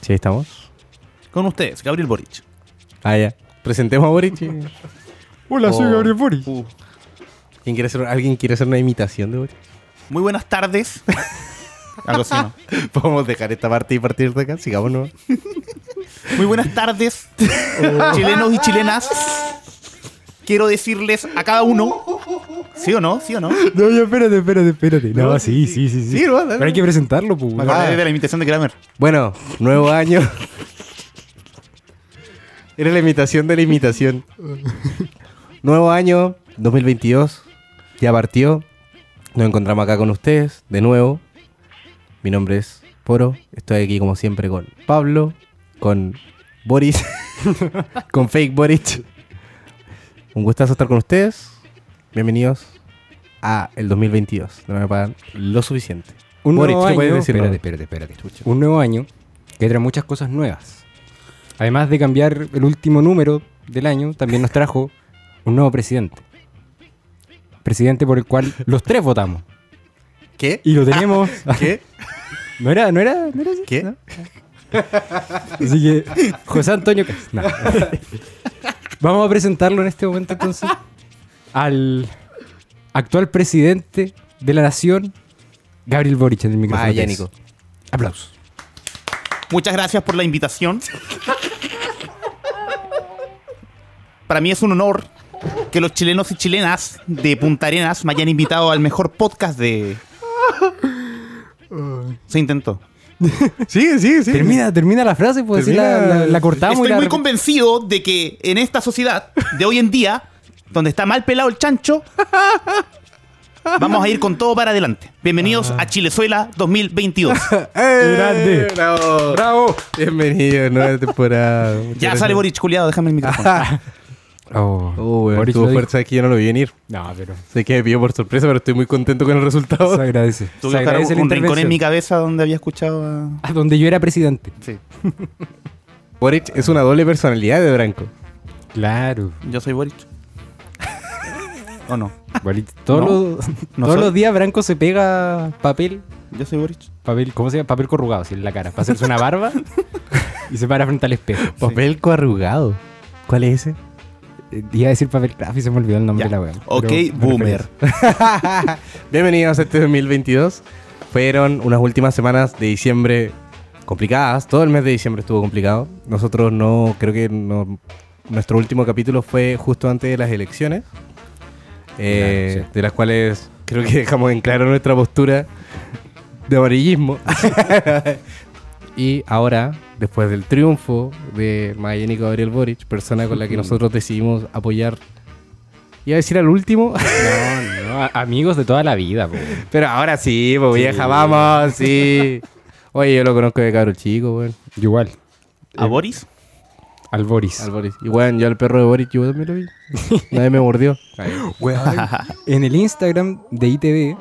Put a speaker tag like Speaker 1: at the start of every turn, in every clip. Speaker 1: Sí, estamos.
Speaker 2: Con ustedes, Gabriel Boric.
Speaker 1: Ah, ya. Presentemos a Boric. y-
Speaker 3: Hola,
Speaker 1: Oh.
Speaker 3: soy Gabriel Boric.
Speaker 2: Uh,
Speaker 1: ¿Quién quiere hacer, ¿Alguien quiere hacer una imitación de Boric?
Speaker 2: Muy buenas tardes. Algo así, ¿no?
Speaker 1: Podemos dejar esta parte y partir de acá. Sigamos, ¿no?
Speaker 2: Muy buenas tardes,
Speaker 3: Oh.
Speaker 2: chilenos y chilenas. Quiero decirles a cada uno. ¿Sí o no? ¿Sí o no?
Speaker 3: No, ya, espérate, espérate, espérate. No, sí, sí, sí, sí.
Speaker 1: Sí, no, dale.
Speaker 3: Pero hay que presentarlo, pues.
Speaker 2: Me
Speaker 3: weón.
Speaker 2: acordé de la imitación de Kramer.
Speaker 1: Bueno, nuevo año. Era la imitación de la imitación. Nuevo año 2022. Ya partió. Nos encontramos acá con ustedes de nuevo. Mi nombre es Poro. Estoy aquí como siempre con Pablo, con Boris, con Fake Boris. Un gustazo estar con ustedes. Bienvenidos a el 2022. No me pagan lo suficiente.
Speaker 3: Un
Speaker 1: Boric,
Speaker 3: nuevo
Speaker 1: ¿qué puedes
Speaker 3: año-
Speaker 1: decirnos?
Speaker 3: espérate, espérate, espérate. Un nuevo año que trae muchas cosas nuevas. Además de cambiar el último número del año, también nos trajo un nuevo presidente. Presidente por el cual los tres votamos.
Speaker 1: ¿Qué?
Speaker 3: Y lo tenemos.
Speaker 1: ¿Qué?
Speaker 3: No era, no era, no era así.
Speaker 1: ¿Qué?
Speaker 3: ¿no? Así que, José Antonio Cas- no. Vamos a presentarlo en este momento entonces al actual presidente de la nación, Gabriel Boric, en el micrófono.
Speaker 1: Vaya,
Speaker 3: tres.
Speaker 1: Nico.
Speaker 3: Aplausos.
Speaker 2: Muchas gracias por la invitación. Para mí es un honor que los chilenos y chilenas de Punta Arenas me hayan invitado al mejor podcast de. Se intentó.
Speaker 1: Sí, sí, sí.
Speaker 3: Termina, termina la frase, pues así la,
Speaker 1: Termina.
Speaker 3: la- la cortamos y
Speaker 2: Estoy
Speaker 3: la-
Speaker 2: muy convencido de que en esta sociedad de hoy en día, donde está mal pelado el chancho, vamos a ir con todo para adelante. Bienvenidos
Speaker 3: Ah.
Speaker 2: a Chilezuela 2022.
Speaker 1: ¡Eh!
Speaker 3: Grande.
Speaker 1: Bravo.
Speaker 3: ¡Bravo!
Speaker 1: Bienvenido, nueva temporada. Muchas
Speaker 2: Ya
Speaker 1: gracias.
Speaker 2: sale Boric, culiado, déjame el micrófono.
Speaker 3: Oh,
Speaker 1: Oh, weón,
Speaker 3: Boric
Speaker 1: tuvo
Speaker 3: lo dijo.
Speaker 1: fuerza aquí, yo no lo vi venir.
Speaker 3: No, pero
Speaker 1: Sé que me pilló por sorpresa, pero estoy muy contento con el resultado.
Speaker 3: se agradece.
Speaker 2: Tuve
Speaker 3: se
Speaker 2: que buscar
Speaker 3: agradece
Speaker 2: un,
Speaker 3: la
Speaker 2: un rincón en
Speaker 3: intervención.
Speaker 2: mi cabeza donde había escuchado a...
Speaker 3: Ah, Donde yo era presidente.
Speaker 2: Sí,
Speaker 1: Boric es una doble personalidad de Branco.
Speaker 3: Claro.
Speaker 2: yo soy Boric. ¿O no?
Speaker 3: Boric, todos
Speaker 2: No,
Speaker 3: los,
Speaker 2: no
Speaker 3: todos
Speaker 2: soy.
Speaker 3: los días Branco se pega papel,
Speaker 2: Yo soy Boric.
Speaker 3: papel, ¿cómo se llama? Papel corrugado, así en la cara, para hacerse una barba y se para frente al espejo.
Speaker 1: Papel coarrugado. ¿Cuál es ese?
Speaker 3: Eh, Iba a decir papel craft y se me olvidó el nombre
Speaker 2: Ya.
Speaker 3: de la wea.
Speaker 2: Ok,
Speaker 3: pero me
Speaker 2: boomer.
Speaker 1: Bienvenidos a este 2022. Fueron unas últimas semanas de diciembre complicadas. Todo el mes de diciembre estuvo complicado. Nosotros no, creo que no- nuestro último capítulo fue justo antes de las elecciones, eh,
Speaker 3: Claro, sí.
Speaker 1: de las cuales creo que dejamos en claro nuestra postura de amarillismo. y ahora, después del triunfo de Mayenico Gabriel Boric, persona con la que nosotros decidimos apoyar, iba a decir al último.
Speaker 3: refiero- No, no, a- amigos de toda la vida, po.
Speaker 1: Pero ahora sí, pues vieja, vamos, sí. Oye, yo lo conozco de cabro chico, weón.
Speaker 3: Yo Igual,
Speaker 2: ¿A
Speaker 3: Eh,
Speaker 2: Boris?
Speaker 3: al Boris.
Speaker 1: Al Boris. Y weón, yo al perro de Boris, yo también lo vi. Nadie me mordió.
Speaker 3: En el Instagram de ITV,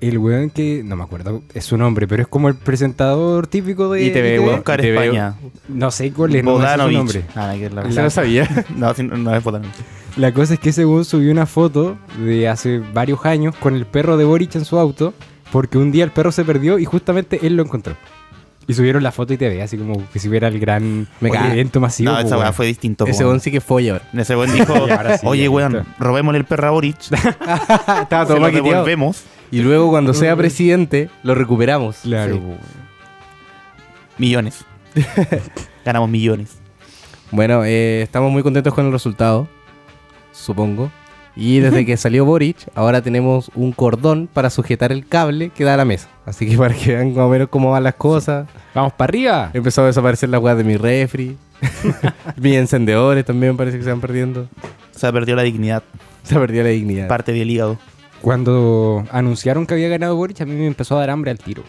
Speaker 3: el weón que, no me acuerdo es su nombre, pero es como el presentador típico de
Speaker 1: ITV, weón.
Speaker 2: Oscar
Speaker 1: te veo.
Speaker 2: España.
Speaker 3: No sé cuál es, no me sé su nombre.
Speaker 2: Bodanovich. Ah, que la-
Speaker 1: Yo no sabía.
Speaker 2: No, sí, no, no es Bodanovich.
Speaker 3: La cosa es que ese weón subió una foto de hace varios años con el perro de Boric en su auto, porque un día el perro se perdió y justamente él lo encontró. Y subieron la foto y te ve, así como que si hubiera el gran
Speaker 1: Me caga.
Speaker 3: evento masivo.
Speaker 2: No, esa
Speaker 3: pues,
Speaker 2: weá
Speaker 3: weón.
Speaker 2: fue distinto. po,
Speaker 1: Ese
Speaker 2: weón.
Speaker 1: weón sí que folla ahora.
Speaker 2: En ese buen dijo,
Speaker 3: Y ahora sí,
Speaker 2: oye,
Speaker 3: ya Ah,
Speaker 2: weón,
Speaker 3: está.
Speaker 2: robémosle el perro a Boric, se
Speaker 1: Ah, Estaba
Speaker 2: lo
Speaker 1: todo maqueteado.
Speaker 2: devolvemos.
Speaker 1: Y luego cuando sea presidente, lo recuperamos.
Speaker 3: Claro.
Speaker 1: Sí.
Speaker 3: pues,
Speaker 2: Millones. Ganamos millones.
Speaker 1: Bueno, eh, estamos muy contentos con el resultado, supongo. Y desde que salió Boric, ahora tenemos un cordón para sujetar el cable que da a la mesa. Así que para que vean más o menos cómo van las cosas.
Speaker 3: Vamos para arriba.
Speaker 1: Empezó a desaparecer la weá de mi refri. Mis encendedores también parece que se van perdiendo.
Speaker 2: Se perdió la dignidad,
Speaker 1: Se perdió la dignidad.
Speaker 2: parte del hígado.
Speaker 3: Cuando anunciaron que había ganado Boric, a mí me empezó a dar hambre al tiro.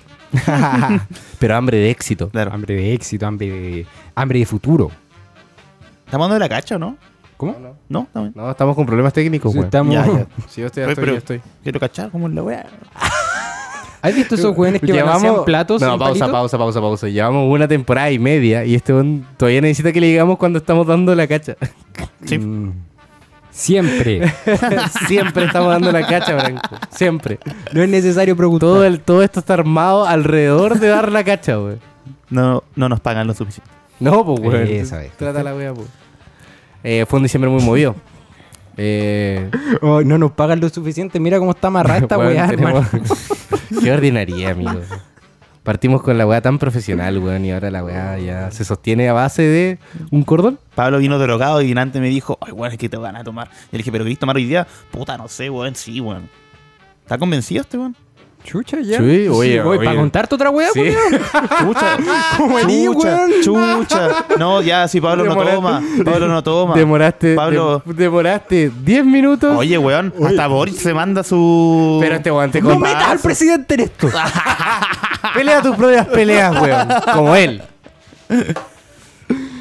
Speaker 1: Pero hambre de éxito.
Speaker 2: Claro.
Speaker 3: Hambre de éxito, hambre de, hambre de futuro.
Speaker 2: Estamos dando de la cacha, ¿no?
Speaker 3: ¿Cómo?
Speaker 2: No, también.
Speaker 1: No, estamos con problemas técnicos,
Speaker 3: Sí,
Speaker 1: weón.
Speaker 3: estamos-
Speaker 2: Ya, ya.
Speaker 1: Sí, yo estoy,
Speaker 2: Oye,
Speaker 1: estoy,
Speaker 2: pero
Speaker 1: yo estoy.
Speaker 2: Quiero cachar cómo es la weá.
Speaker 3: ¿Has visto esos weones que
Speaker 1: Llevamos-
Speaker 3: balancean platos?
Speaker 1: No,
Speaker 3: en
Speaker 1: pausa,
Speaker 3: palito?
Speaker 1: pausa, pausa, pausa. Llevamos una temporada y media y este weón todavía necesita que le digamos cuando estamos dando la cacha.
Speaker 2: Sí.
Speaker 3: Mm. Siempre.
Speaker 1: Siempre estamos dando la cacha, Branco. Siempre.
Speaker 3: No es necesario preguntar.
Speaker 1: Todo, el, todo esto está armado alrededor de dar la cacha, weón.
Speaker 2: No, no nos pagan lo suficiente.
Speaker 1: No, pues, weón.
Speaker 3: Esa es.
Speaker 1: Trata la wea, pues. Eh, fue un diciembre muy movido. Eh,
Speaker 3: Oh, no nos pagan lo suficiente. Mira cómo está amarrada esta
Speaker 1: weón,
Speaker 3: weá,
Speaker 1: tenemos-
Speaker 3: hermano.
Speaker 1: Qué ordinaria, amigo. Partimos con la weá tan profesional, weón, y ahora la weá ya se sostiene a base de un cordón.
Speaker 2: Pablo vino drogado y delante me dijo, ay, weón, es que te van a tomar. Y le dije, ¿pero querés tomar hoy día? Puta, no sé, weón, sí, weón. ¿Está convencido este weón?
Speaker 3: Chucha, ya.
Speaker 1: Sí, oye, oye.
Speaker 3: para contarte otra weá,
Speaker 1: Sí.
Speaker 3: weón.
Speaker 2: Chucha,
Speaker 3: Como el niño,
Speaker 2: chucha,
Speaker 3: weón.
Speaker 2: chucha. No, ya, sí, Pablo no
Speaker 1: Demoraste-
Speaker 2: toma. Pablo no toma.
Speaker 1: Demoraste,
Speaker 2: Pablo.
Speaker 1: de- demoraste 10 minutos.
Speaker 2: Oye, weón, hasta Boris se manda su.
Speaker 1: pero este weón te
Speaker 3: No
Speaker 1: contaba.
Speaker 3: metas al presidente en esto.
Speaker 1: Pelea tus propias peleas, weón. Como él.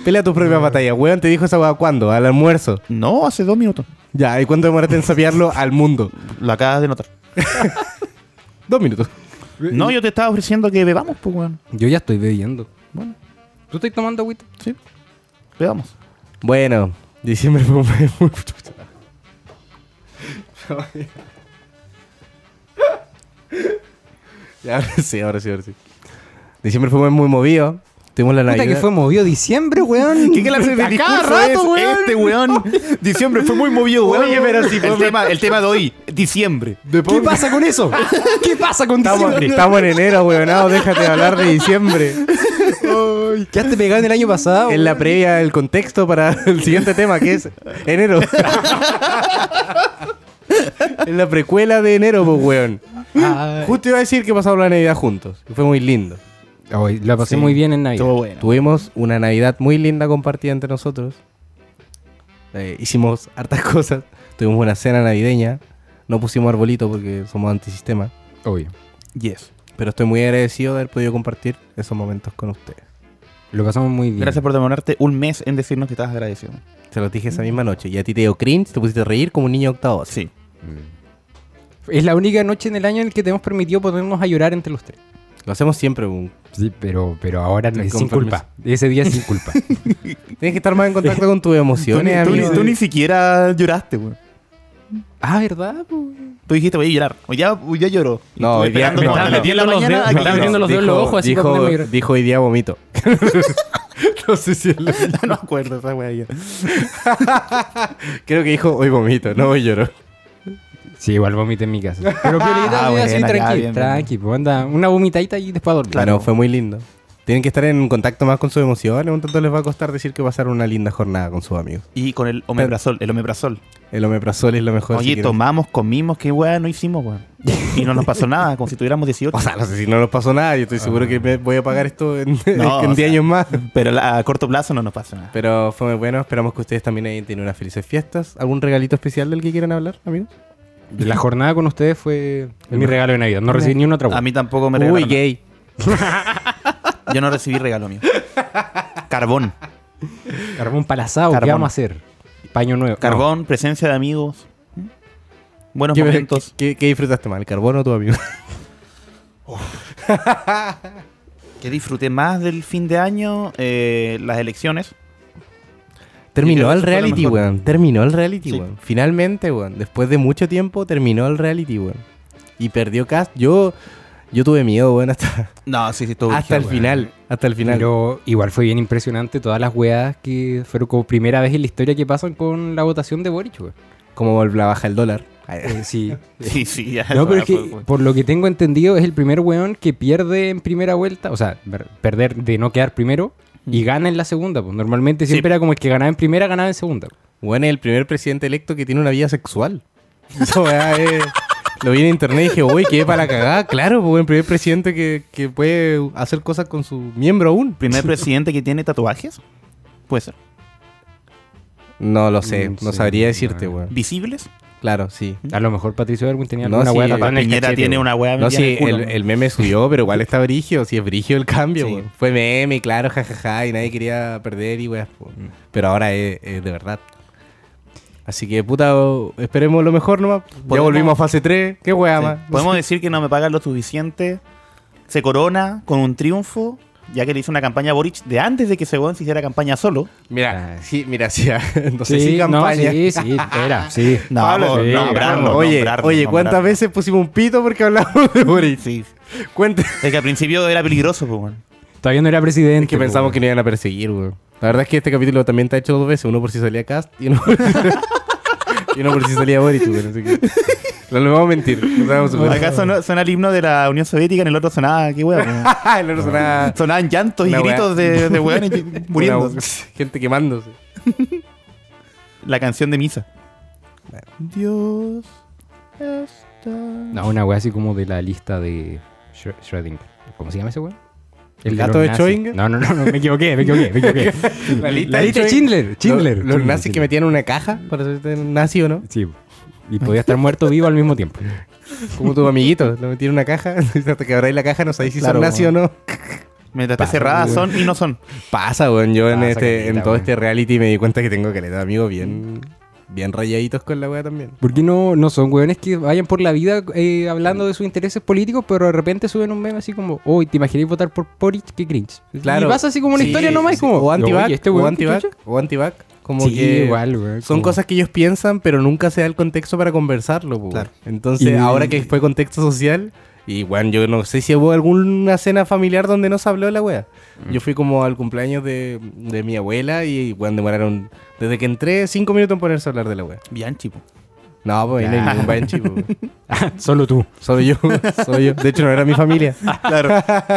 Speaker 1: Pelea tus propias batallas. Weón, te dijo esa weá cuándo? Al almuerzo.
Speaker 2: No, hace dos minutos.
Speaker 1: Ya, ¿y cuánto demoraste en sapearlo al mundo?
Speaker 2: Lo acabas de notar.
Speaker 1: Dos minutos.
Speaker 2: No, yo te estaba ofreciendo que bebamos, pues, weón.
Speaker 3: Yo ya estoy bebiendo.
Speaker 2: Bueno,
Speaker 3: ¿Tú estás tomando agüita?
Speaker 2: sí. Bebamos.
Speaker 1: Bueno, diciembre fue un mes muy... Ya, ahora sí, ahora sí, ahora sí. Diciembre fue un mes muy movido. Tuvimos la
Speaker 3: Puta
Speaker 1: Navidad.
Speaker 3: que fue movido diciembre, weón.
Speaker 2: ¿Qué clase de
Speaker 3: A cada
Speaker 2: discurso
Speaker 3: rato,
Speaker 2: es
Speaker 3: weón.
Speaker 2: este, weón? Diciembre fue muy movido, weón.
Speaker 1: Oye, pero si fue-
Speaker 2: el, tema, el tema de hoy, diciembre.
Speaker 3: ¿Qué pasa con eso? ¿Qué pasa con
Speaker 1: Estamos,
Speaker 3: diciembre?
Speaker 1: estamos en enero, weonado. Déjate de hablar de diciembre.
Speaker 3: ¿Qué has pegado en el año pasado?
Speaker 1: En la previa, el contexto para el siguiente tema, que es enero. en la precuela de enero, pues, weón.
Speaker 3: Ah,
Speaker 1: Justo iba a decir que pasamos la Navidad juntos. y Fue muy lindo.
Speaker 3: hoy la
Speaker 2: Sí.
Speaker 3: pasé muy bien en Navidad.
Speaker 2: Estuvo bueno.
Speaker 1: Tuvimos una Navidad muy linda compartida entre nosotros. Eh, hicimos hartas cosas. Tuvimos una cena navideña. No pusimos arbolito porque somos antisistema.
Speaker 3: Obvio.
Speaker 2: Yes.
Speaker 1: Pero estoy muy agradecido de haber podido compartir esos momentos con ustedes.
Speaker 3: Lo pasamos muy bien.
Speaker 2: Gracias por demorarte un mes en decirnos que estás agradecido.
Speaker 1: Se los dije esa misma noche. Y a ti te dio cringe, te pusiste a reír como un niño de octavo. básico.
Speaker 2: Sí.
Speaker 3: Mm. Es la única noche en el año en que te hemos permitido ponernos a llorar entre los tres.
Speaker 1: Lo hacemos siempre. un-
Speaker 3: Sí, pero, pero ahora no,
Speaker 1: Con
Speaker 3: es sin
Speaker 1: permiso.
Speaker 3: culpa. Ese día es sin culpa.
Speaker 1: Tienes que estar más en contacto con tus
Speaker 2: Tú ni,
Speaker 1: emociones,
Speaker 2: tú ni-
Speaker 1: amigo.
Speaker 2: tú ni siquiera lloraste, weón.
Speaker 3: ah, ¿verdad? po?
Speaker 2: Tú dijiste, voy a llorar. Hoy ya, hoy ya lloró. Y
Speaker 1: No,
Speaker 2: estuve
Speaker 1: hoy día
Speaker 2: esperando
Speaker 1: me
Speaker 2: como
Speaker 1: estaba
Speaker 2: a las 10 de la
Speaker 3: metiendo los
Speaker 2: mañana a
Speaker 3: dedos, me
Speaker 2: que
Speaker 3: estaba
Speaker 2: lloró.
Speaker 3: metiendo los dedos en los ojos, así para
Speaker 1: dijo,
Speaker 3: ponerme a llorar.
Speaker 1: dijo hoy día vomito. no sé si él-
Speaker 2: No acuerdo esa weá ya.
Speaker 1: Creo que dijo hoy vomito, no hoy lloro.
Speaker 3: Sí, igual vomité en mi casa. Pero Violeta,
Speaker 2: Ah,
Speaker 3: voy así
Speaker 2: buena, ya,
Speaker 3: tranqui,
Speaker 2: bien, bien.
Speaker 3: tranqui. po, anda, una vomitadita y después a dormir.
Speaker 1: Claro, fue muy lindo. Tienen que estar en contacto más con sus emociones, un tanto les va a costar decir que pasaron una linda jornada con sus amigos.
Speaker 2: Y con el omeprazol, el omeprazol.
Speaker 1: El omeprazol es lo mejor. si
Speaker 2: Oye,
Speaker 1: quieren-
Speaker 2: tomamos, comimos, qué weá no hicimos, weón. Y no nos pasó nada, como si tuviéramos 18.
Speaker 1: O sea, no sé si no nos pasó nada, yo estoy seguro que me voy a pagar esto en,
Speaker 2: Ah. No,
Speaker 1: en
Speaker 2: o
Speaker 1: 10
Speaker 2: sea.
Speaker 1: años más.
Speaker 2: Pero la- a corto plazo no nos pasó nada.
Speaker 1: Pero fue muy bueno, esperamos que ustedes también hayan tenido unas felices fiestas. ¿Algún regalito especial del que quieran hablar, amigos?
Speaker 3: La jornada con ustedes fue mi regalo de Navidad. No recibí ni una otra
Speaker 2: A
Speaker 3: hueá.
Speaker 2: mí tampoco me
Speaker 1: Uy,
Speaker 2: regalaron.
Speaker 1: gay.
Speaker 2: nada. Yo no recibí regalo mío. Carbón.
Speaker 3: Carbón palazado, ¿qué
Speaker 2: Carbón.
Speaker 3: vamos a hacer? Paño nuevo.
Speaker 2: Carbón, presencia de amigos. ¿Mm? Buenos
Speaker 1: ¿Qué,
Speaker 2: momentos.
Speaker 1: qué- qué disfrutaste más, el carbón o tu amigo?
Speaker 2: Que disfruté más del fin de año, eh, las elecciones.
Speaker 1: Terminó
Speaker 2: creo que
Speaker 1: el
Speaker 2: eso fue lo
Speaker 1: reality,
Speaker 2: mejor.
Speaker 1: weón. Terminó el reality,
Speaker 2: Sí.
Speaker 1: weón. Finalmente, weón. Después de mucho tiempo, terminó el reality, weón. Y perdió cast. Yo, yo tuve miedo, weón, hasta,
Speaker 2: No, sí, sí, todo.
Speaker 1: hasta el
Speaker 2: weón.
Speaker 1: final. Hasta el final.
Speaker 3: Pero igual fue bien impresionante todas las weas que fueron como primera vez en la historia que pasan con la votación de Boric, weón.
Speaker 1: Como la baja el dólar.
Speaker 3: Eh, sí.
Speaker 2: Sí, sí, ya.
Speaker 3: No, pero es
Speaker 2: Fue-
Speaker 3: que
Speaker 2: fue-
Speaker 3: por lo que tengo entendido es el primer weón que pierde en primera vuelta, o sea, per- perder de no quedar primero y gana en la segunda. Pues normalmente
Speaker 2: Mm. Sí.
Speaker 3: siempre era como el que ganaba en primera, ganaba en segunda.
Speaker 1: Weón es el primer presidente electo que tiene una vida sexual. Eso, weón, eh, Lo vi en internet y dije, uy, qué para la cagada. Claro, pues, weón, el primer presidente que, que puede hacer cosas con su miembro aún.
Speaker 2: ¿Primer presidente que tiene tatuajes? Puede ser.
Speaker 1: No lo sé,
Speaker 3: Mm,
Speaker 1: no
Speaker 3: sí,
Speaker 1: sabría decirte,
Speaker 3: bueno.
Speaker 1: weón.
Speaker 2: ¿Visibles?
Speaker 1: Claro, sí.
Speaker 2: Mm.
Speaker 3: A lo mejor Patricio Erwin tenía
Speaker 1: No,
Speaker 3: alguna
Speaker 1: sí,
Speaker 3: wea
Speaker 1: eh,
Speaker 3: tatuada en el
Speaker 2: Piñera
Speaker 3: cachete,
Speaker 2: tiene
Speaker 3: weón.
Speaker 2: una weá
Speaker 1: No,
Speaker 2: metida en
Speaker 1: sí,
Speaker 2: Ah, culo,
Speaker 1: el,
Speaker 2: ¿no?
Speaker 1: el meme subió, pero igual está brigio. Si es brigio el cambio,
Speaker 2: Sí.
Speaker 1: weón. Fue meme, claro, jajaja, y nadie quería perder y weas, po.
Speaker 2: Mm.
Speaker 1: Pero ahora es, es de verdad. Así que, puta, o- esperemos lo mejor nomás. Ya
Speaker 2: Podemos-
Speaker 1: volvimos a fase 3. Qué wea,
Speaker 2: Sí.
Speaker 1: más.
Speaker 2: Podemos decir que no me pagan lo suficiente. Se corona con un triunfo, ya que le hizo una campaña a Boric de antes de que Segón se hiciera campaña solo.
Speaker 1: Mira, Ah. sí, mira, sí. No sé
Speaker 3: Sí,
Speaker 1: si campaña.
Speaker 3: no, sí, sí, era, sí.
Speaker 2: No,
Speaker 1: Pablo,
Speaker 2: por
Speaker 3: sí,
Speaker 2: nombrarlo,
Speaker 1: oye,
Speaker 2: nombrarlo,
Speaker 1: oye,
Speaker 2: nombrarlo.
Speaker 1: ¿cuántas veces pusimos un pito porque hablamos de Boris?
Speaker 2: Sí.
Speaker 1: Cuenta.
Speaker 2: Es que al principio era peligroso, pues, bueno.
Speaker 3: Todavía no era presidente.
Speaker 1: Es que
Speaker 3: po,
Speaker 1: pensamos que
Speaker 3: weón.
Speaker 1: no iban a perseguir, weón. La verdad es que este capítulo también está hecho dos veces. Uno por si salía Cast y uno por, y uno por si salía Boric, weón. Así que... No le vamos a mentir. No sabemos su-
Speaker 2: Acá sonó- suena el himno de la Unión Soviética, en el otro sonaba, qué pues, weón.
Speaker 1: El otro sonaba-
Speaker 2: Sonaban llantos y
Speaker 1: Una
Speaker 2: gritos de, de weones muriendo.
Speaker 1: una- gente quemándose.
Speaker 2: La canción de misa. Dios está.
Speaker 3: No, una weá así como de la lista de Schre- Schrödinger. ¿Cómo se llama ese weá?
Speaker 1: ¿El
Speaker 3: los
Speaker 1: gato de
Speaker 3: nazis.
Speaker 1: Schrödinger?
Speaker 3: No, no, no, no, me equivoqué, me equivoqué, me equivoqué.
Speaker 1: La lista
Speaker 3: La
Speaker 1: de
Speaker 3: lista de
Speaker 1: Schindler.
Speaker 3: Schindler. Schindler.
Speaker 1: Los, los nazis que metían en una caja para ser nazi o no.
Speaker 3: Sí. Y podía estar muerto o vivo al mismo tiempo.
Speaker 1: Como tu amiguito, lo metieron en una caja. Hasta que abráis la caja no sabéis si
Speaker 2: Claro,
Speaker 1: son nazi o
Speaker 2: weón.
Speaker 1: no.
Speaker 2: Mientras esté
Speaker 3: Pa-
Speaker 2: cerrada son y no son.
Speaker 1: Pasa, weón. Yo en,
Speaker 3: Pasa,
Speaker 1: este, en
Speaker 3: caleta,
Speaker 1: todo
Speaker 3: weón. Mm.
Speaker 1: este reality me di cuenta que tengo caleta de amigos bien, bien rayaditos con la weá también.
Speaker 3: ¿Por qué no, no son weones que vayan por la vida eh, hablando de sus intereses políticos, pero de repente suben un meme así como, uy, ¿te imagináis votar por Porich? Qué cringe.
Speaker 1: Claro.
Speaker 3: Y pasa así como una
Speaker 1: Sí,
Speaker 3: historia nomás,
Speaker 1: sí.
Speaker 3: como,
Speaker 1: O antivac,
Speaker 3: "Oye, este
Speaker 1: o
Speaker 3: weón, ¿qué
Speaker 1: antivac,
Speaker 3: chucha?".
Speaker 1: o antivac. Como
Speaker 3: Sí,
Speaker 1: que
Speaker 3: igual, weón,
Speaker 1: son
Speaker 3: como-
Speaker 1: cosas que ellos piensan, pero nunca se da el contexto para conversarlo, po.
Speaker 2: Claro.
Speaker 1: Entonces,
Speaker 3: Y-
Speaker 1: ahora que fue contexto social, y bueno, yo no sé si hubo alguna cena familiar donde no se habló la wea.
Speaker 3: Mm.
Speaker 1: Yo fui como al cumpleaños de, de mi abuela y, bueno, demoraron, desde que entré, cinco minutos en ponerse a hablar de la wea.
Speaker 2: Bien, chico.
Speaker 1: No, pues ahí no hay ningún banshee, po.
Speaker 3: Solo tú.
Speaker 1: Soy yo, soy yo. De hecho, no era mi familia.
Speaker 2: Claro.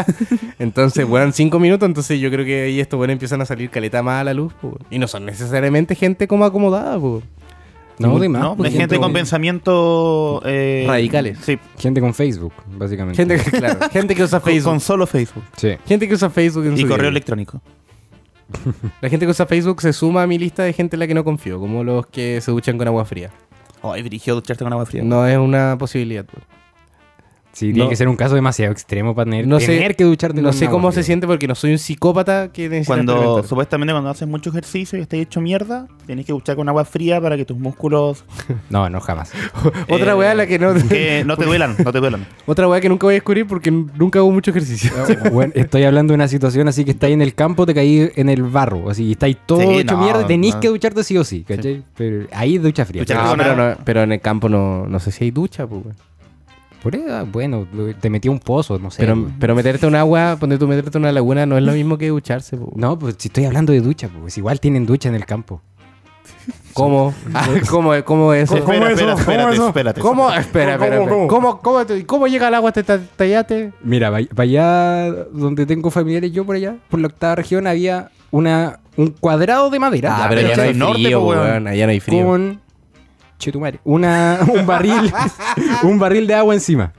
Speaker 1: Entonces, weón, cinco minutos, entonces yo creo que ahí estos weones empiezan a salir caleta más a la luz, po. Y no son necesariamente gente como acomodada, po.
Speaker 3: No, de más.
Speaker 2: ¿No?
Speaker 3: pues,
Speaker 2: Es gente con pensamiento. eh,
Speaker 1: Radicales.
Speaker 2: Sí.
Speaker 3: Gente con Facebook, básicamente.
Speaker 1: Gente que, claro, gente que usa
Speaker 2: Con-
Speaker 1: Facebook.
Speaker 2: Con solo Facebook.
Speaker 3: Sí.
Speaker 1: Gente que usa Facebook en
Speaker 2: Y
Speaker 1: su
Speaker 2: correo
Speaker 1: día.
Speaker 2: electrónico.
Speaker 1: La gente que usa Facebook se suma a mi lista de gente en la que no confío, como los que se duchan con agua fría.
Speaker 2: Ay, dirigió ducharte con agua fría.
Speaker 1: No es una posibilidad, po.
Speaker 3: Sí, tiene
Speaker 1: No.
Speaker 3: que ser un caso demasiado extremo para tener,
Speaker 1: No sé-
Speaker 3: tener que ducharte.
Speaker 1: No
Speaker 3: con
Speaker 1: sé
Speaker 3: agua,
Speaker 1: cómo
Speaker 3: creo.
Speaker 1: se siente porque no soy un psicópata que necesita
Speaker 2: Cuando,
Speaker 1: experimentar.
Speaker 2: supuestamente, cuando haces mucho ejercicio y estás hecho mierda, tenés que duchar con agua fría para que tus músculos.
Speaker 3: No, no, jamás.
Speaker 1: Otra
Speaker 2: eh,
Speaker 1: weá la que no...
Speaker 2: que no te duelan, no te duelan.
Speaker 1: Otra weá que nunca voy a descubrir porque nunca hago mucho ejercicio.
Speaker 3: Bueno, estoy hablando de una situación así que estáis en el campo, te caí en el barro, así, y estáis todo
Speaker 2: Sí,
Speaker 3: hecho
Speaker 2: no,
Speaker 3: mierda, tenéis
Speaker 2: no.
Speaker 3: que ducharte sí o sí, ¿cachai? Pero ahí es ducha fría.
Speaker 2: Ducha
Speaker 1: No,
Speaker 2: Perdona.
Speaker 1: pero, no- pero en el campo no, no sé si hay ducha, pues, weón.
Speaker 3: Por eso, ah, bueno, lo- te metí a un pozo, no sé.
Speaker 1: Pero,
Speaker 3: güey.
Speaker 1: pero meterte un agua, ponte tú meterte una laguna, no es lo mismo que ducharse, po.
Speaker 3: No, pues si estoy hablando de ducha, pues igual tienen ducha en el campo.
Speaker 1: ¿Cómo? Ah, ¿Cómo, cómo es eso?
Speaker 2: ¿Cómo Espera, eso? espera, ¿Cómo espérate, eso? espérate.
Speaker 1: ¿Cómo? Espera, espera, espera. ¿Cómo, cómo, te- cómo llega el agua a este ta- tallate?
Speaker 3: Mira, para allá donde tengo familiares yo por allá, por la octava región había una un cuadrado de madera.
Speaker 1: Ah,
Speaker 3: Ya,
Speaker 1: pero
Speaker 2: pero
Speaker 1: allá no
Speaker 2: es
Speaker 1: hay
Speaker 2: el norte,
Speaker 1: frío,
Speaker 2: po, weón.
Speaker 1: weón. Allá no hay frío.
Speaker 3: con chetumare, una un barril un barril de agua encima.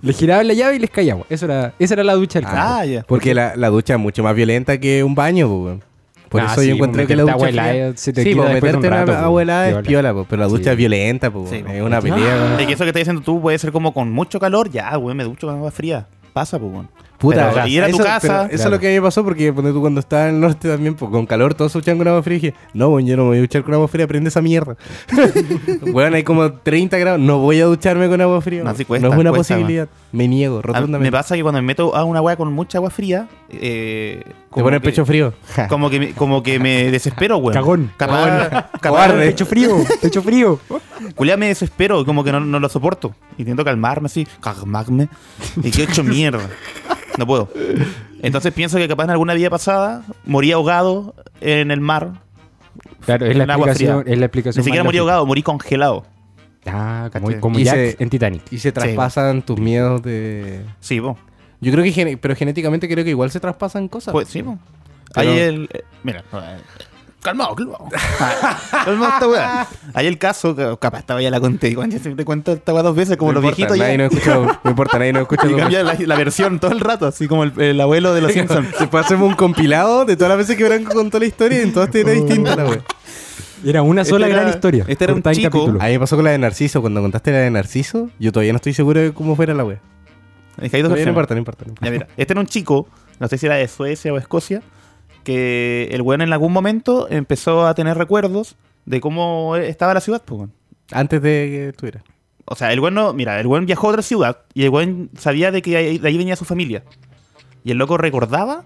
Speaker 3: Les giraban la llave y les caía agua. Eso era, esa era la ducha del campo.
Speaker 2: Ah, ya.
Speaker 1: Porque la, la ducha es mucho más violenta que un baño, po, weón. Por
Speaker 3: Ah,
Speaker 1: eso
Speaker 3: sí,
Speaker 1: yo encuentro
Speaker 3: pues,
Speaker 1: que la ducha.
Speaker 3: meterte agua
Speaker 1: fría-
Speaker 3: helada se te
Speaker 1: sí,
Speaker 3: quita
Speaker 1: pues,
Speaker 3: después de un
Speaker 1: meterte una
Speaker 3: rato, po,
Speaker 1: agua helada es
Speaker 3: piola.
Speaker 1: piola, po, pero la ducha
Speaker 3: Sí.
Speaker 1: es violenta, po,
Speaker 2: Sí,
Speaker 1: weón.
Speaker 2: po.
Speaker 1: es una pelea. weón.
Speaker 2: Y que eso que estás diciendo tú puede ser como con mucho calor. Ya, güey, me ducho con agua fría. Pasa, pues, güey.
Speaker 1: Puta,
Speaker 2: Pero, y era tu
Speaker 1: eso,
Speaker 2: casa.
Speaker 1: pero eso es lo
Speaker 3: Claro.
Speaker 1: que a mí me pasó porque ponte tú cuando estaba en el norte también, pues, con calor, todos se duchaban con agua fría. Y dije, no, bueno, yo no me voy a duchar con agua fría, prende esa mierda. bueno, hay como 30 grados, no voy a ducharme con agua fría.
Speaker 2: No,
Speaker 1: weón.
Speaker 2: sí cuesta,
Speaker 1: es una
Speaker 2: cuesta,
Speaker 1: posibilidad. Me niego,
Speaker 2: A- Me
Speaker 1: rotundamente.
Speaker 2: pasa que cuando me meto a una agua con mucha agua fría, eh,
Speaker 1: Te
Speaker 2: como
Speaker 1: pone el
Speaker 2: que-
Speaker 1: pecho frío. Ja.
Speaker 2: Como que, me- como que me desespero, güey.
Speaker 3: Cagón.
Speaker 2: Capaz, capaz
Speaker 1: Cobarde.
Speaker 3: Pecho frío, pecho frío.
Speaker 2: Culiá, me desespero, como que no, no lo soporto. Intento calmarme así, calmarme. Y que hecho mierda. No puedo. Entonces pienso que capaz en alguna vida pasada morí ahogado en el mar.
Speaker 3: Claro, es la
Speaker 2: En agua
Speaker 3: explicación,
Speaker 2: fría.
Speaker 3: es la explicación.
Speaker 2: Ni siquiera
Speaker 3: más
Speaker 2: morí
Speaker 3: lógica.
Speaker 2: ahogado, morí congelado.
Speaker 3: Ah, como,
Speaker 2: ¿Cachai?
Speaker 3: como
Speaker 1: Y
Speaker 3: Jack
Speaker 1: se-
Speaker 3: en Titanic.
Speaker 1: Y se traspasan tus miedos de...
Speaker 2: Sí, vos.
Speaker 1: Yo creo que, gene- pero genéticamente creo que igual se traspasan cosas.
Speaker 2: Pues sí, po.
Speaker 1: Pero-
Speaker 2: Ahí el. eh, Mira. eh, Calmado, calmado. calmado esta weá. Ahí el caso, ca- capaz estaba ya la conté. igual ya siempre cuento esta weá dos veces, como
Speaker 1: No
Speaker 2: los
Speaker 1: importa,
Speaker 2: viejitos ya.
Speaker 1: Nadie nos escucha, no importa, nadie nos escucha.
Speaker 2: Y cambia la, la versión todo el rato, así como el, el abuelo de los Simpsons.
Speaker 1: Se puede hacer un compilado de todas las veces que Branco contó la historia y en todas era distinta la wea.
Speaker 3: Era una
Speaker 2: Este
Speaker 3: sola
Speaker 2: era-
Speaker 3: gran historia.
Speaker 2: este era un
Speaker 3: cortada en
Speaker 2: chico.
Speaker 3: capítulos.
Speaker 1: A mí me pasó con la de Narciso. Cuando contaste la de Narciso, yo todavía no estoy seguro de cómo fuera la wea.
Speaker 2: Es que hay dos
Speaker 1: Todavía No
Speaker 2: versiones.
Speaker 1: importa, no importa. no importa.
Speaker 2: Ya, mira, este era un chico, no sé si era de Suecia o Escocia, que el weón en algún momento empezó a tener recuerdos de cómo estaba la ciudad, pues, weón.
Speaker 1: Antes de que estuviera.
Speaker 2: O sea, el buen no, mira, el buen viajó a otra ciudad y el buen sabía de que ahí- de ahí venía su familia. Y el loco recordaba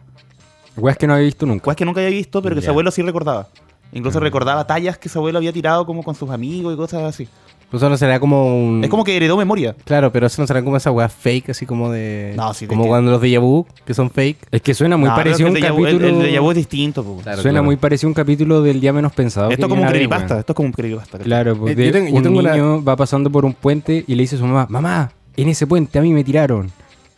Speaker 3: Weas que no había visto nunca.
Speaker 2: cosas que nunca había visto, pero que
Speaker 3: Ya. Mm.
Speaker 2: su abuelo sí recordaba. Incluso recordaba tallas que su abuelo había tirado como con sus amigos y cosas así.
Speaker 1: Pues eso no será como un.
Speaker 3: Mm.
Speaker 2: Es como que heredó memoria.
Speaker 1: Claro, pero eso no será como esa weá fake, así como de.
Speaker 2: No, sí, de
Speaker 1: Como
Speaker 2: que-
Speaker 1: cuando los déjà vu, que son fake.
Speaker 3: Es que suena muy
Speaker 2: No,
Speaker 3: parecido a
Speaker 2: pero
Speaker 3: un
Speaker 2: es que Ah, el déjà vu-
Speaker 3: capítulo.
Speaker 2: El, el déjà vu es distinto. pues, po.
Speaker 1: Claro,
Speaker 3: suena
Speaker 1: claro.
Speaker 3: muy parecido a un capítulo del día menos pensado. que
Speaker 2: Esto es como un
Speaker 3: viene a ver,
Speaker 2: creepypasta.
Speaker 3: weón.
Speaker 2: Esto es como un creepypasta. ¿cachai?
Speaker 3: Claro, pues
Speaker 1: Eh, yo
Speaker 3: de-
Speaker 1: tengo- yo
Speaker 3: un
Speaker 1: tengo una-
Speaker 3: niño va pasando por un puente y le dice a su mamá, mamá, en ese puente a mí me tiraron.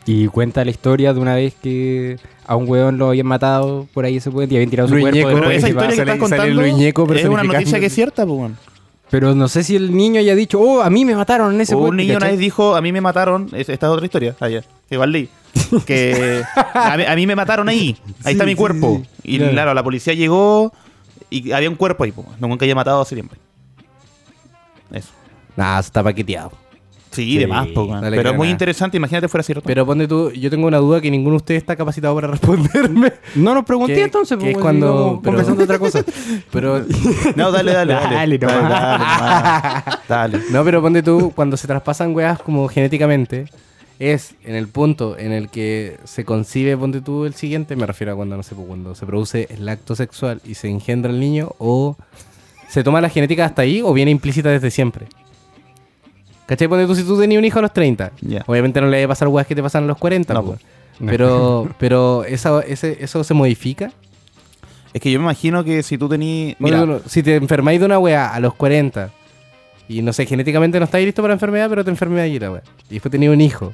Speaker 3: Y cuenta la historia de una vez que a un weón lo habían matado por ahí ese puente y habían tirado su
Speaker 1: Luis
Speaker 3: cuerpo.
Speaker 1: Ñeco,
Speaker 3: después
Speaker 2: Pero
Speaker 1: Oye,
Speaker 2: esa
Speaker 3: que
Speaker 1: va,
Speaker 2: historia que
Speaker 1: sale-
Speaker 2: estás
Speaker 1: sale
Speaker 2: contando
Speaker 1: Luis Ñeco
Speaker 2: es una
Speaker 1: personificando-
Speaker 2: noticia que es cierta, po, weón.
Speaker 3: Pero no sé si el niño ya ha dicho, oh, a mí me mataron en ese
Speaker 2: un
Speaker 3: puente.
Speaker 2: niño una
Speaker 3: ¿cachai?
Speaker 2: vez dijo, a mí me mataron, es- esta es otra historia, allá, igual leí, que a mí, a mí me mataron ahí, ahí
Speaker 3: Sí,
Speaker 2: está mi
Speaker 3: sí,
Speaker 2: cuerpo.
Speaker 3: sí,
Speaker 2: y
Speaker 3: claro.
Speaker 2: claro. la policía llegó y había un cuerpo ahí, po, no nunca había matado hace tiempo. Eso.
Speaker 1: Nah, eso está paqueteado.
Speaker 2: Sí, de más, po,
Speaker 1: dale
Speaker 2: weón.
Speaker 1: que
Speaker 2: pero es muy
Speaker 1: gana.
Speaker 2: interesante, imagínate fuera cierto.
Speaker 1: Pero ponte tú, yo tengo una duda que ninguno de ustedes está capacitado para responderme.
Speaker 3: No nos pregunté
Speaker 1: Que-
Speaker 3: entonces,
Speaker 1: que es
Speaker 3: pues,
Speaker 1: cuando-
Speaker 3: digamos,
Speaker 1: pero-
Speaker 3: conversando otra cosa.
Speaker 1: Pero
Speaker 2: no, dale, dale, dale.
Speaker 3: Dale nomás.
Speaker 2: nomás. Dale.
Speaker 1: No, pero ponte tú, cuando se traspasan weas como genéticamente, es en el punto en el que se concibe, ponte tú, el siguiente, me refiero a cuando, no sé, pues, cuando se produce el acto sexual y se engendra el niño, o se toma la genética hasta ahí, o viene implícita desde siempre. ¿Cachai? Ponte tú, si tú tenías un hijo a los 30,
Speaker 2: Ya.
Speaker 1: obviamente no le debe pasar weas que te pasan a los 40,
Speaker 2: No,
Speaker 1: pues.
Speaker 3: pues.
Speaker 1: pero, pero esa- ese- eso se modifica.
Speaker 2: Es que yo me imagino que si tú tenías...
Speaker 1: Ponte
Speaker 2: Mira,
Speaker 1: tú, si te enfermáis de una wea a los 40 y no sé, genéticamente no estáis listo para la enfermedad, pero te enfermedad y la wea. Y después tenés un hijo.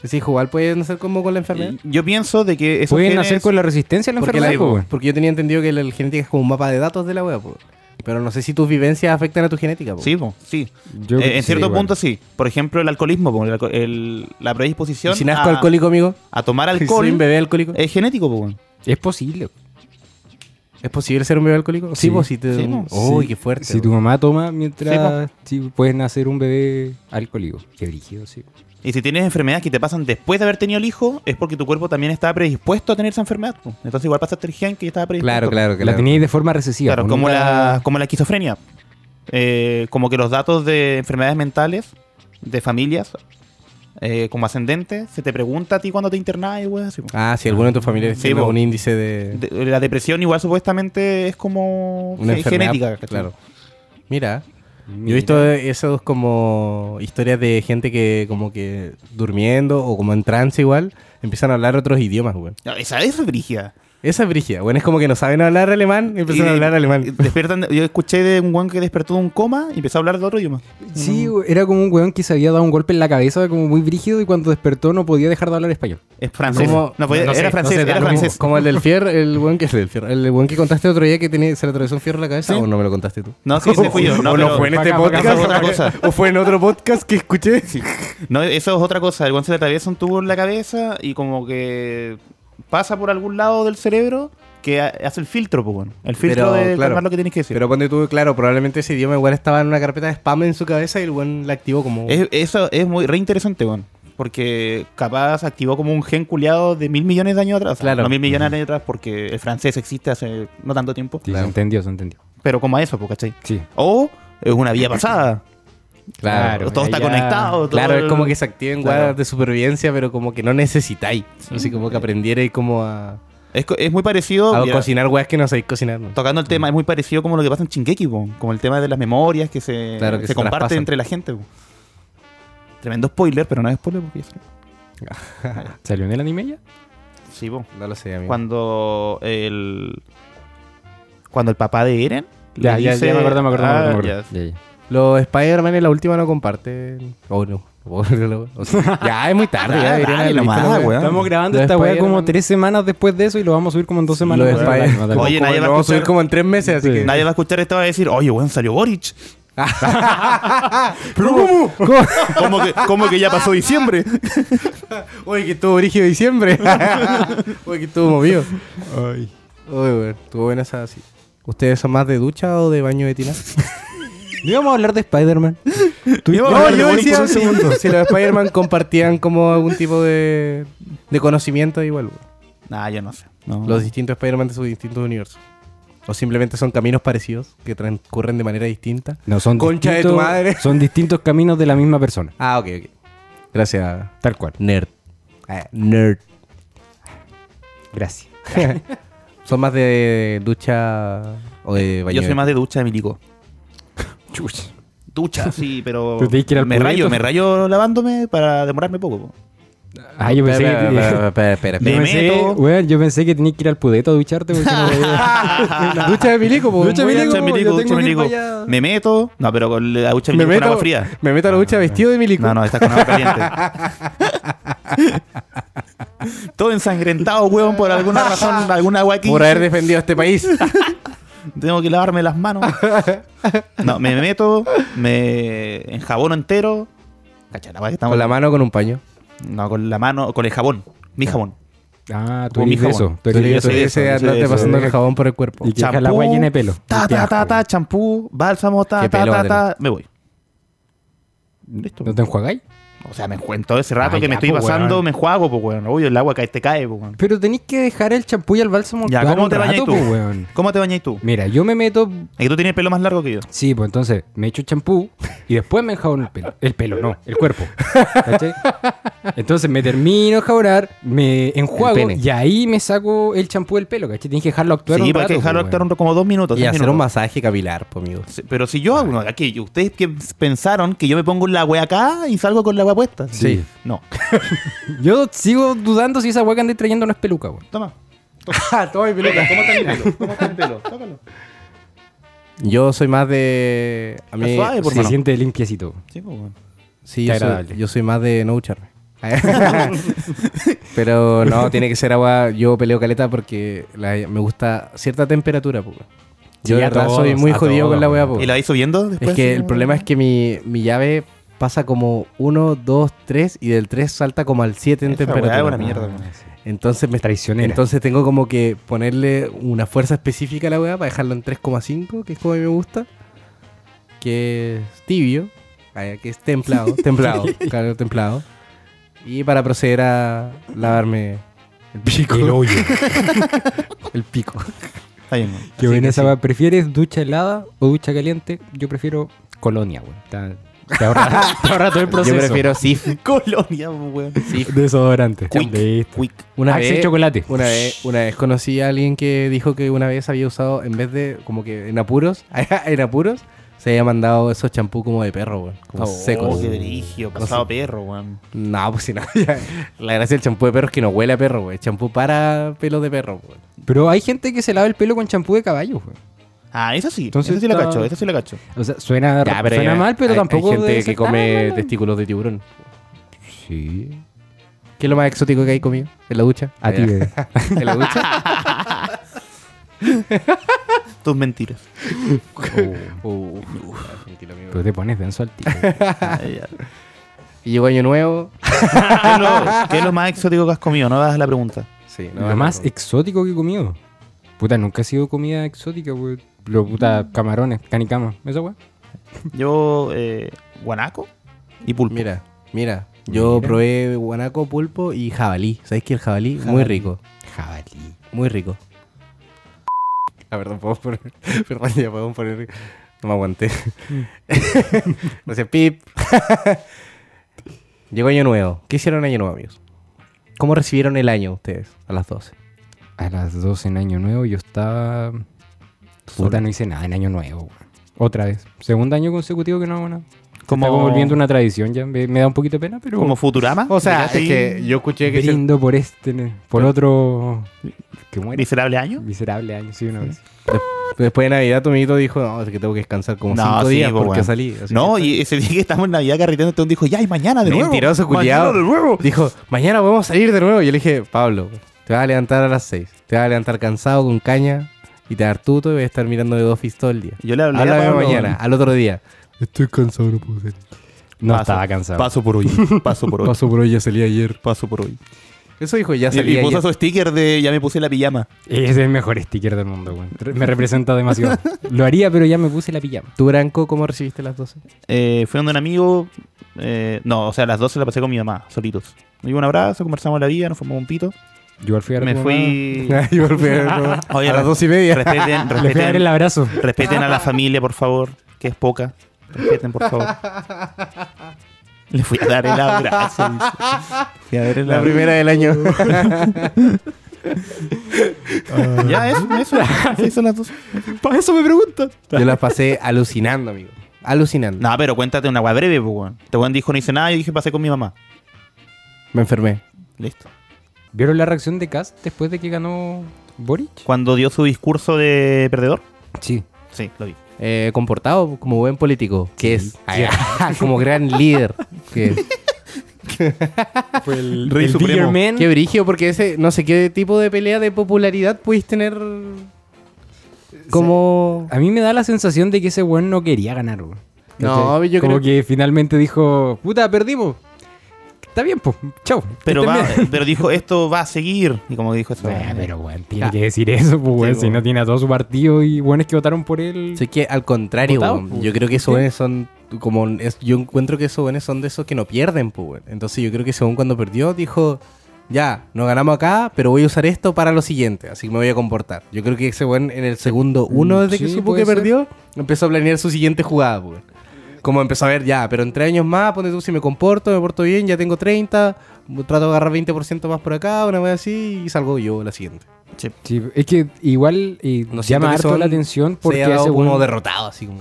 Speaker 1: Ese hijo igual puede nacer como con la enfermedad.
Speaker 2: yo pienso de que esos
Speaker 3: Pueden
Speaker 2: genes-
Speaker 3: nacer con la resistencia a la
Speaker 1: Porque,
Speaker 3: enfermedad,
Speaker 1: la-
Speaker 3: pues, weón.
Speaker 1: porque yo tenía entendido que la, la genética es como un mapa de datos de la wea, po. pero no sé si tus vivencias afectan a tu genética. po.
Speaker 2: Sí, po, sí.
Speaker 3: Yo-
Speaker 2: Eh, en
Speaker 3: sí,
Speaker 2: cierto
Speaker 3: igual.
Speaker 2: punto sí. Por ejemplo, el alcoholismo, po, el alco- el- la predisposición
Speaker 1: Y si nazco
Speaker 2: a-
Speaker 1: alcohólico, amigo,
Speaker 2: a tomar
Speaker 1: si
Speaker 2: alcohol Eh.
Speaker 1: soy un bebé alcohólico,
Speaker 2: es genético, po, weón.
Speaker 3: Es posible.
Speaker 1: ¿es posible ser un bebé alcohólico? Sí,
Speaker 3: Sí.
Speaker 1: pues si te.
Speaker 2: Sí,
Speaker 1: un-
Speaker 2: po.
Speaker 1: Uy,
Speaker 3: Sí.
Speaker 1: qué fuerte.
Speaker 3: Si
Speaker 1: po.
Speaker 3: tu mamá toma mientras sí, puedes nacer un bebé alcohólico. Qué brígido, sí.
Speaker 2: Y si tienes enfermedades que te pasan después de haber tenido el hijo, es porque tu cuerpo también estaba predispuesto a tener esa enfermedad. po. Entonces igual pasaste el gen que estaba predispuesto.
Speaker 1: Claro, claro,
Speaker 3: La
Speaker 1: claro.
Speaker 3: tenías de forma recesiva.
Speaker 2: Claro,
Speaker 3: pues,
Speaker 2: como,
Speaker 3: nunca-
Speaker 2: la, como la esquizofrenia. Eh, como que los datos de enfermedades mentales, de familias, eh, como ascendente, se te pregunta a ti cuando te internadas y weas así, po.
Speaker 1: Ah, si alguno de tus familiares
Speaker 2: Sí,
Speaker 1: tiene
Speaker 2: po.
Speaker 1: un índice de.
Speaker 2: De- la depresión igual supuestamente es como
Speaker 1: una
Speaker 2: ge-
Speaker 1: enfermedad.
Speaker 2: genética. ¿cachai?
Speaker 1: claro. Mira. Yo
Speaker 3: Mira.
Speaker 1: he visto esos como historias de gente que como que durmiendo o como en trance igual, empiezan a hablar otros idiomas, weón.
Speaker 2: No, Esa es brígida.
Speaker 1: Esa es brígida, weón. Es como que no saben hablar alemán y empiezan
Speaker 2: Y-
Speaker 1: a hablar
Speaker 2: y
Speaker 1: alemán.
Speaker 2: Despiertan, yo escuché de un guan que despertó de un coma y empezó a hablar de otro idioma.
Speaker 3: Sí, güey, era como un weón que se había dado un golpe en la cabeza como muy brígido y cuando despertó no podía dejar de hablar español.
Speaker 2: Es francés.
Speaker 1: Como-
Speaker 2: No podía-
Speaker 1: no sé,
Speaker 2: era francés,
Speaker 1: no sé,
Speaker 2: era
Speaker 1: lo mismo.
Speaker 2: francés.
Speaker 1: Como el del fierro, el weón que es del fierro. El weón que contaste otro día que tenía, se le atravesó un fierro en la cabeza
Speaker 2: Sí.
Speaker 1: o no me lo contaste tú.
Speaker 2: No, sí, ese fui yo. No,
Speaker 1: o no
Speaker 2: pero-
Speaker 1: fue en este
Speaker 3: Acá, acá,
Speaker 1: podcast
Speaker 2: acá, otra cosa.
Speaker 1: o fue en otro podcast que escuché.
Speaker 2: No, eso es otra cosa. El guan se le atraviesa un tubo en la cabeza y como que pasa por algún lado del cerebro que ha- hace el filtro, pues bueno. El
Speaker 1: Pero,
Speaker 2: filtro de
Speaker 1: claro.
Speaker 2: calmar lo que tienes que decir.
Speaker 1: Pero ponte tú, claro, probablemente ese idioma igual estaba en una carpeta de spam en su cabeza y el weón la activó como...
Speaker 2: Es- eso es muy re interesante, weón. Porque capaz activó como un gen culiado de mil millones de años atrás. O sea,
Speaker 1: Claro.
Speaker 2: No mil millones de años atrás porque el francés existe hace no tanto tiempo.
Speaker 3: Sí, se entendió, se entendió.
Speaker 2: Pero como a eso, pues, ¿cachai?
Speaker 3: Sí.
Speaker 2: O es una vía pasada.
Speaker 3: Claro,
Speaker 2: todo está
Speaker 3: ya-
Speaker 2: conectado. todo
Speaker 1: Claro, es
Speaker 2: el-
Speaker 1: como que se activen
Speaker 2: Claro.
Speaker 1: guardas de supervivencia, pero como que no necesitáis. Así como que aprendierais como a,
Speaker 2: Es, co- es muy parecido.
Speaker 1: a
Speaker 2: mira,
Speaker 1: cocinar guas que no sabéis cocinar. ¿no?
Speaker 2: Tocando el tema, es muy parecido como lo que pasa en Chingeki, po, como el tema de las memorias que se,
Speaker 1: Claro, que
Speaker 2: se,
Speaker 1: se
Speaker 2: comparten
Speaker 1: traspasan.
Speaker 2: entre la gente. po. Tremendo spoiler, pero no es spoiler porque ya sé.
Speaker 3: ¿Salió en el anime ya?
Speaker 2: Sí, po.
Speaker 1: No lo sé, amigo.
Speaker 2: Cuando el. Cuando el papá de Eren. le
Speaker 3: Ya, ya,
Speaker 2: dice-
Speaker 3: ya me acuerdo, me acuerdo, me
Speaker 2: Ah,
Speaker 3: acuerdo, me acuerdo.
Speaker 2: ya.
Speaker 3: Ya, ya.
Speaker 1: Los Spider-Man en la última no comparten. Oh, no. O sea, ya es muy tarde, ya
Speaker 2: Ya,
Speaker 1: deberían
Speaker 2: dale
Speaker 1: haber visto
Speaker 2: nomás,
Speaker 3: Ah,
Speaker 1: la wea.
Speaker 2: weón.
Speaker 3: Estamos grabando
Speaker 1: Los
Speaker 3: esta weá como
Speaker 1: Spider-Man.
Speaker 3: tres semanas después de eso y lo vamos a subir como en dos semanas.
Speaker 1: Los
Speaker 3: más
Speaker 1: Spider-
Speaker 3: adelante, más adelante.
Speaker 2: Oye,
Speaker 1: Como
Speaker 2: nadie
Speaker 1: lo
Speaker 2: va a
Speaker 1: vamos a subir
Speaker 2: escuchar.
Speaker 1: como en tres meses, así
Speaker 3: Sí.
Speaker 1: que.
Speaker 2: Nadie va a escuchar esto y va a decir, oye, weón, salió Boric.
Speaker 1: ¿Pero cómo? ¿Cómo?
Speaker 2: ¿Cómo que, cómo que ya pasó diciembre?
Speaker 1: Oye, que estuvo brígido diciembre. Oye, que estuvo movido. Oye, weón, estuvo buena esa. sí. ¿Ustedes son más de ducha o de baño de tina?
Speaker 3: ¿No íbamos a hablar de Spider-Man? Tú-
Speaker 2: íbamos a
Speaker 1: No,
Speaker 2: hablar de
Speaker 1: yo
Speaker 2: Boric
Speaker 1: decía
Speaker 2: por un
Speaker 1: si, si los Spider-Man compartían como algún tipo de, de conocimiento igual, güey.
Speaker 2: Nah, yo no sé. No.
Speaker 1: los distintos Spider-Man de sus distintos universos. O simplemente son caminos parecidos que transcurren de manera distinta.
Speaker 3: No, son
Speaker 1: Concha de tu
Speaker 3: distintos-
Speaker 1: madre.
Speaker 3: Son distintos caminos de la misma persona.
Speaker 1: Ah, ok, ok. Gracias,
Speaker 3: Tal cual.
Speaker 1: nerd. Ah, nerd.
Speaker 3: Gracias.
Speaker 1: Son más de ducha o de baño.
Speaker 2: Yo soy más de ducha de milico.
Speaker 3: Chucha.
Speaker 2: Ducha, sí, pero.
Speaker 3: Tú tenés que ir al
Speaker 2: me
Speaker 3: puleto.
Speaker 2: rayo, me rayo lavándome para demorarme poco. po.
Speaker 3: Ah, yo pensé
Speaker 1: Espera, espera,
Speaker 3: que...
Speaker 1: espera, espera,
Speaker 3: Yo
Speaker 1: espera.
Speaker 2: Me
Speaker 3: pensé,
Speaker 2: meto.
Speaker 3: Pues weón, yo pensé que tenías que ir al pudeto a ducharte porque no podía.
Speaker 1: Ducha de milico, po.
Speaker 3: Ducha de
Speaker 1: Voy a-
Speaker 3: milico,
Speaker 2: Ducha de milico,
Speaker 3: yo
Speaker 2: ducha
Speaker 3: tengo
Speaker 2: de
Speaker 3: que ir
Speaker 2: milico.
Speaker 3: para allá.
Speaker 2: Me meto. No, pero con la ducha de
Speaker 1: Me
Speaker 2: milico con agua
Speaker 1: meto,
Speaker 2: fría.
Speaker 1: me meto a la ducha vestido de milico.
Speaker 2: No, no, estás con agua caliente. Todo ensangrentado, huevón, por alguna razón, alguna agua aquí.
Speaker 1: Por haber defendido a este país.
Speaker 2: Tengo que lavarme las manos. No, me meto, me enjabono entero. Cacha, la weá que estamos.
Speaker 1: Con la mano o con un paño.
Speaker 2: No, con la mano, con el jabón. Mi jabón.
Speaker 3: Ah, tú
Speaker 2: Con mi
Speaker 3: eres de eso.
Speaker 2: jabón.
Speaker 3: Tú
Speaker 1: Tú
Speaker 3: eres de
Speaker 2: yo
Speaker 1: eres
Speaker 3: eso.
Speaker 2: soy
Speaker 1: ese
Speaker 2: eso, yo soy
Speaker 1: andante
Speaker 2: eso.
Speaker 1: pasando el jabón por el cuerpo.
Speaker 3: Y que deja la agua llena de pelo.
Speaker 2: Ta,
Speaker 3: Qué
Speaker 2: ta,
Speaker 3: asco,
Speaker 2: ta, ta,
Speaker 3: weón.
Speaker 2: champú, bálsamo, ta,
Speaker 1: Qué
Speaker 2: ta,
Speaker 1: pelo va a
Speaker 2: ta, ta. Me voy. Listo.
Speaker 3: ¿No te enjuagáis?
Speaker 2: O sea, me encuentro todo ese rato
Speaker 3: Ah,
Speaker 2: que me
Speaker 3: ya,
Speaker 2: estoy
Speaker 3: po,
Speaker 2: pasando,
Speaker 3: weón.
Speaker 2: me enjuago, pues, weón. Obvio, el agua cae, te cae, pues, weón.
Speaker 3: Pero tenéis que dejar el champú y el bálsamo
Speaker 2: Ya,
Speaker 3: actuar
Speaker 2: ¿cómo
Speaker 3: un
Speaker 2: te bañas
Speaker 3: rato,
Speaker 2: tú?
Speaker 3: po, weón.
Speaker 2: ¿Cómo te bañas tú?
Speaker 3: Mira, yo me meto...
Speaker 2: Es que tú tienes el pelo más largo que yo.
Speaker 3: Sí, pues entonces me echo champú y después me enjabono el pelo. El pelo, no, el cuerpo. ¿Cachai? Entonces me termino de enjabonar, me enjuago
Speaker 1: pene.
Speaker 3: y ahí me saco el champú del pelo, ¿cachai? Tienes que dejarlo actuar
Speaker 2: sí,
Speaker 3: un
Speaker 2: para
Speaker 3: rato, pues,
Speaker 2: que dejarlo
Speaker 3: po,
Speaker 2: actuar
Speaker 3: weón.
Speaker 2: un- como dos minutos.
Speaker 1: Y
Speaker 2: tres
Speaker 1: hacer
Speaker 2: minutos.
Speaker 1: un masaje capilar, po, amigo.
Speaker 2: Sí, Pero si yo hago uno aquí, ustedes que pensaron que yo me pongo la wea acá y salgo con la wea puesta.
Speaker 3: Sí.
Speaker 2: No.
Speaker 3: Yo sigo dudando si esa hueá que andé trayendo no es peluca, weón.
Speaker 2: Toma. Ah,
Speaker 1: Toma mi peluca.
Speaker 2: ¿Cómo está mi pelo? ¿Cómo está mi pelo? Tócalo.
Speaker 1: Yo soy más de. A mí.
Speaker 2: suave, por
Speaker 3: Se
Speaker 2: mano.
Speaker 3: siente limpiecito.
Speaker 2: Sí, pues, weón.
Speaker 1: Sí,
Speaker 3: Qué
Speaker 1: yo soy,
Speaker 3: agradable.
Speaker 1: yo soy más de no ducharme. Pero no, tiene que ser agua. Yo peleo caleta porque la- me gusta cierta temperatura, po. Yo
Speaker 3: Sí,
Speaker 1: de
Speaker 3: a
Speaker 1: verdad
Speaker 3: todos,
Speaker 1: soy muy
Speaker 3: a
Speaker 1: jodido
Speaker 3: todos,
Speaker 1: con la wea, po.
Speaker 2: ¿Y la vais subiendo después?
Speaker 3: Pues
Speaker 1: Es que el problema es que mi, mi llave pasa como 1, 2, 3 y del 3 salta como al 7 en
Speaker 2: Esa weá
Speaker 1: temperatura.
Speaker 2: es una mierda, weón.
Speaker 1: Entonces me
Speaker 3: Traicionera.
Speaker 1: Entonces tengo como que ponerle una fuerza específica a la weá para dejarlo en 3,5, que es como a mí me gusta. Que es tibio, ah, que es templado, templado, claro, templado. Y para proceder a lavarme el pico. El pico.
Speaker 2: Está bien, weón.
Speaker 3: Qué
Speaker 1: Así
Speaker 3: buena
Speaker 1: que
Speaker 3: esa
Speaker 1: sí.
Speaker 3: weá. ¿Prefieres ducha helada o ducha caliente? Yo prefiero colonia, weón. Te, te ahorra, te ahorra todo el proceso.
Speaker 1: Yo prefiero SIF.
Speaker 2: Colonia, pues, weón.
Speaker 3: desodorante.
Speaker 2: Quick.
Speaker 3: Listo.
Speaker 2: Quick.
Speaker 1: Una
Speaker 3: Axe de
Speaker 1: vez,
Speaker 3: chocolate.
Speaker 1: una vez, una vez conocí a alguien que dijo que una vez había usado, en vez de como que en apuros, en apuros, se había mandado esos champú como de perro, weón. Como
Speaker 2: Oh,
Speaker 1: secos.
Speaker 2: qué brillo, pasado perro, weón.
Speaker 1: No, pues si no. ya. La gracia del champú de perro es que no huele a perro, güey. Champú para pelo de perro, güey.
Speaker 3: Pero hay gente que se lava el pelo con champú de caballo, weón.
Speaker 2: Ah, esa sí.
Speaker 3: Entonces
Speaker 2: esa sí la
Speaker 3: está-
Speaker 2: cacho, esa sí la cacho.
Speaker 3: O sea, suena, suena
Speaker 1: hay-
Speaker 3: mal, pero
Speaker 1: hay-
Speaker 3: tampoco.
Speaker 1: Hay gente
Speaker 3: debe ser
Speaker 1: que come
Speaker 3: tan mal.
Speaker 1: testículos de tiburón.
Speaker 3: Sí.
Speaker 1: ¿Qué es lo más exótico que hay comido? ¿En la ducha?
Speaker 3: A ti, bebé.
Speaker 1: ¿En la ducha?
Speaker 2: Tus mentiras.
Speaker 1: Uh, tranquilo, amigo.
Speaker 3: Pero te pones denso al tío.
Speaker 1: Ah,
Speaker 2: Ay, ya.
Speaker 1: Y llegó año nuevo.
Speaker 2: ¿Qué, es lo, qué es lo más exótico que has comido? No hagas la pregunta.
Speaker 1: Sí, no,
Speaker 3: Lo
Speaker 1: no,
Speaker 3: más
Speaker 1: no.
Speaker 3: exótico que he comido. Puta, nunca ha sido comida exótica, weón. Lo puta,
Speaker 1: Mm.
Speaker 3: camarones, canicama. ¿Esa weón?
Speaker 2: Yo, eh, guanaco y pulpo.
Speaker 1: Mira, mira. Yo
Speaker 3: Mira.
Speaker 1: probé guanaco, pulpo y jabalí. ¿Sabéis que el jabalí? Muy
Speaker 2: Jabalí.
Speaker 1: rico.
Speaker 3: Jabalí.
Speaker 1: Muy rico. Ah, perdón, podemos poner. Perdón, ya podemos poner. No me aguanté. Gracias, Pip. Llegó Año Nuevo. ¿Qué hicieron Año Nuevo, amigos? ¿Cómo recibieron el año ustedes a las 12?
Speaker 3: A las 12 en Año Nuevo yo estaba. Puta, no hice nada en Año Nuevo, weón. Otra vez. Segundo año consecutivo que no hago nada. Como...
Speaker 2: Como-
Speaker 3: Está como volviendo una tradición ya. Me, me da un poquito de pena, pero.
Speaker 2: ¿Como Futurama?
Speaker 1: O sea,
Speaker 2: Llegaste
Speaker 1: es que yo escuché que. se-
Speaker 3: brindo por este. ne- Por otro. Que
Speaker 2: y-
Speaker 3: muere.
Speaker 2: ¿Miserable año?
Speaker 3: Miserable año, sí, una vez.
Speaker 1: Después de Navidad, tu amiguito dijo: No, es que tengo que descansar como
Speaker 2: No,
Speaker 1: 5
Speaker 2: sí,
Speaker 1: días
Speaker 2: po,
Speaker 1: porque
Speaker 2: weón.
Speaker 1: salí. Así
Speaker 2: No,
Speaker 1: que-
Speaker 2: y ese día que estamos en Navidad carreteando, este hombre dijo, ya, y mañana de nuevo.
Speaker 1: Mentiroso, culiado.
Speaker 2: Mañana de nuevo.
Speaker 1: Dijo: Mañana vamos a salir de nuevo. Y yo le dije: Pablo, te vas a levantar a las 6. Te vas a levantar cansado con caña y te vas a dar tuto y vas a estar mirando de Office todo el día.
Speaker 2: Yo le hablé a
Speaker 1: Háblame
Speaker 2: Pablo.
Speaker 1: mañana, al otro día. Estoy cansado, no puedo ser.
Speaker 3: No
Speaker 2: Paso,
Speaker 3: estaba cansado.
Speaker 2: Paso por hoy. Paso por hoy.
Speaker 1: Paso por hoy, ya salí ayer.
Speaker 2: paso por hoy.
Speaker 1: Eso dijo, ya
Speaker 2: Y,
Speaker 1: salí
Speaker 2: y puso
Speaker 1: ayer.
Speaker 2: su sticker de ya me puse la pijama.
Speaker 3: Ese es el mejor sticker del mundo, weón. Re- Me representa demasiado. Lo haría, pero ya me puse la pijama.
Speaker 1: ¿Tú, Branco, cómo recibiste las 12?
Speaker 2: Eh, fui donde un amigo. eh, no, o sea, a las 12 la pasé con mi mamá, solitos. Nos dimos un abrazo, conversamos la vida, nos fumamos un pito.
Speaker 3: Yo al fui a ver a
Speaker 2: Me
Speaker 3: tu mamá,
Speaker 2: fui.
Speaker 1: Y volví a
Speaker 2: Oye,
Speaker 1: a las
Speaker 2: Branco.
Speaker 1: 12 y media.
Speaker 2: Respeten,
Speaker 3: Le fui a dar el
Speaker 2: respeten,
Speaker 3: abrazo.
Speaker 2: respeten a la familia, por favor, que es poca. Respeten, por favor. Le fui a dar el abrazo. dice. Fui a dar el
Speaker 1: La
Speaker 2: abrazo.
Speaker 1: primera del año.
Speaker 2: Ya, eso, eso. Se hizo las dos.
Speaker 3: Para eso me preguntan.
Speaker 1: Yo las pasé alucinando, amigo. Alucinando.
Speaker 2: No, pero cuéntate una weá breve, pues, weón. Este weón dijo, no hice nada, yo dije, pasé con mi mamá.
Speaker 1: Me enfermé.
Speaker 2: Listo.
Speaker 3: ¿Vieron la reacción de Kast después de que ganó Boric?
Speaker 2: Cuando dio su discurso de perdedor.
Speaker 1: Sí.
Speaker 2: Sí, lo vi.
Speaker 1: Eh, comportado como buen político, que es como gran líder. Que es.
Speaker 3: Fue el,
Speaker 2: Rey
Speaker 3: el
Speaker 2: Supremo.
Speaker 3: Beer Man.
Speaker 1: Qué brigio, porque ese no sé qué tipo de pelea de popularidad puedes tener como...
Speaker 3: A mí me da la sensación de que ese weón no quería ganar, weón.
Speaker 1: No,
Speaker 3: ¿Cachai?
Speaker 1: yo
Speaker 3: Como
Speaker 1: creo-
Speaker 3: que finalmente dijo, puta, perdimos. Está bien, pues, chao.
Speaker 2: Pero,
Speaker 3: Que
Speaker 2: va,
Speaker 3: estén bien".
Speaker 2: pero dijo, esto va a seguir. Y como dijo esto.
Speaker 3: Ah, pero weón, tiene
Speaker 1: Ah.
Speaker 3: que decir eso, pues, weón.
Speaker 1: Sí,
Speaker 3: si
Speaker 1: weón.
Speaker 3: no tiene a todo su partido y weones que votaron por él.
Speaker 1: Sé que al contrario,
Speaker 3: Votado,
Speaker 1: weón,
Speaker 3: pues.
Speaker 1: yo creo que esos
Speaker 3: ¿Qué?
Speaker 1: buenos son como es- yo encuentro que esos buenos son de esos que no pierden, pues. weón. Entonces yo creo que según cuando perdió dijo, ya, no ganamos acá, pero voy a usar esto para lo siguiente, así que me voy a comportar. Yo creo que ese buen en el segundo uno desde que
Speaker 3: Mm, sí,
Speaker 1: supo
Speaker 3: puede
Speaker 1: que
Speaker 3: ser.
Speaker 1: perdió, empezó a planear su siguiente jugada, pues. weón. Como empezó a ver, ya, pero en tres años más, ponte tú si me comporto, me porto bien, ya tengo 30, trato de agarrar 20% más por acá, una vez así, y salgo yo la siguiente.
Speaker 3: Sí, es que igual y
Speaker 1: No siento
Speaker 3: llama
Speaker 1: que
Speaker 3: harto
Speaker 1: son-
Speaker 3: la atención
Speaker 1: Se
Speaker 3: porque
Speaker 1: ha
Speaker 3: a
Speaker 1: dado
Speaker 3: ese
Speaker 1: como
Speaker 3: weón-
Speaker 1: derrotado, así como...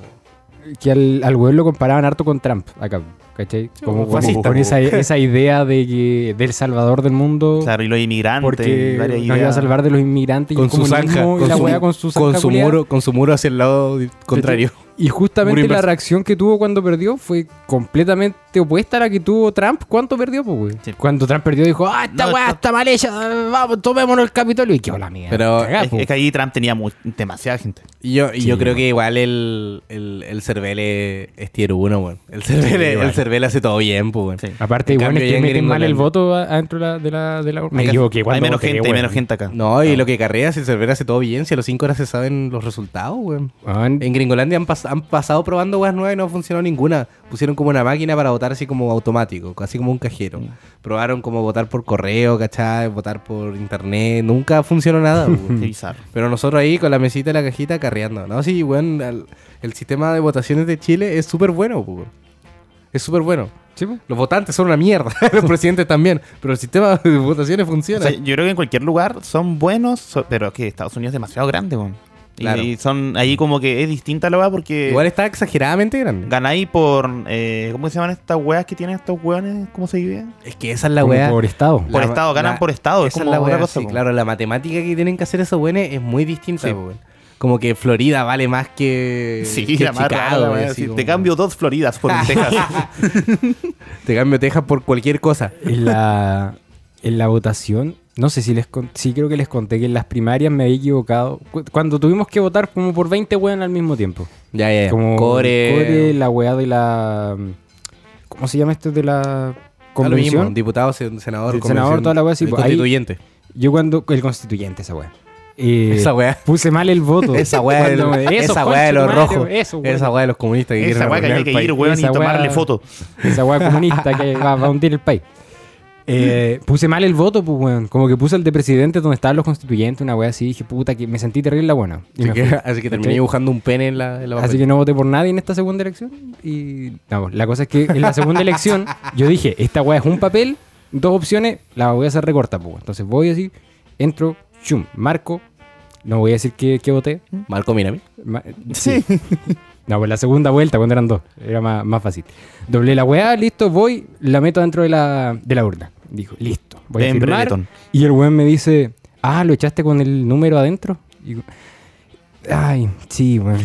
Speaker 3: que al, al weón lo comparaban harto con Trump acá, ¿cachai? Como,
Speaker 1: un
Speaker 3: como
Speaker 1: fascista,
Speaker 3: con
Speaker 1: po.
Speaker 3: esa, esa idea de que del salvador del mundo.
Speaker 2: Claro, y los inmigrantes. y
Speaker 3: Porque
Speaker 2: varias
Speaker 3: nos iba a
Speaker 2: ideas.
Speaker 3: salvar de los inmigrantes y
Speaker 1: con
Speaker 3: el
Speaker 1: su
Speaker 3: comunismo
Speaker 1: zanja,
Speaker 3: y
Speaker 1: con
Speaker 3: la
Speaker 1: su,
Speaker 3: weá con su zanja
Speaker 1: con su
Speaker 3: culiá.
Speaker 1: muro, con su muro hacia el lado di- contrario.
Speaker 3: Y
Speaker 1: muro
Speaker 3: justamente la
Speaker 1: inverso.
Speaker 3: reacción que tuvo cuando perdió fue completamente opuesta a la que tuvo Trump. ¿Cuánto perdió, pues, güey?
Speaker 2: Sí.
Speaker 3: Cuando Trump perdió dijo, ah, esta
Speaker 2: No,
Speaker 3: weá
Speaker 2: esto-
Speaker 3: está mal hecha, vamos, tomémonos el Capitolio. Y qué la mierda.
Speaker 1: Pero
Speaker 3: Cagá,
Speaker 2: Es,
Speaker 3: po.
Speaker 2: es que ahí Trump tenía mu- demasiada gente.
Speaker 1: y yo, y
Speaker 3: Sí,
Speaker 1: yo creo
Speaker 3: bueno.
Speaker 1: que igual el, el, el Cervele es tier 1, weón. El Cervele,
Speaker 3: Sí,
Speaker 1: el
Speaker 3: igual.
Speaker 1: Cervele hace todo bien, pues, weón.
Speaker 2: Sí.
Speaker 3: Aparte,
Speaker 1: En
Speaker 3: igual
Speaker 1: cambio,
Speaker 3: es
Speaker 1: ya
Speaker 3: que
Speaker 1: en
Speaker 3: meten mal el
Speaker 1: Gringolandia.
Speaker 3: voto a- adentro de la, de la, de la urna. Me
Speaker 1: Acá-
Speaker 3: equivoqué,
Speaker 2: Hay
Speaker 3: cuando
Speaker 2: menos
Speaker 3: voté,
Speaker 2: gente, hay
Speaker 3: weón.
Speaker 2: menos gente acá.
Speaker 1: No, y lo que carrea, si el Cervele hace todo bien, si a los 5 horas se saben los resultados, weón.
Speaker 3: Weón,
Speaker 1: En Gringolandia han, pas- han pasado probando weas nuevas y no ha funcionado ninguna. Pusieron como una máquina para votar así como automático, casi como un cajero. Probaron como votar por correo, ¿cachai? Votar por internet. Nunca funcionó nada, weón.
Speaker 2: Qué bizarro.
Speaker 1: Pero nosotros ahí con la mesita y la cajita carreando. No, sí, weón, al- el, sistema de votaciones de Chile es súper bueno, po, weón. Es súper bueno.
Speaker 3: sí, po.
Speaker 1: Los votantes son una mierda, los presidentes también. Pero el sistema de votaciones
Speaker 2: O
Speaker 1: funciona.
Speaker 2: sea, yo creo que en cualquier lugar son buenos, so- pero es que Estados Unidos es demasiado grande, weón. Y,
Speaker 1: Claro.
Speaker 2: y son ahí como que es distinta la weá porque
Speaker 1: Igual está exageradamente grande.
Speaker 2: ganáis por. eh, ¿Cómo se llaman estas weas que tienen estos weones? ¿Cómo se divide?
Speaker 1: Es que esa es la
Speaker 3: como
Speaker 1: weá.
Speaker 3: Por estado.
Speaker 2: Por estado, ganan por estado, es
Speaker 1: Esa es
Speaker 2: como
Speaker 1: la
Speaker 2: otra
Speaker 1: weá.
Speaker 2: cosa,
Speaker 1: sí,
Speaker 2: po.
Speaker 1: claro, la matemática que tienen que hacer esos weones es muy distinta,
Speaker 2: Sí.
Speaker 1: po, weón. Como que Florida vale más
Speaker 2: Eh,
Speaker 1: que. que
Speaker 2: la más rara,
Speaker 1: Chicago,
Speaker 2: la
Speaker 1: weón,
Speaker 2: wea,
Speaker 1: así
Speaker 2: sí,
Speaker 1: como-
Speaker 2: Te cambio dos Floridas por un Texas.
Speaker 1: Te cambio Texas por cualquier cosa.
Speaker 3: en la, en la votación, no sé si les con- sí creo que les conté que en las primarias me había equivocado. Cu- Cuando tuvimos que votar como por 20 weón al mismo tiempo.
Speaker 1: Ya, ya. ya.
Speaker 3: Como
Speaker 1: Eh, Core.
Speaker 3: Core, la weá de la... ¿Cómo se llama esto de la
Speaker 1: Da lo mismo,
Speaker 3: convención?
Speaker 1: diputado, sen- senador,
Speaker 3: Del
Speaker 1: convención,
Speaker 3: senador, toda la wea, sí,
Speaker 1: del
Speaker 3: pues, ahí-
Speaker 1: constituyente.
Speaker 3: Yo cuando... El constituyente, esa weá. Eh,
Speaker 1: esa weá.
Speaker 3: Puse mal el voto.
Speaker 1: Esa weá, del-
Speaker 3: Cuando me- eso,
Speaker 1: esa weá de
Speaker 3: conche
Speaker 1: los
Speaker 3: tu madre,
Speaker 1: rojos.
Speaker 3: Eso, weón.
Speaker 1: esa weá de los comunistas que
Speaker 2: Esa
Speaker 1: quieren
Speaker 2: weá que hay
Speaker 1: arruinar
Speaker 2: que
Speaker 1: el país.
Speaker 2: ir, weón, y
Speaker 3: Esa weá-
Speaker 2: tomarle foto.
Speaker 3: Esa weá comunista que va, va a hundir el país. Eh, puse mal el voto, pues, weón. Como que puse el de presidente donde estaban los constituyentes, una weá así. Dije, puta, que me sentí terrible la buena. Y
Speaker 1: Así
Speaker 3: me
Speaker 1: que,
Speaker 3: fui.
Speaker 1: así que
Speaker 3: ¿Cachai?
Speaker 1: terminé dibujando un pene en la, en la
Speaker 3: Así
Speaker 1: papel.
Speaker 3: que no voté por nadie en esta segunda elección. Y no, la cosa es que en la segunda elección yo dije, esta weá es un papel, dos opciones, la voy a hacer recorta, pues. weón. Entonces voy así, entro, chum, marco. No voy a decir que, que voté.
Speaker 1: Marco Minami.
Speaker 3: Ma- sí. No, pues la segunda vuelta, cuando eran dos, era más, más fácil. Doblé la weá, listo, voy, la meto dentro de la, de la urna. Dijo, listo, voy a
Speaker 2: Ven,
Speaker 3: firmar.
Speaker 2: Brereton.
Speaker 3: Y el weón me dice, ah, ¿lo echaste con el número adentro? Y digo, ay, sí, weón.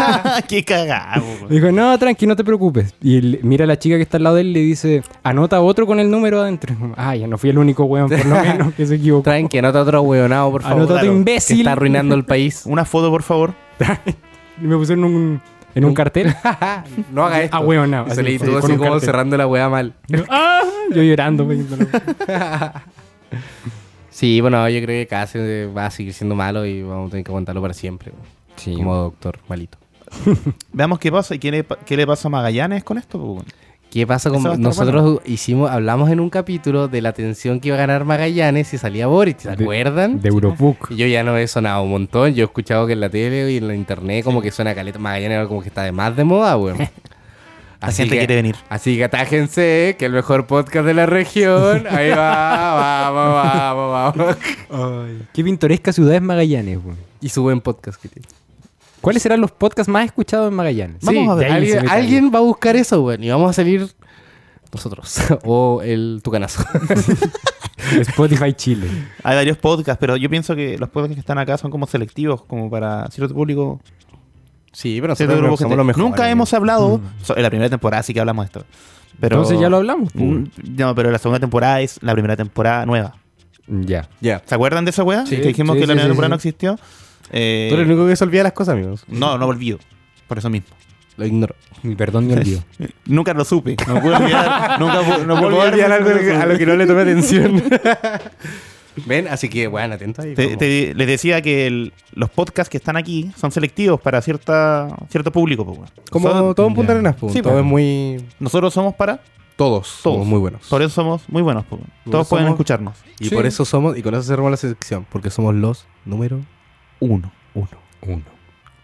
Speaker 2: Qué cagado, weón.
Speaker 3: Dijo, no, tranqui, no te preocupes. Y él- mira a la chica que está al lado de él y le dice, anota otro con el número adentro. Ah, ya no fui el único weón, por lo menos, que se equivocó.
Speaker 1: Traen que anota otro hueonado, por favor.
Speaker 3: Anota otro
Speaker 1: Claro,
Speaker 3: imbécil.
Speaker 1: Que está arruinando el país.
Speaker 2: Una foto, por favor.
Speaker 3: Y me pusieron en un, en un cartel.
Speaker 1: no haga esto.
Speaker 3: Ah, hueonao,
Speaker 1: Y
Speaker 3: así,
Speaker 1: Se leí
Speaker 3: sí,
Speaker 1: todo
Speaker 3: con
Speaker 1: así
Speaker 3: un
Speaker 1: como
Speaker 3: cartel.
Speaker 1: cerrando la weá mal.
Speaker 3: Ah, yo llorando. pidiéndolo.
Speaker 1: Sí, bueno, yo creo que cada se va a seguir siendo malo y vamos a tener que aguantarlo para siempre. weón.
Speaker 3: Sí,
Speaker 1: Como doctor malito.
Speaker 2: Veamos qué pasa y qué le, pa- qué le pasa a Magallanes con esto, pues, weón.
Speaker 1: ¿Qué pasa
Speaker 2: Eso va a
Speaker 1: con
Speaker 2: estar
Speaker 1: nosotros hicimos hablamos en un capítulo de la tensión que iba a ganar Magallanes y salía Boric, ¿se
Speaker 3: De-
Speaker 1: acuerdan?
Speaker 3: De Eurobook.
Speaker 1: Y Yo ya no he sonado un montón, yo he escuchado que en la tele y en la internet como que suena caleta Magallanes ahora como que está de más de moda, weón.
Speaker 2: La gente quiere venir.
Speaker 1: Así que atájense, que el mejor podcast de la región. Ahí va, vamos, vamos, vamos.
Speaker 3: Qué pintoresca ciudad es Magallanes, weón.
Speaker 1: Y su buen podcast que tiene.
Speaker 3: ¿Cuáles serán los podcasts más escuchados en Magallanes?
Speaker 2: Vamos
Speaker 1: sí,
Speaker 2: a ver.
Speaker 3: de ahí se
Speaker 1: Alguien,
Speaker 3: mete
Speaker 1: alguien va a buscar eso, weón. Y vamos a salir nosotros. o el tucanazo.
Speaker 3: Spotify Chile.
Speaker 2: Hay varios podcasts, pero yo pienso que los podcasts que están acá son como selectivos, como para cierto público.
Speaker 1: sí, pero
Speaker 2: cierto
Speaker 1: nosotros no
Speaker 2: grupo de gente.
Speaker 1: somos los mejores.
Speaker 2: Nunca hemos hablado. so- en la primera temporada sí que hablamos de esto. Pero,
Speaker 3: Entonces ya lo hablamos. pues. po.
Speaker 2: Mm, No, pero la segunda temporada es la primera temporada nueva.
Speaker 3: Ya.
Speaker 1: Ya.
Speaker 2: ¿Se acuerdan de esa weá?
Speaker 3: Sí,
Speaker 2: que dijimos
Speaker 3: sí,
Speaker 2: que la
Speaker 3: sí,
Speaker 2: primera
Speaker 3: sí,
Speaker 2: temporada
Speaker 3: sí.
Speaker 2: no existió. Eh,
Speaker 1: Tú eres el único que se olvida las cosas, amigos.
Speaker 2: no, no me olvido. Por eso mismo.
Speaker 1: Lo ignoro.
Speaker 3: Mi perdón, mi olvido.
Speaker 2: Nunca lo supe. No puedo olvidar. nunca pu- no
Speaker 1: No
Speaker 2: puedo
Speaker 1: puedo olvidar
Speaker 2: olvidarme
Speaker 1: algo
Speaker 2: si no lo
Speaker 1: a
Speaker 2: supe.
Speaker 1: lo que no le tomé atención. Ven, así que, bueno, atento ahí.
Speaker 2: Te-
Speaker 1: como-
Speaker 2: te- les decía que el- los podcasts que están aquí son selectivos para cierta, cierto público. po, weón.
Speaker 1: Como
Speaker 2: Son-
Speaker 1: todo en Punta
Speaker 3: ya.
Speaker 1: Arenas, po.
Speaker 2: Sí,
Speaker 1: todo
Speaker 2: po.
Speaker 1: es muy...
Speaker 2: nosotros somos para
Speaker 1: Todos,
Speaker 2: todos.
Speaker 1: somos muy buenos.
Speaker 2: Por eso somos muy buenos. po, weón. Todos
Speaker 1: Nosotros
Speaker 2: pueden
Speaker 1: somos-
Speaker 2: escucharnos.
Speaker 1: Y
Speaker 3: Sí.
Speaker 1: por eso somos, y con eso cerramos la sección, porque somos los número
Speaker 2: Uno.
Speaker 1: uno.
Speaker 3: Uno.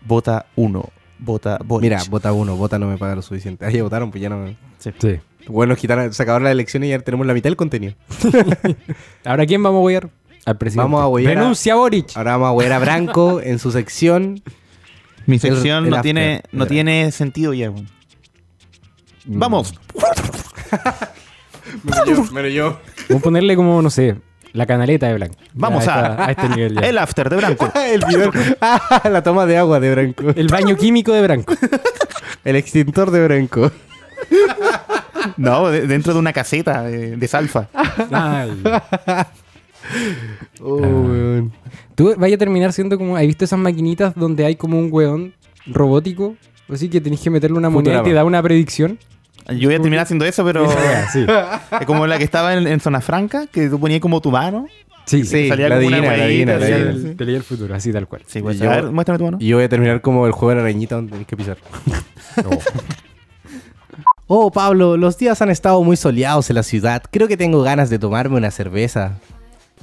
Speaker 2: Vota uno. Vota Boric.
Speaker 1: Mira, vota uno, vota no me paga lo suficiente. Ah, ya votaron, pues ya no me...
Speaker 3: Sí.
Speaker 1: Bueno, nos quitaron, se acabaron las elecciones y ya tenemos la mitad del contenido.
Speaker 3: ¿Ahora quién vamos a huear? Al presidente.
Speaker 1: Vamos a huear a-
Speaker 3: Renuncia Boric.
Speaker 1: Ahora vamos a ver a Branco en su sección.
Speaker 2: mi sección
Speaker 1: el- el
Speaker 2: no,
Speaker 1: after,
Speaker 2: tiene, no
Speaker 1: el-
Speaker 2: tiene sentido ya. weón.
Speaker 3: Mm.
Speaker 2: Vamos.
Speaker 1: Pero yo.
Speaker 3: Vamos a ponerle como, no sé, la canaleta de blanco.
Speaker 2: Vamos
Speaker 3: Ya,
Speaker 2: a-
Speaker 3: esta- a este nivel ya.
Speaker 2: El after de Branco.
Speaker 1: el video. Ah, la toma de agua de Branco.
Speaker 3: El baño químico de Branco.
Speaker 1: El extintor de Branco.
Speaker 2: no, de- dentro de una caseta de, de salfa.
Speaker 3: Ay.
Speaker 1: Oh, weón.
Speaker 3: Tú vaya a terminar siendo como. ¿Has visto esas maquinitas donde hay como un weón robótico? Así que tenés que meterle una moneda
Speaker 1: Futurama.
Speaker 3: y te da una predicción.
Speaker 2: Yo voy a terminar haciendo eso, pero
Speaker 3: Esa weá, Oh, sí.
Speaker 2: es como la que estaba en, en Zona Franca, que tú ponías como tu mano.
Speaker 3: Sí,
Speaker 1: Sí,
Speaker 2: salía
Speaker 1: la
Speaker 2: como una
Speaker 1: adivina, la adivina,
Speaker 2: huevita,
Speaker 1: la
Speaker 3: Te
Speaker 2: así,
Speaker 3: leía
Speaker 1: adivina.
Speaker 2: sí.
Speaker 3: el, te leía el futuro, así tal cual.
Speaker 2: Sí, pues,
Speaker 1: Yo-
Speaker 2: a ver, muéstrame tu mano.
Speaker 1: Y yo voy a terminar como el juego de la arañita donde tenés que pisar. Oh, Pablo, los días han estado muy soleados en la ciudad. Creo que tengo ganas de tomarme una cerveza.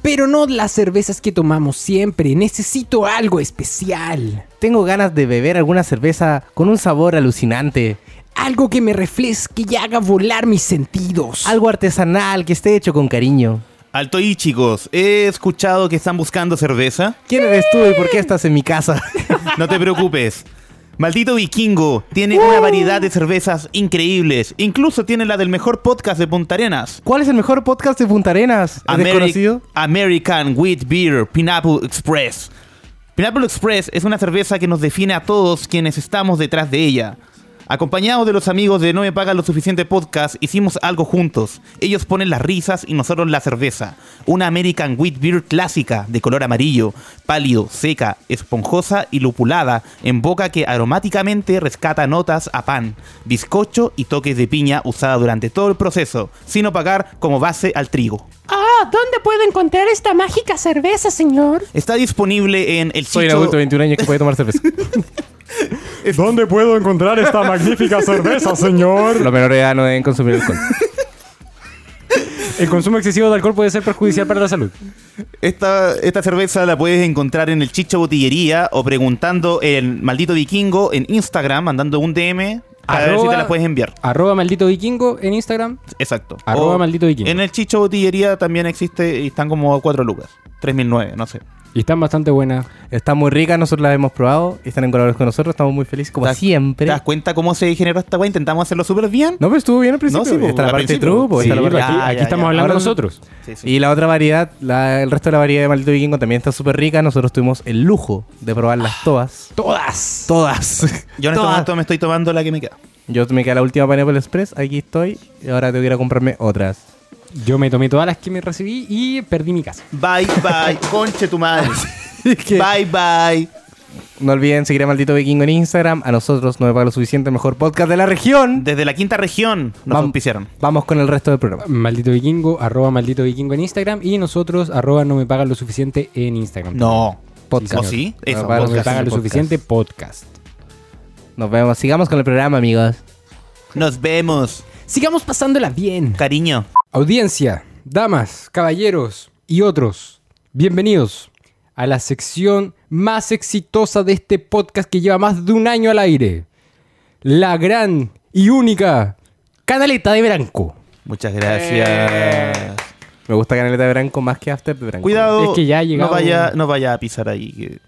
Speaker 3: Pero no las cervezas que tomamos siempre. Necesito algo especial.
Speaker 1: Tengo ganas de beber alguna cerveza con un sabor alucinante.
Speaker 3: Algo que me refresque y haga volar mis sentidos.
Speaker 1: Algo artesanal que esté hecho con cariño.
Speaker 2: Alto y chicos, he escuchado que están buscando cerveza.
Speaker 1: ¿Quién eres tú y por qué estás en mi casa?
Speaker 2: No te preocupes. Maldito Vikingo tiene una variedad de cervezas increíbles. Incluso tiene la del mejor podcast de Punta Arenas.
Speaker 1: ¿Cuál es el mejor podcast de Punta Arenas? ¿Es
Speaker 2: Ameri-
Speaker 1: desconocido?
Speaker 2: American Wheat Beer Pineapple Express. Pineapple Express es una cerveza que nos define a todos quienes estamos detrás de ella. Acompañados de los amigos de No Me Paga lo Suficiente Podcast, hicimos algo juntos. Ellos ponen las risas y nosotros la cerveza. Una American Wheat Beer clásica, de color amarillo, pálido, seca, esponjosa y lupulada, en boca que aromáticamente rescata notas a pan, bizcocho y toques de piña usada durante todo el proceso, sin opacar como base al trigo.
Speaker 4: Ah, ¿dónde puedo encontrar esta mágica cerveza, señor?
Speaker 2: Está disponible en el
Speaker 1: Soy el
Speaker 2: sitio-
Speaker 1: adulto de 21 años que puede tomar cerveza.
Speaker 5: ¿Dónde puedo encontrar esta magnífica cerveza, señor?
Speaker 1: Los menores de edad no deben consumir alcohol.
Speaker 3: El consumo excesivo de alcohol puede ser perjudicial para la salud.
Speaker 2: Esta, esta cerveza la puedes encontrar en el Chicha Botillería o preguntando en Maldito Vikingo en Instagram, mandando un DM para ver si
Speaker 3: Arroba-
Speaker 2: te la puedes enviar.
Speaker 3: Arroba maldito vikingo en Instagram.
Speaker 2: Exacto.
Speaker 3: Arroba
Speaker 2: O
Speaker 3: Maldito Vikingo.
Speaker 2: En el Chicha Botillería también existe y están como a cuatro lucas. 3.009, no sé.
Speaker 3: Y están bastante buenas.
Speaker 1: Están muy ricas, nosotros las hemos probado. Están en colaboración con nosotros, estamos muy felices, como
Speaker 2: ¿Te das-
Speaker 1: siempre.
Speaker 2: ¿Te das cuenta cómo se generó esta weá? Intentamos hacerlo súper bien.
Speaker 1: No, pero estuvo bien al principio.
Speaker 2: sí, pues,
Speaker 1: está
Speaker 2: al
Speaker 1: la parte de
Speaker 2: principio.
Speaker 1: truco,
Speaker 2: Sí,
Speaker 1: está la
Speaker 2: pues,
Speaker 1: parte-
Speaker 2: ya,
Speaker 3: aquí, aquí
Speaker 2: ya,
Speaker 3: estamos
Speaker 2: ya.
Speaker 3: hablando
Speaker 1: Ahora-
Speaker 3: nosotros.
Speaker 2: Sí, sí.
Speaker 1: Y la otra variedad, la- el resto de la variedad de Maldito Vikingo también está súper rica. Nosotros tuvimos el lujo de
Speaker 2: Ah.
Speaker 1: probarlas todas.
Speaker 3: Todas.
Speaker 1: Todas.
Speaker 2: Yo en este
Speaker 1: todas.
Speaker 2: momento me estoy tomando la que me queda.
Speaker 1: Yo me quedé la última Pineapple Express, aquí estoy. Y ahora tengo que ir a comprarme otras.
Speaker 3: Yo me tomé todas las que me recibí y perdí mi casa.
Speaker 2: Bye, bye. Conche tu madre.
Speaker 1: que-
Speaker 2: Bye, bye.
Speaker 1: No olviden seguir a Maldito Vikingo en Instagram. A nosotros no me paga lo suficiente, mejor podcast de la región.
Speaker 2: Desde la quinta región nos
Speaker 1: Vam-
Speaker 2: auspiciaron.
Speaker 1: Vamos con el resto del programa.
Speaker 3: Maldito vikingo, arroba maldito vikingo en Instagram y nosotros arroba no me pagan lo suficiente en Instagram.
Speaker 2: No.
Speaker 1: Podcast.
Speaker 2: ¿O sí? Eso,
Speaker 1: No, para-
Speaker 3: No me
Speaker 2: podcast.
Speaker 3: pagan lo
Speaker 1: podcast.
Speaker 3: suficiente podcast.
Speaker 1: Nos vemos. Sigamos con el programa, amigos.
Speaker 2: Nos vemos,
Speaker 3: Sigamos pasándola bien.
Speaker 2: cariño.
Speaker 3: Audiencia, damas, caballeros y otros, bienvenidos a la sección más exitosa de este podcast que lleva más de un año al aire. La gran y única canaleta de branco.
Speaker 2: Muchas gracias.
Speaker 1: Me gusta Canaleta de Branco más que After de Branco.
Speaker 2: Cuidado,
Speaker 3: Eh. Es que ya
Speaker 2: no,
Speaker 3: llegamos-
Speaker 2: vaya, no vaya a pisar ahí, que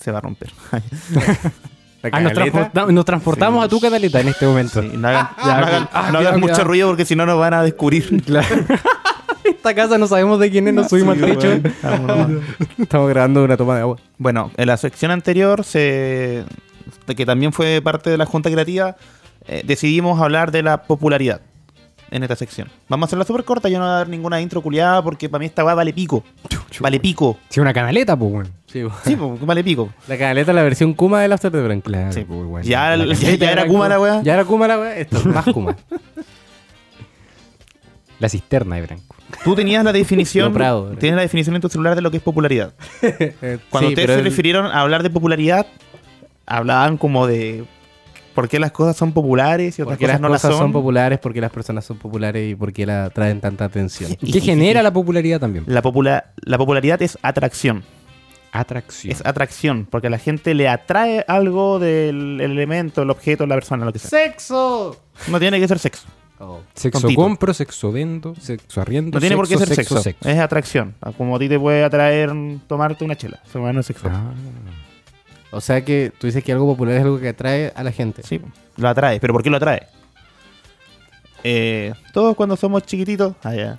Speaker 2: se va a romper.
Speaker 1: La
Speaker 3: Ah, nos,
Speaker 1: canaleta.
Speaker 3: transporta- nos transportamos a tu canaleta en este momento.
Speaker 2: Sí, no hagan,
Speaker 3: Ya,
Speaker 2: no hagan-
Speaker 3: ok. Ah,
Speaker 2: no hagan
Speaker 3: cuidado,
Speaker 2: mucho
Speaker 3: cuidado.
Speaker 2: ruido porque si no nos van a descubrir.
Speaker 3: Claro. Esta casa no sabemos de quién es, nos subimos al techo.
Speaker 1: Estamos grabando una toma de agua.
Speaker 2: Bueno, en la sección anterior, se, de que también fue parte de la Junta Creativa, eh, decidimos hablar de la popularidad en esta sección. Vamos a hacerla súper corta, yo no voy a dar ninguna intro culiada porque para mí esta va vale pico. Vale pico.
Speaker 3: Sí, una canaleta, pues, weón.
Speaker 2: Sí, po, vale pico.
Speaker 1: La canaleta es la versión Kuma del After de Branco.
Speaker 3: Claro,
Speaker 2: Sí.
Speaker 3: pues, weón.
Speaker 2: Ya,
Speaker 3: La
Speaker 2: ya-
Speaker 3: canaleta
Speaker 2: ya
Speaker 3: de
Speaker 2: era
Speaker 3: Branco.
Speaker 2: Kuma la weá.
Speaker 1: Ya era Kuma la weá, esto es más Kuma.
Speaker 3: La cisterna de branco.
Speaker 2: Tú tenías la definición.
Speaker 1: Lo Prado,
Speaker 2: tienes la definición en tu celular de lo que es popularidad.
Speaker 1: Eh,
Speaker 2: Cuando
Speaker 1: sí,
Speaker 2: ustedes
Speaker 1: pero
Speaker 2: se
Speaker 1: el-
Speaker 2: refirieron a hablar de popularidad, hablaban como de por qué las cosas son populares y otras
Speaker 1: Porque
Speaker 2: cosas
Speaker 1: las
Speaker 2: no las
Speaker 1: cosas
Speaker 2: son.
Speaker 1: son populares, porque las personas son populares y porque la traen tanta atención.
Speaker 3: Y que genera la popularidad también.
Speaker 2: la, popula- la popularidad es atracción.
Speaker 3: Atracción.
Speaker 2: Es atracción, porque a la gente le atrae algo del elemento, el objeto, la persona, lo que sea.
Speaker 1: ¡Sexo!
Speaker 2: No tiene que ser sexo.
Speaker 1: Oh.
Speaker 3: Sexo
Speaker 2: tontito.
Speaker 3: compro, sexo vendo, sexo arriendo.
Speaker 2: No tiene por qué
Speaker 3: sexo,
Speaker 2: ser sexo. Es atracción. Como a ti te puede atraer mm, tomarte una chela. Se llama no es sexo.
Speaker 3: Ah.
Speaker 1: O sea que tú dices que algo popular es algo que atrae a la gente.
Speaker 2: Sí, lo atrae. ¿Pero por qué lo atrae? Eh, todos cuando somos chiquititos, ah, ya,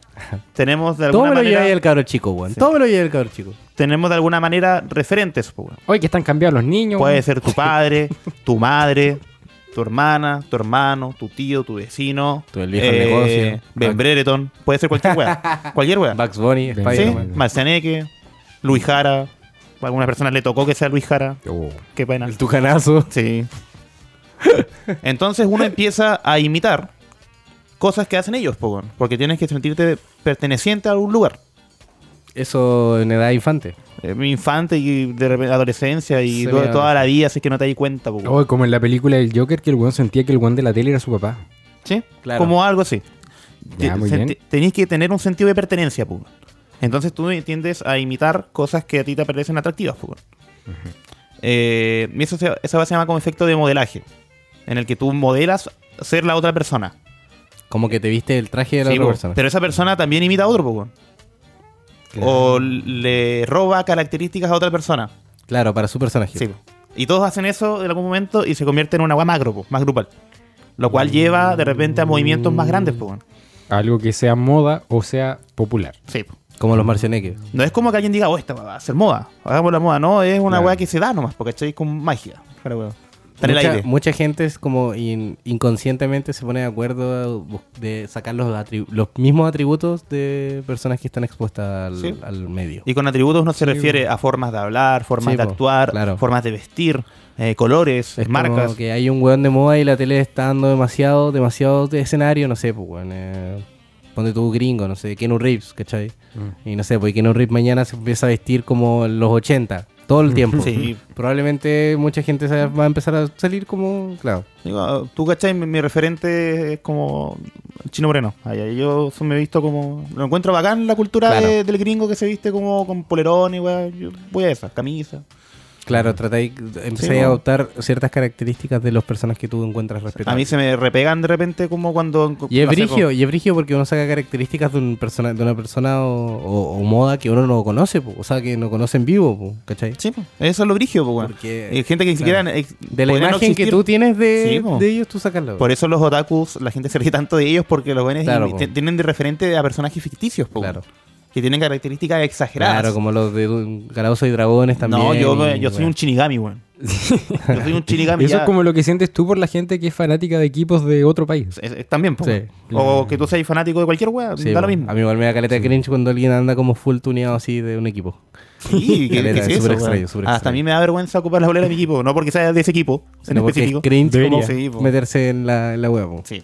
Speaker 2: tenemos de alguna
Speaker 1: Todo me lo lleva
Speaker 2: manera,
Speaker 1: ahí el cabro chico, weón. Todo me lo lleva el cabro chico.
Speaker 2: tenemos de alguna manera referentes. po, weón.
Speaker 3: Oye, que están cambiados los niños.
Speaker 2: Puede
Speaker 3: weón.
Speaker 2: ser tu padre, tu madre, tu hermana, tu hermano, tu tío, tu vecino, eh,
Speaker 1: Tu el viejo del negocio.
Speaker 2: Ben Brereton, puede ser cualquier wea, cualquier wea.
Speaker 1: Bugs Bunny,
Speaker 3: Bien.
Speaker 2: Sí,
Speaker 1: Spider-Man.
Speaker 2: Marcianeque, Luis Jara, a algunas personas le tocó que sea Luis Jara,
Speaker 3: Oh.
Speaker 2: qué pena.
Speaker 1: El tucanazo.
Speaker 2: Sí. Entonces uno empieza a imitar cosas que hacen ellos, Pogon. Porque tienes que sentirte perteneciente a algún lugar.
Speaker 1: Eso en edad infante.
Speaker 2: Eh, mi infante y de repente adolescencia y
Speaker 1: Sí,
Speaker 2: to-
Speaker 1: mira.
Speaker 2: toda la vida, así que no te di cuenta, Pogon.
Speaker 3: Oh, como en la película del Joker, que el weón sentía que el weón de la tele era su papá.
Speaker 2: ¿Sí?
Speaker 1: Claro.
Speaker 2: Como algo así.
Speaker 3: Ya, muy bien.
Speaker 2: Tenéis que tener un sentido de pertenencia, Pogon. Entonces tú tiendes a imitar cosas que a ti te parecen atractivas, Pogon. Eh, y eso se- esa se llama como efecto de modelaje, en el que tú modelas ser la otra persona.
Speaker 1: Como que te viste el traje de la
Speaker 2: Sí,
Speaker 1: otra
Speaker 2: po,
Speaker 1: persona.
Speaker 2: Pero esa persona también imita a otro, po, weón. O le roba características a otra persona.
Speaker 1: Claro, para su personaje.
Speaker 2: Sí, po. Y todos hacen eso en algún momento y se convierte en una weá macro, po, más grupal. Lo cual lleva de repente a movimientos más grandes, po, weón.
Speaker 3: Algo que sea moda o sea popular.
Speaker 2: Sí, po.
Speaker 1: Como los marcianeques.
Speaker 2: No es como que alguien diga, oh, esta va a ser moda. Hagamos la moda. No, es una
Speaker 3: Claro.
Speaker 2: weá que se da nomás, porque estáis con magia. Fuera, weón. Está en el
Speaker 1: mucha,
Speaker 2: aire.
Speaker 1: mucha gente es como in- inconscientemente se pone de acuerdo bus- de sacar los, atri- los mismos atributos de personas que están expuestas al,
Speaker 2: Sí.
Speaker 1: al medio.
Speaker 2: Y con atributos uno se refiere a formas de hablar, formas
Speaker 1: Sí,
Speaker 2: de
Speaker 1: po,
Speaker 2: actuar,
Speaker 1: claro.
Speaker 2: formas de vestir, eh, colores,
Speaker 1: Es
Speaker 2: marcas.
Speaker 1: como que hay un weón de moda y la tele está dando demasiado, demasiado de escenario, no sé, pues weón. eh, ponte tú gringo, no sé, Keanu Reeves, ¿cachai? Y no sé, pues Keanu Reeves mañana se empieza a vestir como en los 80, todo el tiempo.
Speaker 2: Sí.
Speaker 1: Probablemente mucha gente se va a empezar a salir como, claro.
Speaker 2: Digo, ah, tú cachai, mi, mi referente es como Chino Moreno. Ay, ay, yo so- me he visto como. Lo encuentro bacán la cultura
Speaker 1: Claro.
Speaker 2: de- del gringo que se viste como con polerón y weá. Yo voy a esa, camisa.
Speaker 1: Claro, tratáis, empezáis
Speaker 2: Sí,
Speaker 1: a
Speaker 2: bueno.
Speaker 1: adoptar ciertas características de las personas que tú encuentras
Speaker 2: A mí
Speaker 1: respetables.
Speaker 2: se me repegan de repente como cuando.
Speaker 1: Y es
Speaker 2: no sé,
Speaker 1: brigio, y es brigio porque uno saca características de, un persona, de una persona o, o- o moda que uno no conoce, po, o sea, que no conoce en vivo, po, ¿cachai?
Speaker 2: con- sí, po, eso es lo brigio, po, weón.
Speaker 1: Porque-
Speaker 2: Hay gente que ni
Speaker 1: claro.
Speaker 2: siquiera. ex-
Speaker 1: De la
Speaker 2: podría no
Speaker 1: imagen que
Speaker 2: existir.
Speaker 1: tú tienes de,
Speaker 2: Sí, po.
Speaker 1: de ellos, tú sacas la
Speaker 2: Por eso los otakus, la gente se ríe tanto de ellos porque los jóvenes
Speaker 1: Claro,
Speaker 2: imi-
Speaker 1: po.
Speaker 2: te- tienen de referente a personajes ficticios, po,
Speaker 1: Claro.
Speaker 2: weón, Que tienen características exageradas.
Speaker 1: Claro, como los de du- Calabozos y Dragones también.
Speaker 2: no, yo, me-
Speaker 1: y,
Speaker 2: yo soy
Speaker 1: bueno.
Speaker 2: un chinigami, weón. Yo soy un chinigami.
Speaker 3: Eso
Speaker 2: ya.
Speaker 3: es como lo que sientes tú por la gente que es fanática de equipos de otro país.
Speaker 2: Es- es- también, po.
Speaker 1: Sí,
Speaker 2: O que tú seas fanático de cualquier weá,
Speaker 1: Sí, po.
Speaker 2: da lo mismo.
Speaker 1: A mí igual me da caleta de cringe cuando alguien anda como full tuneado así de un equipo.
Speaker 2: Sí, ¿qué-
Speaker 1: Caleta,
Speaker 2: qué es
Speaker 1: es
Speaker 2: eso,
Speaker 1: súper
Speaker 2: weá?
Speaker 1: extraño, súper
Speaker 2: Hasta
Speaker 1: extraño.
Speaker 2: a mí me da vergüenza ocupar la bolera de mi equipo. No porque sea de ese equipo, en
Speaker 1: Sino porque es
Speaker 2: específico.
Speaker 1: cringe como
Speaker 2: Debería. Sí, po.
Speaker 1: meterse en la, en la wea, po.
Speaker 2: Sí.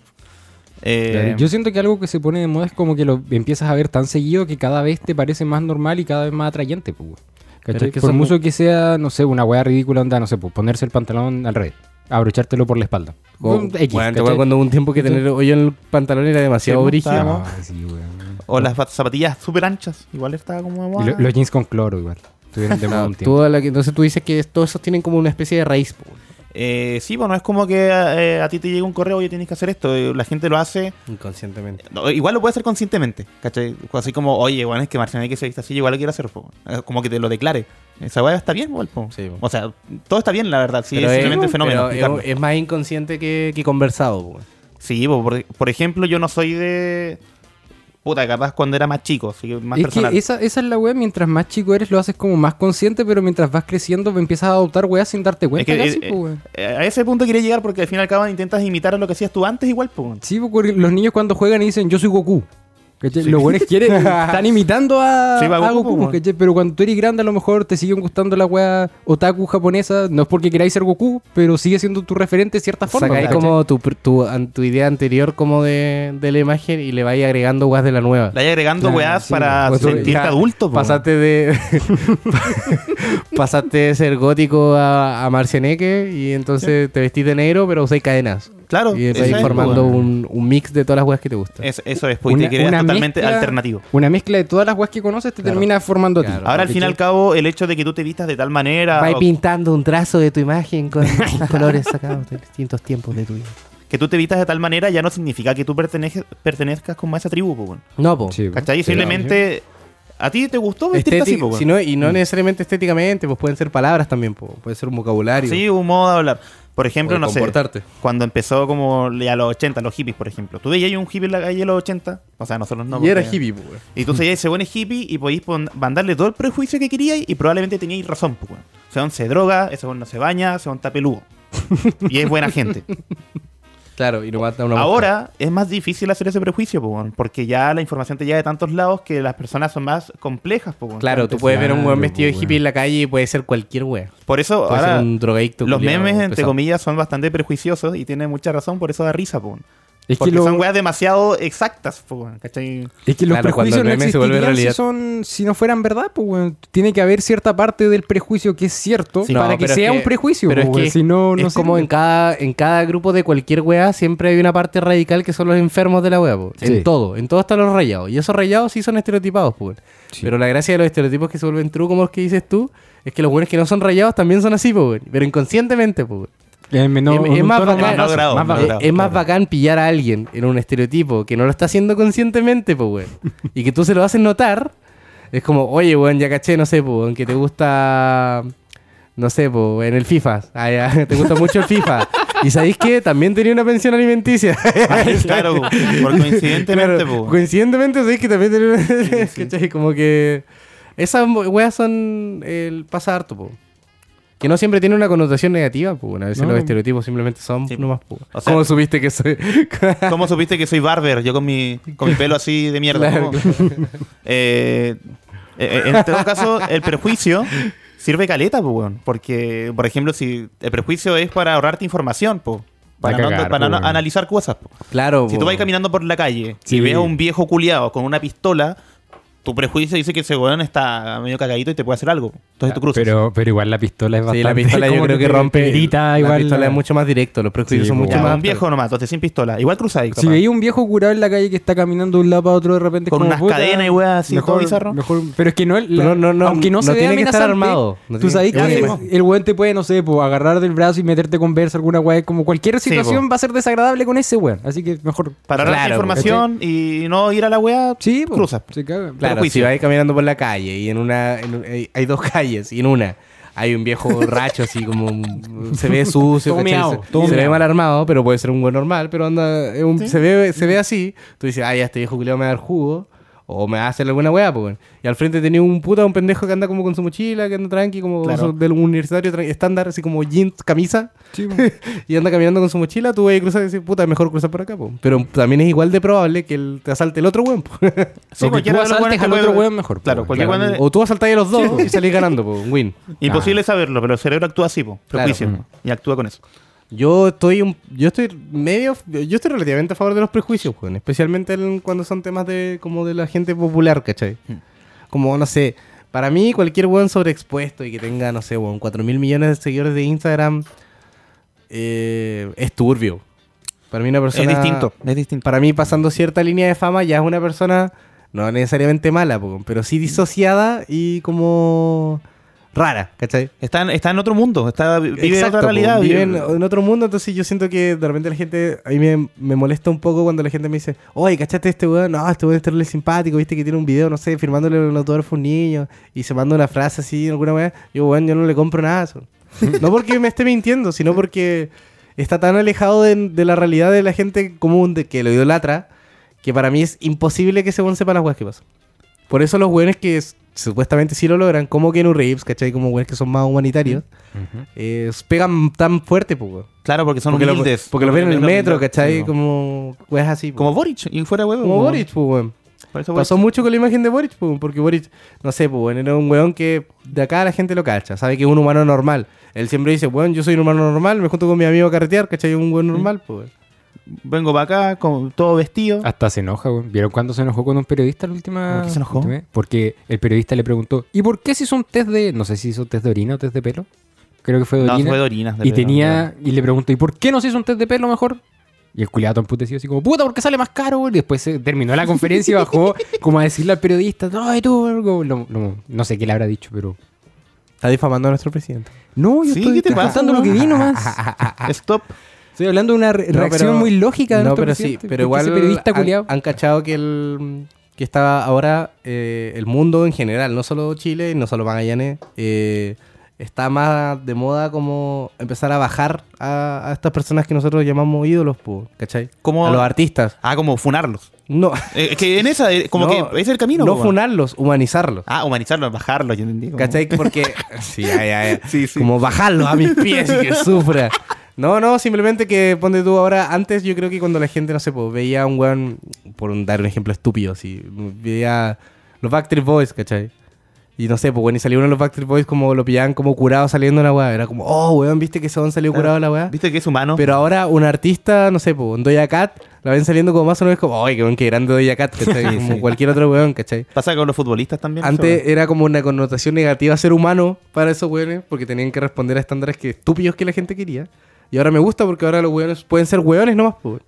Speaker 2: Eh,
Speaker 3: Yo siento que algo que se pone de moda es como que lo empiezas a ver tan seguido que cada vez te parece más normal y cada vez más atrayente. Pues, weón.
Speaker 1: Pero
Speaker 3: ¿Cachai?
Speaker 1: es que
Speaker 3: por
Speaker 1: son-
Speaker 3: mucho que sea, no sé, una weá ridícula, onda, no sé, pues, ponerse el pantalón al revés, abrochártelo por la espalda.
Speaker 1: Como-
Speaker 3: Un
Speaker 1: bueno, te
Speaker 3: X, ¿cachai?
Speaker 1: acuerdas cuando hubo un tiempo que tener hoyo en el pantalón era demasiado
Speaker 2: Sí,
Speaker 1: brígido.
Speaker 2: estaba-
Speaker 3: Ah, sí, weón.
Speaker 2: O las fa- zapatillas súper anchas. Igual estaba como de
Speaker 3: Y
Speaker 2: moda.
Speaker 3: lo- los jeans con cloro igual. Estuvieron de moda
Speaker 1: No,
Speaker 3: un tiempo.
Speaker 1: toda la que- entonces tú dices que es- todos esos tienen como una especie de raíz. po.
Speaker 2: Eh, sí, bueno, es como que eh, a ti te llega un correo, oye, tienes que hacer esto. eh, La gente lo hace.
Speaker 1: Inconscientemente.
Speaker 2: No, igual lo puede hacer conscientemente, ¿cachai? Así como, oye, bueno, es que Marciana que se vista así, yo igual lo quiero hacer, po. Eh, como que te lo declare. Esa weá está bien, igual, po.
Speaker 1: Sí, po.
Speaker 2: O sea, todo está bien, la verdad, sí, es simplemente
Speaker 1: es,
Speaker 2: un fenómeno.
Speaker 1: pero
Speaker 2: explicarlo.
Speaker 1: es, es más inconsciente que, que conversado. po.
Speaker 2: Sí, po, por, por ejemplo, yo no soy de. Puta, capaz cuando era más chico, así que más
Speaker 3: es
Speaker 2: personal.
Speaker 3: que esa, esa es la weá, mientras más chico eres lo haces como más consciente, pero mientras vas creciendo empiezas a adoptar weá sin darte cuenta
Speaker 2: Es que,
Speaker 3: casi,
Speaker 2: eh,
Speaker 3: po, weón.
Speaker 2: eh, a ese punto quería llegar porque al fin y al cabo intentas imitar lo que hacías tú antes, igual, po.
Speaker 3: Sí, po, porque los niños cuando juegan y dicen yo soy Goku. ¿cachai? Los buenos quieren, están imitando a,
Speaker 2: Sí, va
Speaker 3: a
Speaker 2: Goku,
Speaker 3: Goku, pues,
Speaker 2: po, weón.
Speaker 3: ¿cachai? pero cuando tú eres grande a lo mejor te siguen gustando la weá otaku japonesa, no es porque queráis ser Goku, pero sigue siendo tu referente de cierta forma.
Speaker 1: Sacáis
Speaker 3: ¿cachai?
Speaker 1: como tu, pr- tu, an- tu idea anterior como de, de la imagen y le vais agregando guas de la nueva.
Speaker 2: Le hay agregando
Speaker 3: Claro,
Speaker 2: weás
Speaker 3: sí,
Speaker 2: para
Speaker 1: O tú-
Speaker 2: sentirte
Speaker 1: ya
Speaker 2: adulto, po.
Speaker 1: Pasaste de. pasaste de ser gótico a, a Marcianeque y entonces te vestís de negro, pero usáis cadenas.
Speaker 2: Claro,
Speaker 1: Y
Speaker 2: esa
Speaker 1: vais
Speaker 2: es,
Speaker 1: formando
Speaker 2: po, weón.
Speaker 1: un, un mix de todas las weas que te gustan.
Speaker 2: Es- eso es, pues, y te creas totalmente alternativo.
Speaker 3: Una mezcla de todas las weas que conoces te
Speaker 1: Claro.
Speaker 3: termina formando a ti.
Speaker 1: Claro.
Speaker 2: Ahora, al fin y al cabo, el hecho de que tú te vistas de tal manera,
Speaker 1: Vais
Speaker 2: o
Speaker 1: pintando un trazo de tu imagen con colores sacados de distintos tiempos de tu vida.
Speaker 2: que tú te vistas de tal manera, ya no significa que tú pertenejes- pertenezcas como a esa tribu, po, weón.
Speaker 1: No, po.
Speaker 3: Sí, po.
Speaker 2: ¿Cachai? Simplemente, a ti te gustó vestirte así,
Speaker 1: Estética,
Speaker 2: po, weón.
Speaker 1: si no- y
Speaker 3: Mm.
Speaker 1: no necesariamente estéticamente, pues pueden ser palabras también, po. puede ser un vocabulario.
Speaker 2: Sí, un modo de hablar. Por ejemplo,
Speaker 1: O de
Speaker 2: no sé,
Speaker 1: comportarte.
Speaker 2: cuando empezó como le- a los 80, los hippies, por ejemplo. ¿Tú veías un hippie en la calle a los 80? O sea, nosotros no.
Speaker 1: y era
Speaker 2: porque-
Speaker 1: hippie, po, weón.
Speaker 2: Y tú seguías ese buen hippie y podíais pon- mandarle todo el prejuicio que queríais y probablemente teníais razón, pues, weón. Ese weón se droga, ese weón no se baña, ese weón está peludo. y es buena gente.
Speaker 1: Claro, y no mata una mosca.
Speaker 2: Ahora es más difícil hacer ese prejuicio, pues, weón, porque ya la información te llega de tantos lados que las personas son más complejas, pues, weón.
Speaker 1: Claro, tú puedes ver a un
Speaker 3: Claro,
Speaker 1: buen vestido de
Speaker 3: po,
Speaker 1: hippie
Speaker 3: weón.
Speaker 1: en la calle y puede ser cualquier wea.
Speaker 2: Por eso
Speaker 1: Puede
Speaker 2: ahora
Speaker 1: ser un drogadicto.
Speaker 2: los
Speaker 1: culiao
Speaker 2: memes, entre
Speaker 1: pesado.
Speaker 2: comillas, son bastante prejuiciosos y tiene mucha razón, por eso da risa, pues. weón.
Speaker 3: Es que
Speaker 2: Porque
Speaker 3: lo-
Speaker 2: son weas demasiado exactas, po, weón, ¿cachai?
Speaker 3: Es que los
Speaker 1: Claro, cuando
Speaker 3: prejuicios
Speaker 1: el
Speaker 3: no
Speaker 1: meme se vuelve
Speaker 3: existirían si,
Speaker 1: realidad.
Speaker 3: son, si no fueran verdad, pues weón. tiene que haber cierta parte del prejuicio que es cierto
Speaker 1: Sí,
Speaker 3: para
Speaker 1: no,
Speaker 3: que
Speaker 1: pero es
Speaker 3: sea
Speaker 1: que-
Speaker 3: un prejuicio.
Speaker 1: pero
Speaker 3: pues,
Speaker 1: es que
Speaker 3: weón. si no, no
Speaker 1: es como
Speaker 3: sirve.
Speaker 1: en cada, en cada grupo de cualquier wea siempre hay una parte radical que son los enfermos de la wea, po.
Speaker 3: Sí.
Speaker 1: En todo, en todo están los rayados. Y esos rayados sí son estereotipados, po.
Speaker 3: Sí.
Speaker 1: Pero la gracia de los estereotipos que se vuelven true, como los que dices tú, es que los buenos que no son rayados también son así, po, weón. pero inconscientemente, po. weón.
Speaker 3: En menor-
Speaker 1: es-
Speaker 3: en
Speaker 1: es
Speaker 3: un
Speaker 1: más
Speaker 3: tono
Speaker 1: bacán-
Speaker 2: menor grado,
Speaker 3: más
Speaker 2: menor
Speaker 3: bacán.
Speaker 1: Es-
Speaker 2: claro,
Speaker 1: es más
Speaker 2: claro.
Speaker 1: bacán pillar a alguien en un estereotipo que no lo está haciendo conscientemente, pues, weón. Y que tú se lo haces notar. Es como, oye, weón, ya caché, no sé, pues, weón, que te gusta. No sé, pues, en el FIFA. Ah, ya, te gusta mucho el FIFA. ¿Y sabéis qué? También tenía una pensión alimenticia.
Speaker 2: claro, po, por coincidentemente,
Speaker 1: Claro,
Speaker 2: po, weón.
Speaker 1: coincidentemente, sabéis que también tenía una. ¿Cachai? Como que. Esas weas son. El pasa harto, pues. Que no siempre tiene una connotación negativa, pues. bueno, A veces
Speaker 3: No.
Speaker 1: los estereotipos simplemente son
Speaker 2: Sí, po.
Speaker 1: nomás, pues.
Speaker 2: O sea-
Speaker 1: ¿Cómo supiste que soy.?
Speaker 2: ¿Cómo supiste que soy barber? Yo con mi, con mi pelo así de mierda.
Speaker 1: Claro,
Speaker 2: ¿no? Eh, eh, en todo caso, el prejuicio sirve caleta, po, weón. Porque, por ejemplo, si el prejuicio es para ahorrarte información, po, para,
Speaker 3: Pa'
Speaker 2: no-
Speaker 3: cagar,
Speaker 2: para
Speaker 3: po,
Speaker 2: no
Speaker 3: weón.
Speaker 2: analizar cosas. po.
Speaker 1: Claro,
Speaker 2: Si tú vas caminando por la calle y
Speaker 3: Sí.
Speaker 2: ves a un viejo culiado con una pistola, tu prejuicio dice que ese weón está medio cagadito y te puede hacer algo. Entonces tú cruzas.
Speaker 3: Pero, pero igual la pistola es bastante.
Speaker 1: Sí, la pistola yo
Speaker 3: como
Speaker 1: creo que
Speaker 3: te-
Speaker 1: rompe.
Speaker 3: te grita
Speaker 1: la
Speaker 3: igual.
Speaker 1: pistola es mucho más directo, los prejuicios
Speaker 3: Sí,
Speaker 1: son
Speaker 3: po.
Speaker 1: mucho
Speaker 2: Ya,
Speaker 1: más.
Speaker 2: un viejo nomás, entonces sin pistola. Igual cruzáis.
Speaker 3: Si
Speaker 2: capaz.
Speaker 3: veía un viejo curado en la calle que está caminando de un lado para otro de repente es
Speaker 2: Con
Speaker 3: como,
Speaker 2: unas
Speaker 3: puta,
Speaker 2: cadenas y weas así, todo
Speaker 3: mejor,
Speaker 2: bizarro.
Speaker 3: mejor- pero es que no, el- la-
Speaker 1: No, no, no,
Speaker 3: aunque no,
Speaker 1: no
Speaker 3: se vea
Speaker 1: tiene que estar
Speaker 3: amenazante,
Speaker 1: armado. No
Speaker 3: tú
Speaker 1: tiene-
Speaker 3: sabes
Speaker 2: Ya, sí,
Speaker 3: que
Speaker 2: po.
Speaker 3: el weón te puede, no sé, po, agarrar del brazo y meterte con versa alguna wea. Como cualquier
Speaker 2: Sí,
Speaker 3: situación
Speaker 2: po.
Speaker 3: va a ser desagradable con ese weón. Así que mejor.
Speaker 2: Para ahorrar
Speaker 1: Claro,
Speaker 2: información y no ir a la weá,
Speaker 3: Sí, po,
Speaker 2: cruzas.
Speaker 3: Se caga.
Speaker 1: Claro,
Speaker 2: prejuicio.
Speaker 1: si vas caminando por la calle y en una. en un- hay, hay dos calles y en una. Hay un viejo racho así como un- se ve sucio,
Speaker 3: Todo
Speaker 1: ¿cachai?
Speaker 3: meao,
Speaker 1: se,
Speaker 3: todo
Speaker 1: se ve
Speaker 3: meao.
Speaker 1: mal armado, pero puede ser un buen normal, pero anda, es un- se, ve, se ve así, tú dices, ay, este viejo culiao me va a dar jugo, o me va a hacer alguna weá, pues. weón. Y al frente tenía un puta, un pendejo que anda como con su mochila, que anda tranqui, como
Speaker 2: Claro.
Speaker 1: su- del universitario tra- estándar, así como jeans, camisa,
Speaker 3: Sí, po.
Speaker 1: y anda caminando con su mochila, tú vas a cruzar y dices, puta, mejor cruzar por acá, pues. Pero también es igual de probable que el- te asalte el otro weón, po.
Speaker 2: Sí,
Speaker 3: O que
Speaker 2: cualquiera de los
Speaker 3: tú asaltes
Speaker 2: weones que
Speaker 3: al
Speaker 2: puede-
Speaker 3: otro weón mejor,
Speaker 2: Claro,
Speaker 3: po,
Speaker 2: cualquier
Speaker 3: claro.
Speaker 2: weón-
Speaker 1: O tú asaltáis a los dos y salís ganando, pues, un win.
Speaker 3: Ah.
Speaker 2: Imposible saberlo, pero el cerebro actúa así, po. Prejuicio.
Speaker 3: mm.
Speaker 2: Y actúa con eso.
Speaker 1: Yo estoy un, yo estoy medio yo estoy relativamente a favor de los prejuicios, weón, especialmente en- cuando son temas de como de la gente popular, ¿cachai?
Speaker 2: Hmm.
Speaker 1: Como no sé, para mí cualquier weón sobreexpuesto y que tenga, no sé, weón, 4 mil millones de seguidores de Instagram eh, es turbio. Para mí una persona
Speaker 2: Es distinto. Es distinto.
Speaker 1: para mí pasando cierta línea de fama ya es una persona no necesariamente mala, po, pero sí disociada y como rara, ¿cachai?
Speaker 2: Está en, está en otro mundo, está, vive en
Speaker 1: Exacto,
Speaker 2: otra realidad.
Speaker 1: pues,
Speaker 2: vive-
Speaker 1: viven en otro mundo, entonces yo siento que de repente la gente, a mí me, me molesta un poco cuando la gente me dice, oye, ¿cachaste este weón? No, este weón es terrible simpático, viste que tiene un video, no sé, firmándole un autógrafo a un niño y se manda una frase así en alguna manera. Yo, weón, yo no le compro nada. a eso". no porque me esté mintiendo, sino porque está tan alejado de, de la realidad de la gente común de que lo idolatra, que para mí es imposible que ese weón sepa las weas que pasan. Por eso los weones que s- supuestamente sí lo logran, como Kenu Reeves, ¿cachai? Como weones que son más humanitarios, eh, pegan tan fuerte, pues, weón.
Speaker 2: Claro, porque son
Speaker 1: Porque lo,
Speaker 2: humildes.
Speaker 1: porque lo ven en el metro,
Speaker 2: humildes.
Speaker 1: ¿cachai?
Speaker 2: Sí, po.
Speaker 1: Como weas así. po.
Speaker 2: Como Boric, y fuera huevo.
Speaker 1: Como
Speaker 2: po.
Speaker 1: Boric, pues, weón.
Speaker 2: Por eso Boric-
Speaker 1: Pasó mucho con la imagen de Boric, pues, porque Boric, no sé, pues, bueno, era un weón que de acá la gente lo cacha, sabe que es un humano normal. Él siempre dice, bueno, yo soy un humano normal, me junto con mi amigo a carretear, ¿cachai? Un weón normal, pues.
Speaker 2: Vengo para acá, con, todo vestido.
Speaker 3: Hasta se enoja, weón. ¿Vieron cuando se enojó con un periodista la última
Speaker 2: ¿Por qué se enojó?
Speaker 3: última vez? Porque el periodista le preguntó, ¿y por qué se hizo un test de, no sé si hizo test de orina o test de pelo? Creo que fue de
Speaker 2: No,
Speaker 3: orina.
Speaker 2: fue de orina, de
Speaker 3: y
Speaker 2: pelo,
Speaker 3: tenía, y le preguntó, ¿y por qué no se hizo un test de pelo mejor? Y el culiado emputecido así como, puta, porque sale más caro, weón. Y después se terminó la conferencia y bajó como a decirle al periodista, no, y tú, algo. Lo- lo- no sé qué le habrá dicho, pero...
Speaker 1: Está difamando a nuestro presidente.
Speaker 3: No, yo
Speaker 2: Sí,
Speaker 3: estoy
Speaker 2: ¿qué te pasa, Ah,
Speaker 3: contando lo que
Speaker 2: weón?
Speaker 3: vi nomás.
Speaker 2: Stop.
Speaker 3: Estoy hablando de una re-
Speaker 1: No,
Speaker 3: reacción
Speaker 1: pero-
Speaker 3: muy lógica de
Speaker 1: No,
Speaker 3: nuestro
Speaker 1: pero sí,
Speaker 3: presidente,
Speaker 1: pero
Speaker 3: porque
Speaker 1: igual
Speaker 3: ese periodista culiao-
Speaker 1: han, han cachado que el que está ahora eh, el mundo en general, no solo Chile, no solo Magallanes, eh, está más de moda como empezar a bajar a, a estas personas que nosotros llamamos ídolos, pues, ¿cachai?
Speaker 2: Como-
Speaker 1: A los artistas.
Speaker 2: Ah, como funarlos.
Speaker 1: No.
Speaker 2: Eh, es que en esa, eh, como
Speaker 1: No,
Speaker 2: que es el camino.
Speaker 1: No
Speaker 2: po, weón.
Speaker 1: funarlos, humanizarlos.
Speaker 2: Ah, humanizarlos, bajarlos, yo entendí. como-
Speaker 1: ¿Cachai? Porque. sí, ya, ya, ya.
Speaker 2: Sí, sí.
Speaker 1: Como bajarlos a mis pies y que sufra. No, no, simplemente que ponte tú ahora. Antes yo creo que cuando la gente, no sé, pues, veía a un weón, por un- dar un ejemplo estúpido, así, veía los Backstreet Boys, ¿cachai? Y no sé, pues bueno, y salió uno de los Backstreet Boys como lo pillaban como curado saliendo de la weá. Era como, oh, weón, viste que ese weón salió curado de la weá.
Speaker 2: ¿Viste que es humano?
Speaker 1: Pero ahora un artista, no sé, pues, un Doja Cat, la ven saliendo como más o menos como, ay, qué weón, qué grande Doja Cat, ¿cachai? Como cualquier otro weón, ¿cachai?
Speaker 2: Pasa con los futbolistas también.
Speaker 1: Antes era como una connotación negativa ser humano para esos weones, porque tenían que responder a estándares que estúpidos que la gente quería. Y ahora me gusta porque ahora los weones pueden ser weones nomás, po, weón.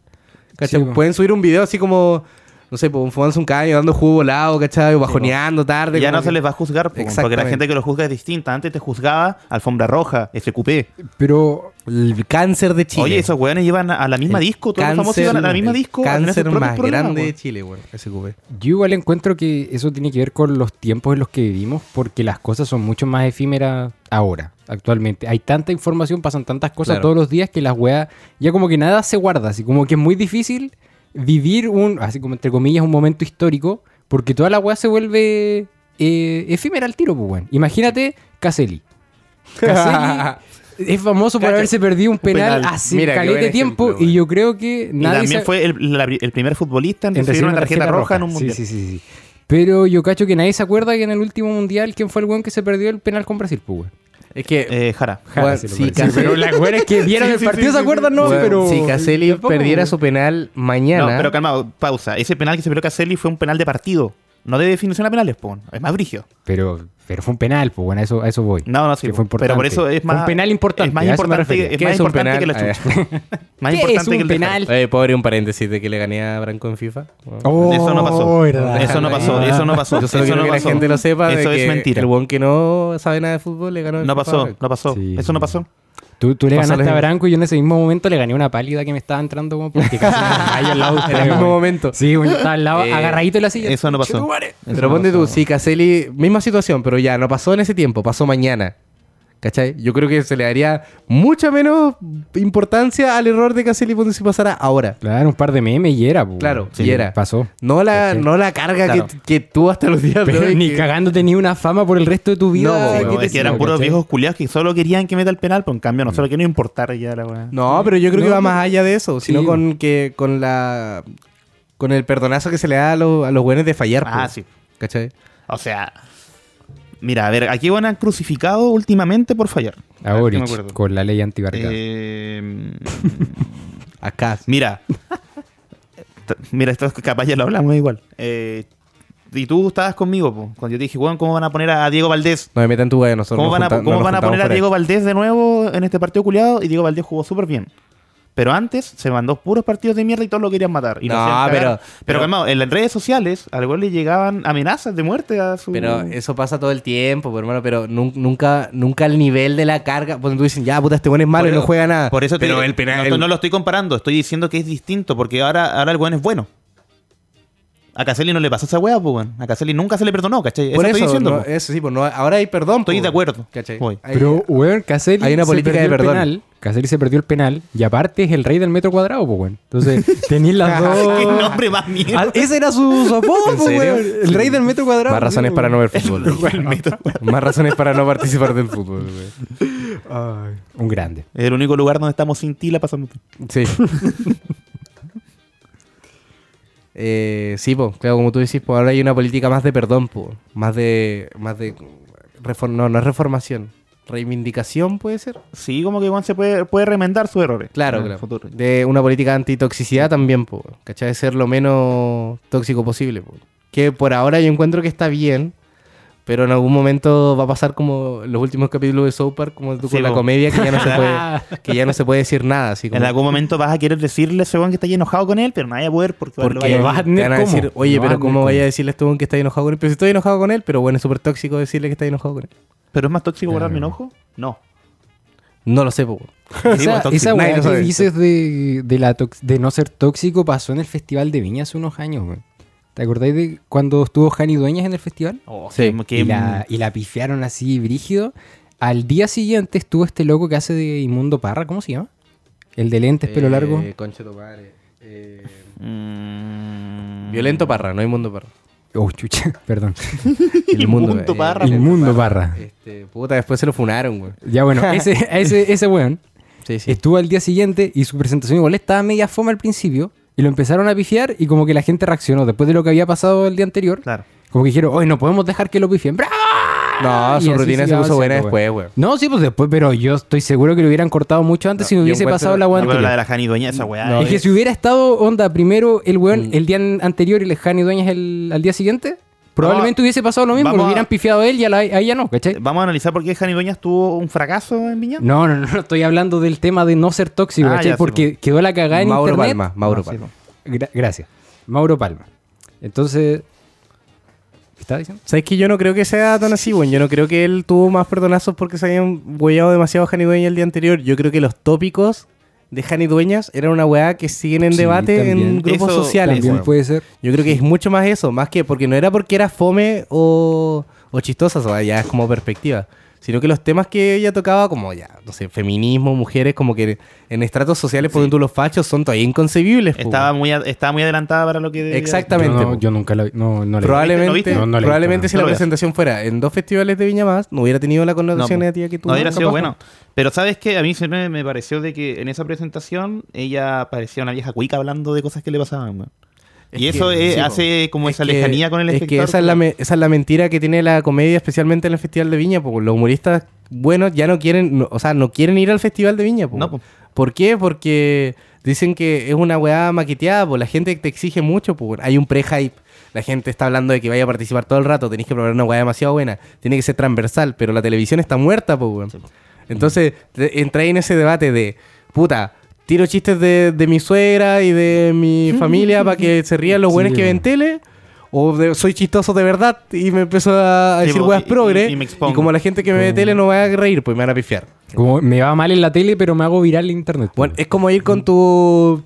Speaker 1: ¿Cachai?
Speaker 3: Sí, po.
Speaker 1: pueden subir un video así como, no sé, po, fumándose un caño, dando jugo volado, ¿cachai? O bajoneando tarde.
Speaker 2: Y ya
Speaker 1: como
Speaker 2: no se
Speaker 1: que-
Speaker 2: les va a juzgar, po, porque la
Speaker 1: Exactamente.
Speaker 2: gente que lo juzga es distinta. Antes te juzgaba alfombra roja, FQP.
Speaker 3: Pero
Speaker 1: El cáncer de Chile.
Speaker 2: Oye, esos weones iban a la misma disco, todos los famosos iban a la misma
Speaker 1: el
Speaker 2: disco. a tener sus
Speaker 1: Cáncer
Speaker 2: propios
Speaker 1: más
Speaker 2: problemas,
Speaker 1: grande de
Speaker 2: weón.
Speaker 1: Chile, weón. Ese cupé.
Speaker 3: yo igual encuentro que eso tiene que ver con los tiempos en los que vivimos, porque las cosas son mucho más efímeras ahora, actualmente. Hay tanta información, pasan tantas cosas
Speaker 1: Claro.
Speaker 3: todos los días que las weas, ya como que nada se guarda, así como que es muy difícil vivir un, así como entre comillas, un momento histórico, porque toda la wea se vuelve eh, efímera al tiro, pues weón. Imagínate Caselli. Caselli es famoso por
Speaker 1: Cacha.
Speaker 3: haberse perdido un penal,
Speaker 1: penal.
Speaker 3: hace
Speaker 1: Mira, qué
Speaker 3: caleta de
Speaker 1: buen
Speaker 3: tiempo
Speaker 1: ejemplo,
Speaker 3: y
Speaker 1: weón.
Speaker 3: yo creo que
Speaker 2: Y
Speaker 3: nadie
Speaker 2: también
Speaker 3: sa-
Speaker 2: fue el, la- el primer futbolista en
Speaker 3: en
Speaker 2: recibir una tarjeta, roja, en un
Speaker 3: Sí,
Speaker 2: mundial.
Speaker 3: Sí, sí, sí. Pero yo cacho que nadie se acuerda que en el último mundial, ¿quién fue el weón que se perdió el penal con Brasil, pues, weón?
Speaker 1: Es que.
Speaker 2: Eh, Jara.
Speaker 1: Jara Weón, se lo sí, perdió. Caselli-
Speaker 3: pero las weones que vieron
Speaker 2: Sí,
Speaker 3: el
Speaker 2: sí,
Speaker 3: partido
Speaker 2: sí,
Speaker 3: se
Speaker 2: sí,
Speaker 3: acuerdan, no,
Speaker 1: weón,
Speaker 3: pero.
Speaker 1: si Caselli
Speaker 3: tampoco,
Speaker 1: perdiera
Speaker 3: weón.
Speaker 1: su penal mañana.
Speaker 2: No,
Speaker 3: ¿eh?
Speaker 2: pero calmado, pausa. Ese penal que se perdió Caselli fue un penal de partido. No de definición a penales, po. Es más brígido.
Speaker 3: Pero, pero fue un penal, pues, bueno, a eso, a eso voy.
Speaker 2: No, no, sí.
Speaker 3: Que fue
Speaker 2: po. Pero por
Speaker 3: importante.
Speaker 2: eso es
Speaker 3: Fue
Speaker 2: más.
Speaker 3: un penal importante,
Speaker 2: Es más
Speaker 3: a eso me refería.
Speaker 2: importante, es
Speaker 1: ¿Qué
Speaker 2: más
Speaker 1: es un
Speaker 2: importante que la
Speaker 1: penal?
Speaker 2: chucha. Más
Speaker 3: ¿Qué es
Speaker 2: importante que
Speaker 3: un
Speaker 2: el de Jara.
Speaker 3: penal?
Speaker 1: Eh, pobre un paréntesis de que le gané a Branco en FIFA. Weón.
Speaker 2: Eso no pasó. Eso no
Speaker 1: Ah.
Speaker 2: pasó, eso no pasó.
Speaker 1: Yo solo
Speaker 2: eso
Speaker 1: quiero
Speaker 2: no
Speaker 1: que
Speaker 2: pasó.
Speaker 1: la gente lo sepa.
Speaker 2: Eso
Speaker 1: de
Speaker 2: es
Speaker 1: que
Speaker 2: mentira.
Speaker 1: El weón que no sabe nada de fútbol le ganó el
Speaker 2: No
Speaker 1: FIFA
Speaker 2: pasó,
Speaker 1: ahora.
Speaker 2: no pasó.
Speaker 3: Sí.
Speaker 2: Eso no pasó.
Speaker 3: Tú, tú le
Speaker 1: Pásale.
Speaker 3: ganaste a Branco y yo en ese mismo momento le gané una pálida que me estaba entrando, weón, porque casi me desmayo al lado de
Speaker 1: En
Speaker 3: ustedes,
Speaker 1: el mismo
Speaker 3: weón.
Speaker 1: momento.
Speaker 3: Sí, weón, yo estaba al lado,
Speaker 1: Eh,
Speaker 3: agarradito de la silla.
Speaker 2: Eso no pasó. Eso
Speaker 1: Pero
Speaker 2: no
Speaker 1: ponte tú,
Speaker 2: pasó.
Speaker 1: sí, Caselli, misma situación, pero ya, no pasó en ese tiempo, pasó mañana. ¿Cachai? Yo creo que se le daría mucha menos importancia al error de Caselli ponte si pasara ahora.
Speaker 3: Claro, un par de memes y era, pues.
Speaker 1: Claro,
Speaker 3: sí,
Speaker 1: y era.
Speaker 3: Pasó.
Speaker 1: No la,
Speaker 3: ¿Cachai?
Speaker 1: no la carga
Speaker 2: Claro.
Speaker 1: que, que tú hasta los días de
Speaker 3: Pero
Speaker 1: hoy
Speaker 3: ni
Speaker 1: que-
Speaker 3: cagándote ni una fama por el resto de tu vida.
Speaker 1: No,
Speaker 3: ¿Qué
Speaker 1: weón,
Speaker 3: te
Speaker 2: No, es que
Speaker 3: sirve,
Speaker 2: eran puros
Speaker 3: cachai?
Speaker 2: viejos culiados que solo querían que meta el penal, pero en cambio a nosotros que no importar ya la weá.
Speaker 1: No, pero yo creo que
Speaker 3: No,
Speaker 1: va más
Speaker 3: pero-
Speaker 1: allá de eso, sino
Speaker 3: Sí.
Speaker 1: con que con la con el perdonazo que se le da a, los- a los buenos de fallar.
Speaker 2: Ah,
Speaker 1: pues,
Speaker 2: sí.
Speaker 1: ¿Cachai?
Speaker 2: O sea, mira, a ver, aquí van han crucificado últimamente por fallar.
Speaker 3: A
Speaker 2: ver,
Speaker 3: Boric,
Speaker 2: que Ah, me acuerdo.
Speaker 3: con la ley antibarcada.
Speaker 2: Eh,
Speaker 1: Acá.
Speaker 2: mira, t- mira, esto es que capaz ya lo hablamos igual. Eh, y tú estabas conmigo, po, cuando yo te dije, weón, ¿cómo van a poner a Diego Valdés?
Speaker 1: No me metan tu weá, nosotros.
Speaker 2: ¿Cómo
Speaker 1: nos
Speaker 2: van a,
Speaker 1: junta-
Speaker 2: cómo
Speaker 1: nos
Speaker 2: van a
Speaker 1: juntamos
Speaker 2: poner a
Speaker 1: fuera.
Speaker 2: Diego Valdés de nuevo en este partido culiado? Y Diego Valdés jugó súper bien. Pero antes se mandó puros partidos de mierda y todos lo querían matar. Y lo
Speaker 1: No,
Speaker 2: hacían cagar.
Speaker 1: pero-
Speaker 2: Pero,
Speaker 1: pero-
Speaker 2: calmado, en las redes sociales al gol le llegaban amenazas de muerte a su.
Speaker 1: Pero eso pasa todo el tiempo, pues, hermano. Pero nun- nunca, nunca el nivel de la carga. Cuando tú dicen, ya, puta, este buen es malo
Speaker 2: Por
Speaker 1: y no
Speaker 2: eso-
Speaker 1: juega nada.
Speaker 2: Por eso te-
Speaker 1: pero el penal.
Speaker 2: no,
Speaker 1: el-
Speaker 2: no lo estoy comparando, estoy diciendo que es distinto, porque ahora, ahora el weón es bueno. A Caselli no le pasó esa weá, pues weón. A Caselli nunca se le perdonó, ¿cachai?
Speaker 1: por eso,
Speaker 2: estoy diciendo.
Speaker 1: no,
Speaker 2: po.
Speaker 1: eso sí, pues, no- ahora hay perdón.
Speaker 2: Estoy
Speaker 1: pues,
Speaker 2: de acuerdo.
Speaker 1: ¿Cachai?
Speaker 2: Voy.
Speaker 1: Ahí-
Speaker 3: Pero, weón, Caselli
Speaker 1: Hay una
Speaker 3: se
Speaker 1: política
Speaker 3: perdió
Speaker 1: de
Speaker 3: el
Speaker 1: perdón.
Speaker 3: penal. Caselli se perdió el penal y aparte es el rey del metro cuadrado, pues, weón. Entonces, tenéis las
Speaker 2: Qué
Speaker 3: dos.
Speaker 2: nombre más mierda.
Speaker 3: Ah, ese era su, su apodo,
Speaker 1: ¿En
Speaker 3: pues,
Speaker 1: serio?
Speaker 3: weón. El rey del metro cuadrado.
Speaker 1: Más razones
Speaker 3: sí,
Speaker 1: para
Speaker 3: weón.
Speaker 1: no ver fútbol. Más razones para no participar del fútbol, güey.
Speaker 3: Un grande.
Speaker 2: Es el único lugar donde estamos sin ti la pasamos.
Speaker 1: Sí.
Speaker 2: bien.
Speaker 1: Eh, sí, pues, claro, como tú decís, pues ahora hay una política más de perdón, po, más de. más de. refor- no, no es reformación. Reivindicación puede ser.
Speaker 2: Sí, como que Juan se puede, puede remendar sus errores.
Speaker 1: Claro,
Speaker 2: En el
Speaker 1: claro.
Speaker 2: futuro.
Speaker 1: De una política antitoxicidad también, po, ¿cachai? De ser lo menos tóxico posible, po. Que por ahora yo encuentro que está bien, pero en algún momento va a pasar como los últimos capítulos de South Park, como tú
Speaker 2: Sí,
Speaker 1: con la
Speaker 2: po.
Speaker 1: comedia, que ya no se puede, que ya no se puede decir nada. Así
Speaker 2: En
Speaker 1: como,
Speaker 2: algún momento vas a querer decirle a ese weón que está ahí enojado con él, pero nadie va a poder porque,
Speaker 1: Porque
Speaker 2: lo vaya a-
Speaker 3: va a
Speaker 1: te van a
Speaker 3: tener
Speaker 1: decir,
Speaker 3: cómo.
Speaker 1: oye,
Speaker 3: Lo
Speaker 1: pero
Speaker 3: van a
Speaker 1: ¿cómo
Speaker 3: tener
Speaker 1: vaya a
Speaker 3: cómo.
Speaker 1: decirle a este weón que está enojado con él? Pero si estoy enojado con él, pero bueno, es súper tóxico decirle que está enojado con él.
Speaker 2: Pero es más tóxico guardar
Speaker 3: Claro.
Speaker 2: mi enojo. No.
Speaker 1: No lo sé, po. weón.
Speaker 2: Sí,
Speaker 3: Esa,
Speaker 2: pues, tóxico.
Speaker 3: esa
Speaker 1: Nadie
Speaker 3: weá
Speaker 1: lo sabe.
Speaker 3: que dices de, de la tox- de no ser tóxico pasó en el Festival de Viña hace unos años, weón. ¿Te acordáis de cuando estuvo Jani Dueñas en el festival?
Speaker 2: Oh,
Speaker 1: Sí,
Speaker 2: que-
Speaker 3: Y la, y la pifiaron así, brígido. Al día siguiente estuvo este loco que hace de Inmundo Parra, ¿cómo se llama? El de lentes, pelo largo.
Speaker 1: Eh, conche tu madre. Eh,
Speaker 2: Mm.
Speaker 1: Violento Parra, no hay mundo Parra.
Speaker 3: Oh, chucha, perdón.
Speaker 1: El mundo,
Speaker 2: Inmundo
Speaker 1: eh,
Speaker 2: Parra,
Speaker 1: el
Speaker 3: El mundo Parra.
Speaker 1: Este, puta, después se lo funaron, güey.
Speaker 3: Ya bueno, ese, ese, ese weón
Speaker 1: Sí, sí.
Speaker 3: estuvo al día siguiente y su presentación igual estaba media fome al principio. Y lo empezaron a pifiar y como que la gente reaccionó después de lo que había pasado el día anterior.
Speaker 2: Claro.
Speaker 3: Como que dijeron, oye, no podemos dejar que lo pifien. ¡Bravo!
Speaker 1: No,
Speaker 3: Y
Speaker 1: su
Speaker 3: así
Speaker 1: rutina se
Speaker 3: siguió
Speaker 1: puso buena
Speaker 3: avanzando,
Speaker 1: después, güey.
Speaker 3: No, sí, pues después, pero yo estoy seguro que lo hubieran cortado mucho antes
Speaker 1: No,
Speaker 3: si no
Speaker 1: yo
Speaker 3: hubiese
Speaker 1: encuentro-
Speaker 3: pasado la
Speaker 2: No,
Speaker 3: weá
Speaker 2: pero
Speaker 3: anterior.
Speaker 2: la de la Jani Doña, esa weá.
Speaker 1: No,
Speaker 3: Es que
Speaker 1: es-
Speaker 3: si hubiera estado, onda, primero el weón
Speaker 1: Mm.
Speaker 3: el día an- anterior y el Jani Dueñas el, al día siguiente, probablemente hubiese pasado lo mismo,
Speaker 2: vamos
Speaker 3: lo
Speaker 2: a-
Speaker 3: hubieran pifiado a él y a, la, a ella no, ¿cachai?
Speaker 2: Eh, Vamos a analizar por qué Jani Doñas tuvo un fracaso en Viña.
Speaker 3: No, no, no, no, estoy hablando del tema de no ser tóxico,
Speaker 2: Ah,
Speaker 3: ¿cachai?
Speaker 2: ya, sí,
Speaker 3: Porque quedó la cagada en
Speaker 1: Mauro
Speaker 3: internet.
Speaker 1: Palma, Mauro
Speaker 2: No, Ah, sí,
Speaker 1: Palma.
Speaker 3: Gra- gracias. Mauro Palma. Entonces, ¿qué estaba diciendo?
Speaker 1: ¿Sabes que yo no creo que sea tan así, güey? Yo no creo que él tuvo más perdonazos porque se habían huellado demasiado a Jani Dueñas el día anterior. Yo creo que los tópicos de Jani Dueñas eran una weá que siguen en
Speaker 3: Sí,
Speaker 1: debate en
Speaker 3: también.
Speaker 1: grupos
Speaker 2: Eso
Speaker 1: sociales.
Speaker 3: También
Speaker 1: güey.
Speaker 3: puede ser.
Speaker 1: Yo creo que es mucho más eso, más que porque no era porque era fome o, o chistosa, o sea, ya es como perspectiva, sino que los temas que ella tocaba, como ya, no sé, feminismo, mujeres, como que en estratos sociales, por ejemplo, los fachos son todavía inconcebibles. pues. po.
Speaker 2: Estaba muy, a- estaba muy adelantada para lo que. debía-
Speaker 1: Exactamente.
Speaker 3: Yo, no-
Speaker 1: po.
Speaker 3: yo nunca lo no, no la vi.
Speaker 2: ¿Lo
Speaker 1: probablemente
Speaker 2: viste?
Speaker 3: No, no la he visto,
Speaker 1: probablemente
Speaker 3: no.
Speaker 1: si
Speaker 2: No
Speaker 1: la
Speaker 2: lo veas.
Speaker 1: presentación fuera en dos festivales de Viña más, no hubiera tenido la connotación
Speaker 2: No, pues,
Speaker 1: negativa que tuvo.
Speaker 2: No hubiera sido
Speaker 1: capaz,
Speaker 2: bueno.
Speaker 1: po.
Speaker 2: Pero sabes que a mí siempre me pareció de que en esa presentación ella parecía una vieja cuica hablando de cosas que le pasaban. weón. Y
Speaker 1: Es
Speaker 2: eso
Speaker 1: que-
Speaker 2: es-
Speaker 1: sí, po.
Speaker 2: hace como
Speaker 1: Es
Speaker 2: esa
Speaker 1: que-
Speaker 2: lejanía con el
Speaker 1: es
Speaker 2: espectador.
Speaker 1: que esa es, la me- esa es la mentira que tiene la comedia, especialmente en el Festival de Viña, porque los humoristas buenos ya no quieren, no- o sea, no quieren ir al Festival de Viña. pues. po.
Speaker 2: No, pues. po.
Speaker 1: ¿Por qué? Porque dicen que es una weá maqueteada, pues la gente te exige mucho, pues hay un pre-hype. La gente está hablando de que vaya a participar todo el rato, tenés que probar una weá demasiado buena, tiene que ser transversal, pero la televisión está muerta, pues weón. Entonces, te- entra ahí en ese debate de, puta, tiro chistes de, de mi suegra y de mi familia para que se rían los
Speaker 3: Sí,
Speaker 1: buenos que ven
Speaker 3: weón.
Speaker 1: tele. O de- soy chistoso de verdad y me empiezo a, a
Speaker 2: Sí,
Speaker 1: decir
Speaker 2: po,
Speaker 1: weas
Speaker 2: y- y-
Speaker 1: progre.
Speaker 2: y me
Speaker 1: Y,
Speaker 2: expongo.
Speaker 1: como la gente que me ve tele no va a reír, pues me van a pifiar.
Speaker 3: Como me va mal en la tele, pero me hago viral en internet. pues,
Speaker 1: Bueno, es como ir con tu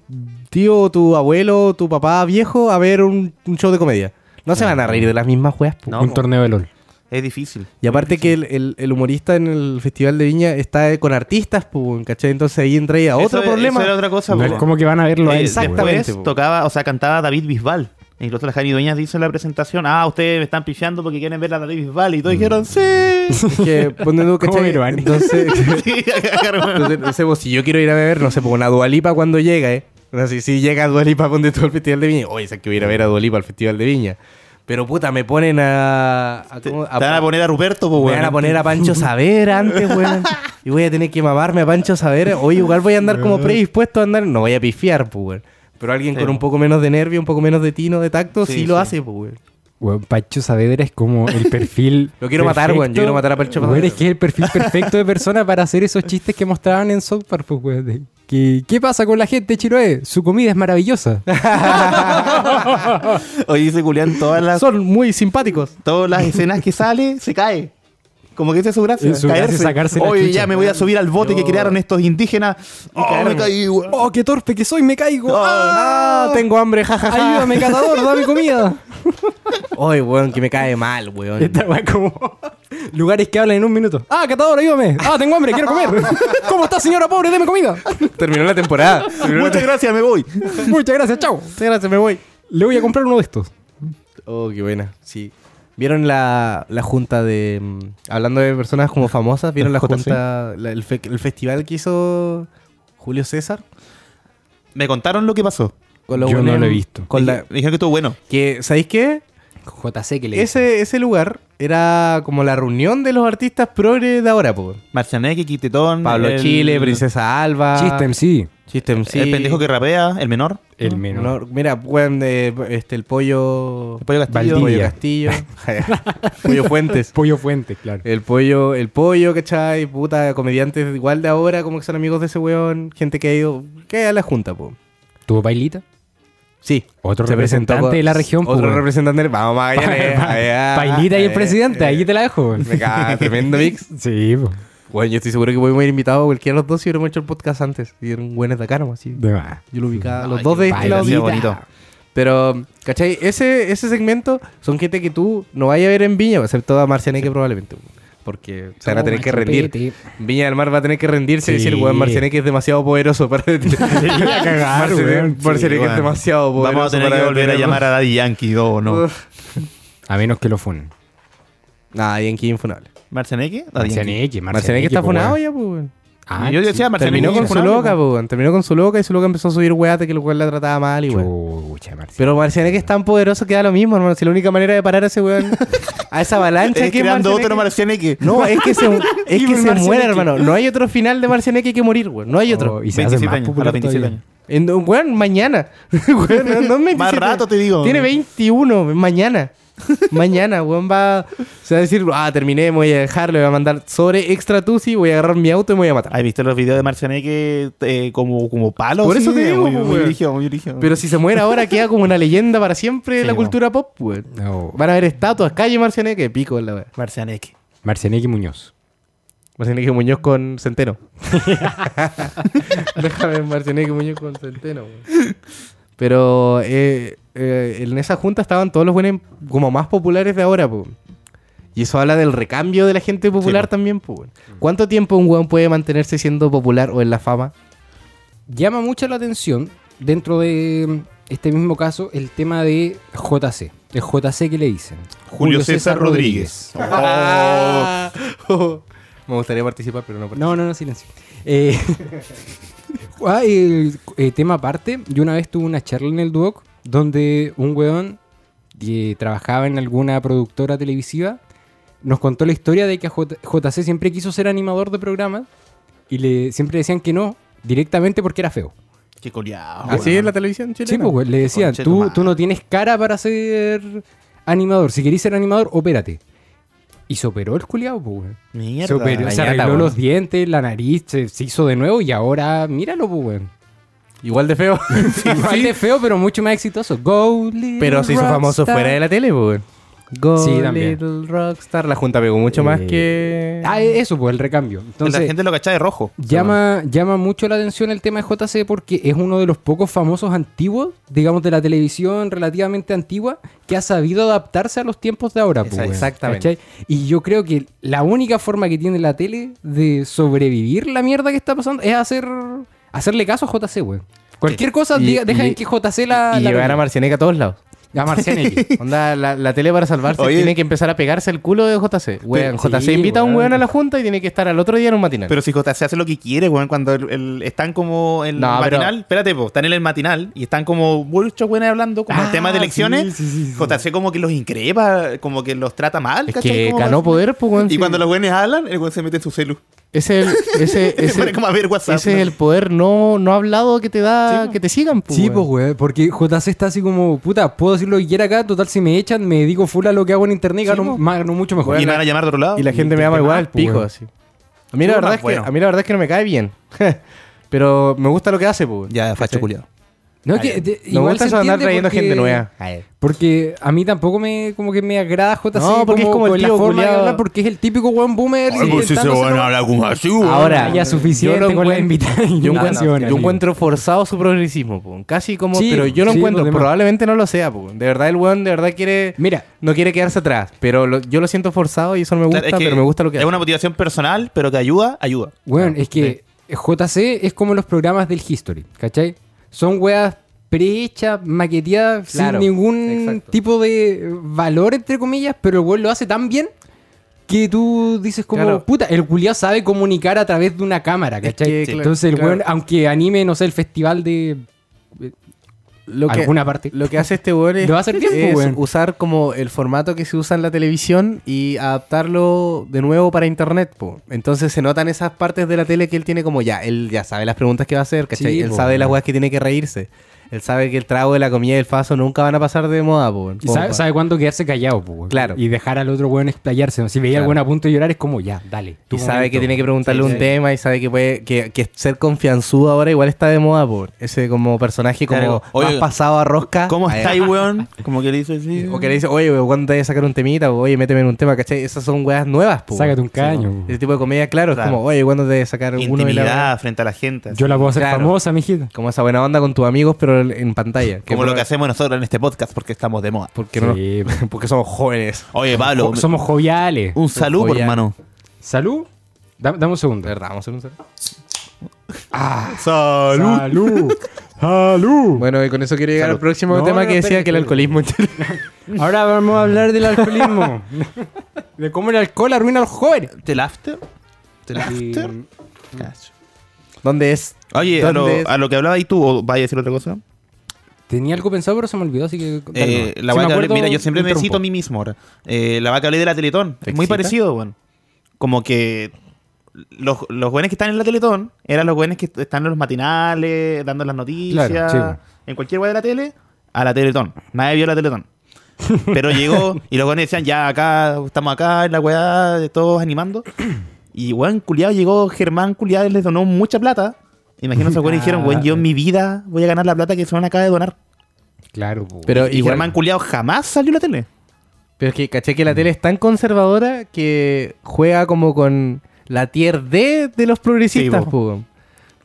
Speaker 1: tío, o tu abuelo, o tu papá viejo a ver un, un show de comedia. No se van a reír de las mismas weas. po.
Speaker 2: No,
Speaker 3: un
Speaker 2: po.
Speaker 3: torneo de LOL.
Speaker 2: Es difícil.
Speaker 1: Y aparte que el, el- el humorista en el Festival de Viña está eh, con artistas, pues, ¿cachai? Entonces ahí entra ya otro
Speaker 2: Eso-
Speaker 1: problema.
Speaker 2: eso era otra cosa.
Speaker 3: No
Speaker 2: po.
Speaker 3: es como que van a verlo a
Speaker 2: Eh,
Speaker 3: él. pues,
Speaker 1: exacto.
Speaker 3: weón.
Speaker 1: Exactamente,
Speaker 2: Después
Speaker 1: po.
Speaker 2: tocaba, o sea, cantaba David Bisbal. E Incluso la Jani Dueñas dice en la presentación, ah, ustedes me están pifiando porque quieren ver a David Bisbal. Y
Speaker 1: Mm.
Speaker 2: todos dijeron, sí.
Speaker 1: Es que, ponte tú,
Speaker 3: ¿Cómo
Speaker 1: ¿cachai?
Speaker 3: Viruani?
Speaker 1: Entonces...
Speaker 2: Sí, agarraron.
Speaker 1: Entonces, no sé, pues, si yo quiero ir a ver, no sé, pues una Dualipa cuando llega, ¿eh? No sé, si llega Dualipa donde todo el Festival de Viña. Oye, sé que voy a ir a ver a Dualipa al Festival de Viña. Pero puta, me ponen a. a-
Speaker 2: Te,
Speaker 1: ¿cómo?
Speaker 2: te van a poner a Ruperto, pues,
Speaker 1: me
Speaker 2: weón.
Speaker 1: van a poner a Pancho Saber antes, weón. Y voy a tener que mamarme a Pancho Saber. Hoy igual voy a andar como predispuesto a andar. No voy a pifiar, pues, weón. Pero alguien
Speaker 2: Sí,
Speaker 1: con un
Speaker 2: po.
Speaker 1: poco menos de nervio, un poco menos de tino, de tacto, sí,
Speaker 2: Sí,
Speaker 1: lo
Speaker 2: sí.
Speaker 1: hace, pues, weón.
Speaker 3: Weón, Pancho Saavedra es como el perfil.
Speaker 1: Lo quiero matar,
Speaker 3: perfecto.
Speaker 1: weón. Yo quiero matar a Pancho
Speaker 3: Weón,
Speaker 1: Saavedra.
Speaker 3: es que es el perfil perfecto de persona para hacer esos chistes que mostraban en South Park, pues, weón. de- que, ¿Qué pasa con la gente de Chiloé? Su comida es maravillosa.
Speaker 2: Oye, dice Julián, todas las,
Speaker 1: Son muy simpáticos.
Speaker 2: todas las escenas que sale, se cae. Como que esa es su gracia.
Speaker 3: Es su gracia sacarse la
Speaker 2: Oye,
Speaker 3: chucha.
Speaker 2: ya me voy a subir al bote que crearon estos indígenas. Oh, me caí, güey.
Speaker 3: ¡Oh, qué torpe que soy! ¡Me caigo!
Speaker 1: Ah, tengo hambre, jajaja.
Speaker 3: ¡Oh! ¡Ayúdame, catador! ¡Dame comida!
Speaker 1: Ay, weón, que me cae mal, weón.
Speaker 3: Esta weá como lugares que hablan en un minuto. ¡Ah, catador, ayúdame! ¡Ah, tengo hambre! ¡Quiero comer! ¿Cómo está, señora pobre? ¡Deme comida!
Speaker 1: Terminó la temporada.
Speaker 2: Muchas gracias, me voy.
Speaker 3: Muchas gracias, chao.
Speaker 1: gracias, me voy.
Speaker 3: Le voy a comprar uno de estos.
Speaker 1: Oh, qué buena. Sí. ¿Vieron la, la junta de. mm, Hablando de personas como famosas, ¿vieron la
Speaker 2: JC?
Speaker 1: junta. la- el, fe- el festival que hizo Julio César?
Speaker 2: Me contaron lo que pasó.
Speaker 1: Con los
Speaker 3: Yo no
Speaker 1: buenos-
Speaker 3: lo he visto.
Speaker 1: Con la,
Speaker 2: Me dijeron que estuvo bueno.
Speaker 1: que, ¿Sabéis qué?
Speaker 3: JC que
Speaker 1: Ese, ese lugar era como la reunión de los artistas progres de ahora, po.
Speaker 2: Marcianeque, Quitetón.
Speaker 1: Pablo
Speaker 2: el-
Speaker 1: Chile, Princesa Alba.
Speaker 3: Chistem, sí.
Speaker 1: Chistem, sí.
Speaker 2: El pendejo que rapea, el menor.
Speaker 3: El
Speaker 1: No, mira, weón, eh, este, el pollo.
Speaker 2: El pollo castillo.
Speaker 1: El pollo
Speaker 3: Valdivia.
Speaker 1: Castillo. pollo Fuentes.
Speaker 3: Pollo Fuente, claro.
Speaker 1: El pollo, el pollo, ¿cachai? Puta, comediantes igual de ahora, como que son amigos de ese weón, gente que ha ido, que a la junta, po.
Speaker 3: ¿Tuvo bailita?
Speaker 1: Sí.
Speaker 3: Otro
Speaker 1: Se presentó
Speaker 3: representante
Speaker 1: con-
Speaker 3: de la región, po,
Speaker 1: Otro
Speaker 3: weón.
Speaker 1: representante del- Vamos, Magallanes. allá,
Speaker 3: Bailita y el
Speaker 1: eh,
Speaker 3: presidente,
Speaker 1: eh,
Speaker 3: ahí te la dejo. weón.
Speaker 1: Me caga, tremendo mix.
Speaker 3: Sí, po.
Speaker 1: Bueno, yo estoy seguro que podemos ir invitados a cualquiera de los dos si hubiéramos hecho el podcast antes. Y eran buenos de acá nomás, sí.
Speaker 3: De más.
Speaker 1: Yo lo ubicaba a
Speaker 2: Ay,
Speaker 1: los dos de este
Speaker 2: baila,
Speaker 1: lado.
Speaker 2: sí, bonito.
Speaker 1: Pero, ¿cachai? Ese, ese segmento son gente que tú no vayas a ver en Viña, excepto a Marcianeque probablemente. Porque se van a tener que rendir. Viña del Mar va a tener que rendirse y
Speaker 3: Sí.
Speaker 1: decir, weón, Marcianeque es demasiado poderoso para...
Speaker 3: a cagar, weón.
Speaker 1: Marcianeque, Marcianeque
Speaker 2: bueno.
Speaker 1: es demasiado poderoso
Speaker 2: Vamos a Oh, tener
Speaker 1: para
Speaker 2: que volver a
Speaker 1: detenerlo.
Speaker 2: llamar a Daddy Yankee, no, no.
Speaker 3: A menos que lo funen.
Speaker 1: Ah, Nah, Yankee infunable.
Speaker 2: ¿Marcianeque? Daddy Yankee.
Speaker 3: Marcianeque,
Speaker 1: Marcianeque está funado ya, pues, weón.
Speaker 3: Ah,
Speaker 2: Yo decía
Speaker 3: sí.
Speaker 2: Marcianeque.
Speaker 1: Terminó con su
Speaker 2: infunable,
Speaker 1: loca,
Speaker 2: ¿no?
Speaker 1: pues, weón. Terminó con su loca y su loca empezó a subir weate que el weón la trataba mal y weón.
Speaker 3: Chucha, Marcianeque.
Speaker 1: Pero Marcianeque es tan poderoso que da lo mismo, hermano. Si la única manera de parar a ese weón, a esa avalancha
Speaker 2: Es
Speaker 1: que es
Speaker 2: creando
Speaker 1: Marcianeque-
Speaker 2: otro Marcianeque.
Speaker 1: No, es que se, es
Speaker 2: Evil
Speaker 1: que se
Speaker 2: Marcianeque.
Speaker 1: muere, hermano. No hay otro final de Marcianeque que morir, weón. No hay otro.
Speaker 3: Oh, y se hace
Speaker 2: 27
Speaker 3: más
Speaker 2: años, a
Speaker 3: popular
Speaker 2: los 27
Speaker 3: todavía.
Speaker 2: años.
Speaker 1: En, weón, mañana. Weón, no, no me
Speaker 2: Más
Speaker 1: 27.
Speaker 2: rato te digo.
Speaker 1: Tiene 21, mañana. mañana, weón, va. Se va a decir, ah, terminé, me voy a dejar, le voy a mandar sobre extra tusi, voy a agarrar mi auto y me voy a matar.
Speaker 2: ¿Has visto los videos de Marcianeque eh, como, como palos?
Speaker 1: Por eso te digo,
Speaker 2: Muy,
Speaker 1: po,
Speaker 2: muy
Speaker 1: weón.
Speaker 2: brígido, muy brígido.
Speaker 1: Pero si se muere ahora, queda como una leyenda para siempre de
Speaker 2: Sí,
Speaker 1: la
Speaker 2: po.
Speaker 1: cultura pop, weón.
Speaker 3: No.
Speaker 1: Van a haber estatuas, calle Marcianeque, pico en la weá.
Speaker 2: Marcianeque.
Speaker 3: Marcianeque Muñoz.
Speaker 1: Marcianeque Muñoz con Centeno. Déjame en Marcianeque Muñoz con Centeno. güey. Pero eh, eh, en esa junta estaban todos los buenos como más populares de ahora, po. Y eso habla del recambio de la gente popular
Speaker 2: Sí, po.
Speaker 1: también, po. güey. ¿Cuánto tiempo un weón puede mantenerse siendo popular o en la fama?
Speaker 3: Llama mucho la atención dentro de mm, este mismo caso el tema de JC. El JC que le dicen.
Speaker 2: Julio César Oh. Rodríguez.
Speaker 1: Oh, Me gustaría participar, pero no participo.
Speaker 3: No, no, no, silencio. Eh, ah, el, eh, tema aparte, yo una vez tuve una charla en el Duoc donde un weón que trabajaba en alguna productora televisiva nos contó la historia de que a J- JC siempre quiso ser animador de programa y le siempre decían que no directamente porque era feo.
Speaker 2: Qué coleado.
Speaker 1: ¿Así es la televisión chilena?
Speaker 3: Sí, pues, güey, le decían,
Speaker 2: Conche tu
Speaker 3: tú,
Speaker 2: madre.
Speaker 3: tú no tienes cara para ser animador. Si querés ser animador, opérate. Y se operó el culiao, pues, güey.
Speaker 2: Mierda.
Speaker 3: Se operó, se
Speaker 1: ñata,
Speaker 3: arregló
Speaker 1: güey.
Speaker 3: los dientes, la nariz, se, se hizo de nuevo y ahora, míralo, pues, güey.
Speaker 1: Igual de feo.
Speaker 3: Igual de feo, pero mucho más exitoso. Go, little
Speaker 1: Pero se hizo famoso
Speaker 3: rockstar.
Speaker 1: fuera de la tele, pues. Go
Speaker 3: Sí, también.
Speaker 1: Little Rockstar. La junta pegó mucho más
Speaker 3: Eh,
Speaker 1: que.
Speaker 3: Ah, e- eso, pues, el recambio. Entonces,
Speaker 2: la gente lo cachaba de rojo.
Speaker 3: llama, llama mucho la atención el tema de JC porque es uno de los pocos famosos antiguos, digamos, de la televisión relativamente antigua, que ha sabido adaptarse a los tiempos de ahora. pues,
Speaker 1: Esa-
Speaker 3: weón,
Speaker 1: exactamente.
Speaker 3: ¿cachai? Y yo creo que la única forma que tiene la tele de sobrevivir la mierda que está pasando es hacer hacerle caso a JC, güey. Cualquier cosa,
Speaker 1: Y-
Speaker 3: diga- deja
Speaker 1: y-
Speaker 3: en que JC la...
Speaker 1: y
Speaker 3: la
Speaker 1: llevar a Marcianeca a todos lados.
Speaker 3: a Marcianeque.
Speaker 1: Onda, la, la tele para salvarse
Speaker 2: Oye.
Speaker 1: tiene que empezar a pegarse el culo de JC. Weón,
Speaker 3: Sí,
Speaker 1: JC invita a un
Speaker 3: weón.
Speaker 1: weón a la junta y tiene que estar al otro día en un matinal.
Speaker 2: Pero si JC hace lo que quiere, weón, cuando el- el- están como en
Speaker 1: No,
Speaker 2: el
Speaker 1: pero-
Speaker 2: matinal, espérate, po, están en el matinal y están como muchos buenos hablando como
Speaker 1: Ah,
Speaker 2: el tema de elecciones. JC como que los increpa, como que los trata mal,
Speaker 1: es
Speaker 2: ¿cachai?
Speaker 1: que
Speaker 2: Como-
Speaker 1: ganó poder, pues, weón.
Speaker 2: Y
Speaker 1: sí.
Speaker 2: cuando los buenos hablan, el weón se mete en su celu.
Speaker 1: Ese es el, ese,
Speaker 2: Se
Speaker 1: ese-
Speaker 2: pone como a ver WhatsApp.
Speaker 1: ese
Speaker 2: ¿no?
Speaker 1: es el poder no, no hablado que te da
Speaker 2: Sí, po.
Speaker 1: que te sigan, pues.
Speaker 3: Sí,
Speaker 1: weón.
Speaker 3: pues, güey, porque JC está así como, puta, puedo decir lo que quiera acá, total, si me echan, me digo full a lo que hago en internet y gano, ma- gano mucho mejor.
Speaker 2: Y me van a llamar de otro lado.
Speaker 1: Y la gente me ama
Speaker 3: Qué
Speaker 1: igual,
Speaker 3: mal,
Speaker 1: pico,
Speaker 3: pues,
Speaker 1: así. A mí, la
Speaker 2: Sí,
Speaker 1: verdad
Speaker 2: más
Speaker 1: es que,
Speaker 2: bueno.
Speaker 1: a mí la verdad es que no me cae bien. Pero me gusta lo que hace, pues.
Speaker 2: Ya, facho culiado.
Speaker 3: No, que, de-
Speaker 1: Me
Speaker 3: igual
Speaker 1: gusta
Speaker 3: se
Speaker 1: eso de andar
Speaker 3: entiende
Speaker 1: trayendo
Speaker 3: porque-
Speaker 1: gente nueva.
Speaker 3: Porque a mí tampoco me como que me agrada JC
Speaker 1: No, porque es como el
Speaker 3: con la
Speaker 1: tío
Speaker 3: forma de
Speaker 1: culiao.
Speaker 3: hablar, porque es el típico weón boomer.
Speaker 2: pues
Speaker 3: intentándose nomás.
Speaker 2: como
Speaker 1: Ah,
Speaker 2: así,
Speaker 3: Ahora, ya suficiente
Speaker 1: yo lo
Speaker 3: con la
Speaker 1: encuent-
Speaker 3: invitación.
Speaker 1: Yo,
Speaker 3: No,
Speaker 1: encuentro,
Speaker 3: no,
Speaker 1: yo
Speaker 3: amigo.
Speaker 1: encuentro forzado su progresismo, po. casi como.
Speaker 3: Sí,
Speaker 1: pero yo lo
Speaker 3: sí,
Speaker 1: encuentro,
Speaker 3: los demás.
Speaker 1: probablemente no lo sea. po. De verdad, el weón de verdad quiere.
Speaker 3: Mira,
Speaker 1: No quiere quedarse atrás, pero lo- yo lo siento forzado y eso no me gusta, pero me gusta lo que
Speaker 2: Es
Speaker 1: hace.
Speaker 2: una motivación personal, pero que ayuda, ayuda.
Speaker 3: weón, es que JC es como los programas del History, ¿cachai? Son weas prehechas, maqueteadas,
Speaker 1: Claro,
Speaker 3: sin ningún
Speaker 1: exacto.
Speaker 3: tipo de valor, entre comillas, pero el weón lo hace tan bien que tú dices como,
Speaker 1: Claro.
Speaker 3: puta, el culiao sabe comunicar a través de una cámara,
Speaker 1: Es
Speaker 3: ¿cachai?
Speaker 1: que,
Speaker 3: Entonces el
Speaker 1: claro,
Speaker 3: weón, aunque anime, no sé, el festival de
Speaker 1: lo que,
Speaker 3: alguna parte.
Speaker 1: lo que hace este weón es,
Speaker 3: Lo va a hacer bien,
Speaker 1: es
Speaker 3: po, weón.
Speaker 1: usar como el formato que se usa en la televisión y adaptarlo de nuevo para internet. po. Entonces se notan esas partes de la tele que él tiene como ya, él ya sabe las preguntas que va a hacer, ¿cachai?
Speaker 3: Sí,
Speaker 1: él
Speaker 3: po,
Speaker 1: sabe las
Speaker 3: weón.
Speaker 1: weas que tiene que reírse. Él sabe que el trago de la comida y el faso nunca van a pasar de moda, po, weón.
Speaker 3: Y sabe,
Speaker 1: Pompa.
Speaker 3: sabe cuándo quedarse callado, po, weón.
Speaker 1: Claro.
Speaker 3: Y dejar al otro weón explayarse. ¿no? Si veía
Speaker 1: Claro.
Speaker 3: al weón a punto de llorar, es como, ya, dale.
Speaker 1: Y
Speaker 3: tu
Speaker 1: sabe
Speaker 3: momento,
Speaker 1: que tiene que
Speaker 3: weón.
Speaker 1: preguntarle
Speaker 3: Sí,
Speaker 1: un
Speaker 3: sí.
Speaker 1: tema y sabe que puede que, que ser confianzudo ahora igual está de moda por ese como personaje como
Speaker 2: Claro.
Speaker 1: más
Speaker 2: Oye,
Speaker 1: pasado a rosca.
Speaker 2: ¿Cómo
Speaker 1: Ah, Ahí.
Speaker 2: estáis, weón? Como que le hizo así.
Speaker 1: O que le dice, oye, weón, ¿cuándo te vas a sacar un temita? O, oye, méteme en un tema, ¿cachai? Esas son weas nuevas, po.
Speaker 3: Sácate un caño.
Speaker 1: Sí,
Speaker 3: po.
Speaker 1: Ese tipo de comedia, claro,
Speaker 2: Claro.
Speaker 1: es como, oye, ¿cuándo te vas a sacar uno de la...
Speaker 2: Intimidad frente a la gente. así.
Speaker 3: Yo la puedo hacer
Speaker 1: Claro.
Speaker 3: famosa, mijito.
Speaker 1: Como esa buena onda con tus amigos, pero en pantalla.
Speaker 2: Como lo que
Speaker 1: hacen
Speaker 2: hacemos nosotros en este podcast porque estamos de moda.
Speaker 1: Porque, no-
Speaker 3: Sí, po.
Speaker 1: porque somos jóvenes. Oh,
Speaker 2: Oye, Pablo,
Speaker 3: Jo- Somos joviales.
Speaker 2: un saludo,
Speaker 1: Oye,
Speaker 2: hermano.
Speaker 3: Salud. Da- dame un segundo.
Speaker 1: De verdad, vamos a hacer un saludo.
Speaker 2: Salud.
Speaker 3: Salud.
Speaker 5: ¡Salud!
Speaker 1: Bueno, y con eso quiero llegar
Speaker 2: Salud.
Speaker 1: al próximo
Speaker 3: No,
Speaker 1: tema
Speaker 3: no,
Speaker 1: que
Speaker 3: no,
Speaker 1: decía
Speaker 3: espérate,
Speaker 1: que el
Speaker 3: espérate.
Speaker 1: alcoholismo en Chile-
Speaker 3: Ahora vamos a hablar del alcoholismo. de cómo el alcohol arruina a los jóvenes.
Speaker 2: ¿Te after? ¿Te after?
Speaker 3: Y-
Speaker 2: Cacho.
Speaker 1: ¿Dónde es?
Speaker 2: Oye, a lo,
Speaker 1: ¿Dónde es?
Speaker 2: a lo que hablabas ahí tú, o vaya a decir otra cosa.
Speaker 3: tenía algo pensado, pero se me olvidó, así que.
Speaker 2: Eh,
Speaker 3: dale,
Speaker 2: la
Speaker 3: si me
Speaker 2: vaca,
Speaker 3: acuerdo,
Speaker 2: mira, yo siempre me
Speaker 3: interrumpo.
Speaker 2: cito a mí mismo ahora. Eh, la vaca ley de la Teletón.
Speaker 1: ¿Te
Speaker 2: Es muy
Speaker 1: excita?
Speaker 2: parecido, weón. Como que los, los güeyes que están en la Teletón eran los güeyes que están en los matinales, dando las noticias.
Speaker 3: Claro, sí, weón.
Speaker 2: En cualquier güey de la tele, a la Teletón. Nadie vio la Teletón. Pero llegó y los güeyes decían, ya acá, estamos acá, en la weá, de todos animando. Y weón, culiado llegó Germán Culiado les donó mucha plata. Imagino esos güeyes dijeron, weón, yo en mi vida voy a ganar la plata que se van acá de donar.
Speaker 3: Claro, po.
Speaker 1: Pero
Speaker 2: Y
Speaker 1: igual-
Speaker 2: Germán Culiado jamás salió a la tele.
Speaker 1: Pero es que caché que la tele es tan conservadora que juega como con la tier D de los progresistas,
Speaker 2: Sí, po.
Speaker 1: po, weón.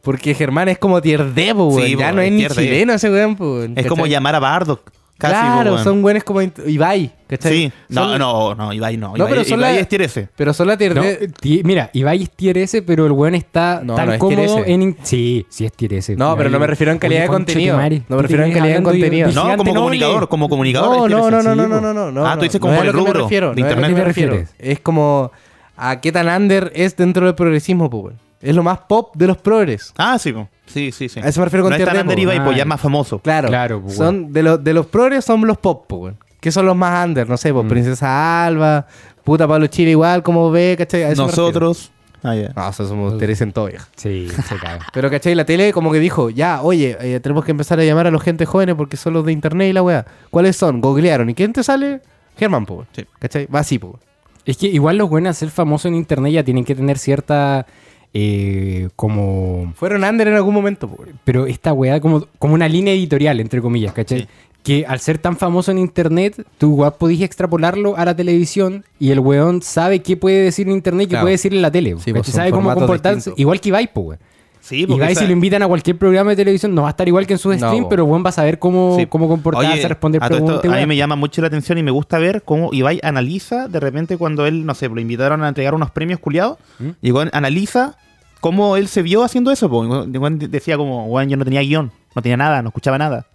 Speaker 1: Porque Germán es como tier D, po,
Speaker 2: Sí,
Speaker 1: weón. ya
Speaker 2: po,
Speaker 1: no es
Speaker 2: es
Speaker 1: ni
Speaker 2: tier D.
Speaker 1: chileno ese weón, po, weón,
Speaker 2: Es
Speaker 1: ¿cachai?
Speaker 2: como llamar a Bardock. Casi,
Speaker 1: Claro,
Speaker 2: weón.
Speaker 1: son buenos como Int- Ibai, ¿cachai?
Speaker 2: Sí, no,
Speaker 1: Son-
Speaker 2: no, no, Ibai no.
Speaker 1: No,
Speaker 2: Ibai,
Speaker 1: pero son
Speaker 2: Ibai
Speaker 1: la-
Speaker 2: es tier S.
Speaker 1: Pero son la tier
Speaker 3: No,
Speaker 1: D.
Speaker 3: ti- mira, Ibai es tier S, pero el weón está
Speaker 1: No,
Speaker 3: tan
Speaker 1: no es tier
Speaker 3: cómodo
Speaker 1: S.
Speaker 3: en... in- Sí, sí es tier S.
Speaker 1: No, pero no me refiero en calidad de
Speaker 3: concha tu
Speaker 1: contenido.
Speaker 3: madre,
Speaker 1: No
Speaker 3: tú
Speaker 1: me refiero en
Speaker 3: tenías
Speaker 1: calidad de
Speaker 3: hablando yo-
Speaker 1: contenido.
Speaker 3: de
Speaker 1: Sí,
Speaker 2: No,
Speaker 3: gigante
Speaker 2: como
Speaker 3: noble.
Speaker 2: comunicador, como comunicador
Speaker 1: No,
Speaker 2: es tier
Speaker 1: no,
Speaker 2: S.
Speaker 1: no, no,
Speaker 3: sí,
Speaker 1: no, no,
Speaker 3: po.
Speaker 1: no, no, no.
Speaker 2: Ah, tú dices
Speaker 1: no
Speaker 2: como
Speaker 1: es a
Speaker 2: el
Speaker 1: lo que me
Speaker 2: rubro
Speaker 1: refiero, no
Speaker 2: de
Speaker 1: es a lo que
Speaker 3: internet.
Speaker 1: me refiero. Es como a qué tan under es dentro del progresismo, po, weón. Es lo más pop de los progres.
Speaker 2: Ah, sí, po. sí, sí, sí.
Speaker 1: A eso me refiero con
Speaker 2: no es
Speaker 1: tier
Speaker 2: tan
Speaker 1: D,
Speaker 2: under
Speaker 1: po.
Speaker 2: Ibai, po,
Speaker 3: Ah.
Speaker 2: ya es más famoso.
Speaker 1: Claro.
Speaker 3: Claro, pues,
Speaker 1: son de, los de los progres son los pop, pues, weón. Que son los más under, no sé, pues, Princesa Alba, puta Pablo Chile igual, como ve, ¿cachai? A eso me
Speaker 2: Nosotros. Ah, ya.
Speaker 1: refiero. No, o sea, somos Teresa en todo, vieja.
Speaker 3: Sí, se caga.
Speaker 1: Pero, ¿cachai? La tele como que dijo, ya, oye, eh, tenemos que empezar a llamar a los gente jóvenes porque son los de internet y la weá. ¿Cuáles son? Googlearon. ¿Y quién te sale? Germán, pues. weón.
Speaker 2: Sí.
Speaker 1: ¿Cachai? Va así, pues. weón.
Speaker 3: Es que igual los buenos a ser famosos en internet ya tienen que tener cierta... eh, como...
Speaker 1: Fueron under en algún momento, pues. weón.
Speaker 3: Pero esta weá, como, como una línea editorial, entre comillas, ¿cachai?
Speaker 2: Sí.
Speaker 3: Que al ser tan famoso en internet, tú igual podías extrapolarlo a la televisión y el weón sabe qué puede decir en internet y qué
Speaker 1: Claro.
Speaker 3: puede decir en la tele.
Speaker 1: Sí,
Speaker 3: ¿cachai?
Speaker 1: pues, son
Speaker 3: sabe cómo
Speaker 1: formatos
Speaker 3: comportarse.
Speaker 1: distintos.
Speaker 3: Igual que Ibai, po, weón.
Speaker 2: Sí,
Speaker 3: Y
Speaker 2: porque
Speaker 3: Ibai, si
Speaker 2: esa-
Speaker 3: lo invitan a cualquier programa de televisión, no va a estar igual que en su
Speaker 1: No,
Speaker 3: stream,
Speaker 1: po.
Speaker 3: pero buen va a saber cómo,
Speaker 2: Sí.
Speaker 3: cómo comportarse,
Speaker 2: Oye,
Speaker 3: responder
Speaker 2: a todo esto,
Speaker 3: preguntas.
Speaker 2: a
Speaker 3: weá.
Speaker 2: mí me llama mucho la atención y me gusta ver cómo Ibai analiza de repente cuando él, no sé, lo invitaron a entregar unos premios culiados. Y weón, analiza cómo él se vio haciendo eso. Po. Y weón- y weón decía como, weón, yo no tenía guión, no tenía nada, no escuchaba nada.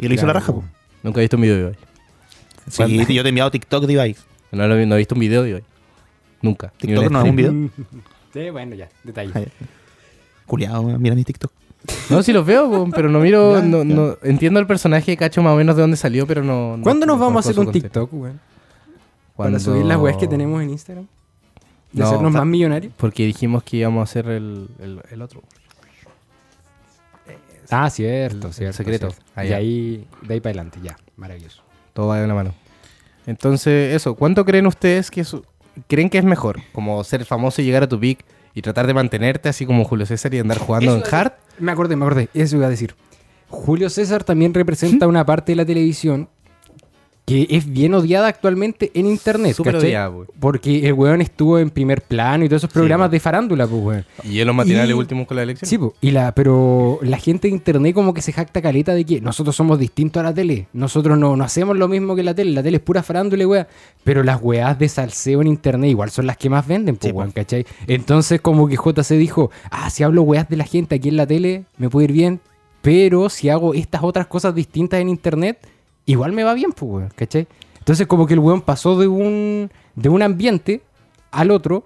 Speaker 2: Y le hizo la
Speaker 3: Claro,
Speaker 2: raja,
Speaker 3: po.
Speaker 2: po.
Speaker 1: Nunca he visto un video de hoy.
Speaker 2: Sí, yo te he enviado TikTok de Ibai.
Speaker 1: No, lo- no he visto un video de hoy. Nunca. Ni
Speaker 2: TikTok
Speaker 1: un
Speaker 2: no es un video.
Speaker 3: Sí, bueno, ya, detalle.
Speaker 2: Ay, Culiado, weón, mira mi TikTok.
Speaker 1: No, sí los veo, po, pero no miro.
Speaker 2: Ya,
Speaker 1: no,
Speaker 2: ya.
Speaker 1: no- entiendo el personaje, cacho más o menos de dónde salió, pero no. no-
Speaker 3: ¿Cuándo nos
Speaker 1: no
Speaker 3: vamos a hacer
Speaker 1: conozco
Speaker 3: un
Speaker 1: su contexto.
Speaker 3: TikTok, weón?
Speaker 1: Cuando-
Speaker 3: Para subir las weas que tenemos en Instagram. De
Speaker 1: No,
Speaker 3: hacernos
Speaker 1: pa-
Speaker 3: más millonarios.
Speaker 1: Porque dijimos que íbamos a hacer el, el- el otro.
Speaker 3: Ah, cierto, cierto.
Speaker 1: secreto.
Speaker 3: cierto.
Speaker 1: Ah,
Speaker 3: y
Speaker 1: ya.
Speaker 3: ahí, de ahí para adelante, ya. Maravilloso.
Speaker 1: Todo va de la mano. Entonces, eso. ¿Cuánto creen ustedes que es- creen que es mejor? Como ser famoso y llegar a tu pick y tratar de mantenerte así como Julio César y andar jugando en
Speaker 3: Eso-
Speaker 1: hard.
Speaker 3: Me acordé, me acordé. Eso iba a decir. Julio César también representa una parte de la televisión que es bien odiada actualmente en internet.
Speaker 1: Súper
Speaker 3: ¿cachai?
Speaker 1: odiada, pues. güey.
Speaker 3: Porque el weón estuvo en primer plano y todos esos programas
Speaker 1: güey.
Speaker 3: de farándula, pues, weón.
Speaker 1: Y en los matinales
Speaker 3: Y-
Speaker 1: últimos con la elección.
Speaker 3: Sí, po. y la, pero la gente de internet como que se jacta caleta de que nosotros somos distintos a la tele. Nosotros no, no hacemos lo mismo que la tele. La tele es pura farándula, y weá. Pero las weás de salseo en internet igual son las que más venden, po,
Speaker 2: Sí, po.
Speaker 3: weón, ¿cachai? Entonces como que JC dijo, ah, si hablo weás de la gente aquí en la tele, me puede ir bien. Pero si hago estas otras cosas distintas en internet, igual me va bien, pues, weón, ¿cachai? Entonces como que el weón pasó de un, de un ambiente al otro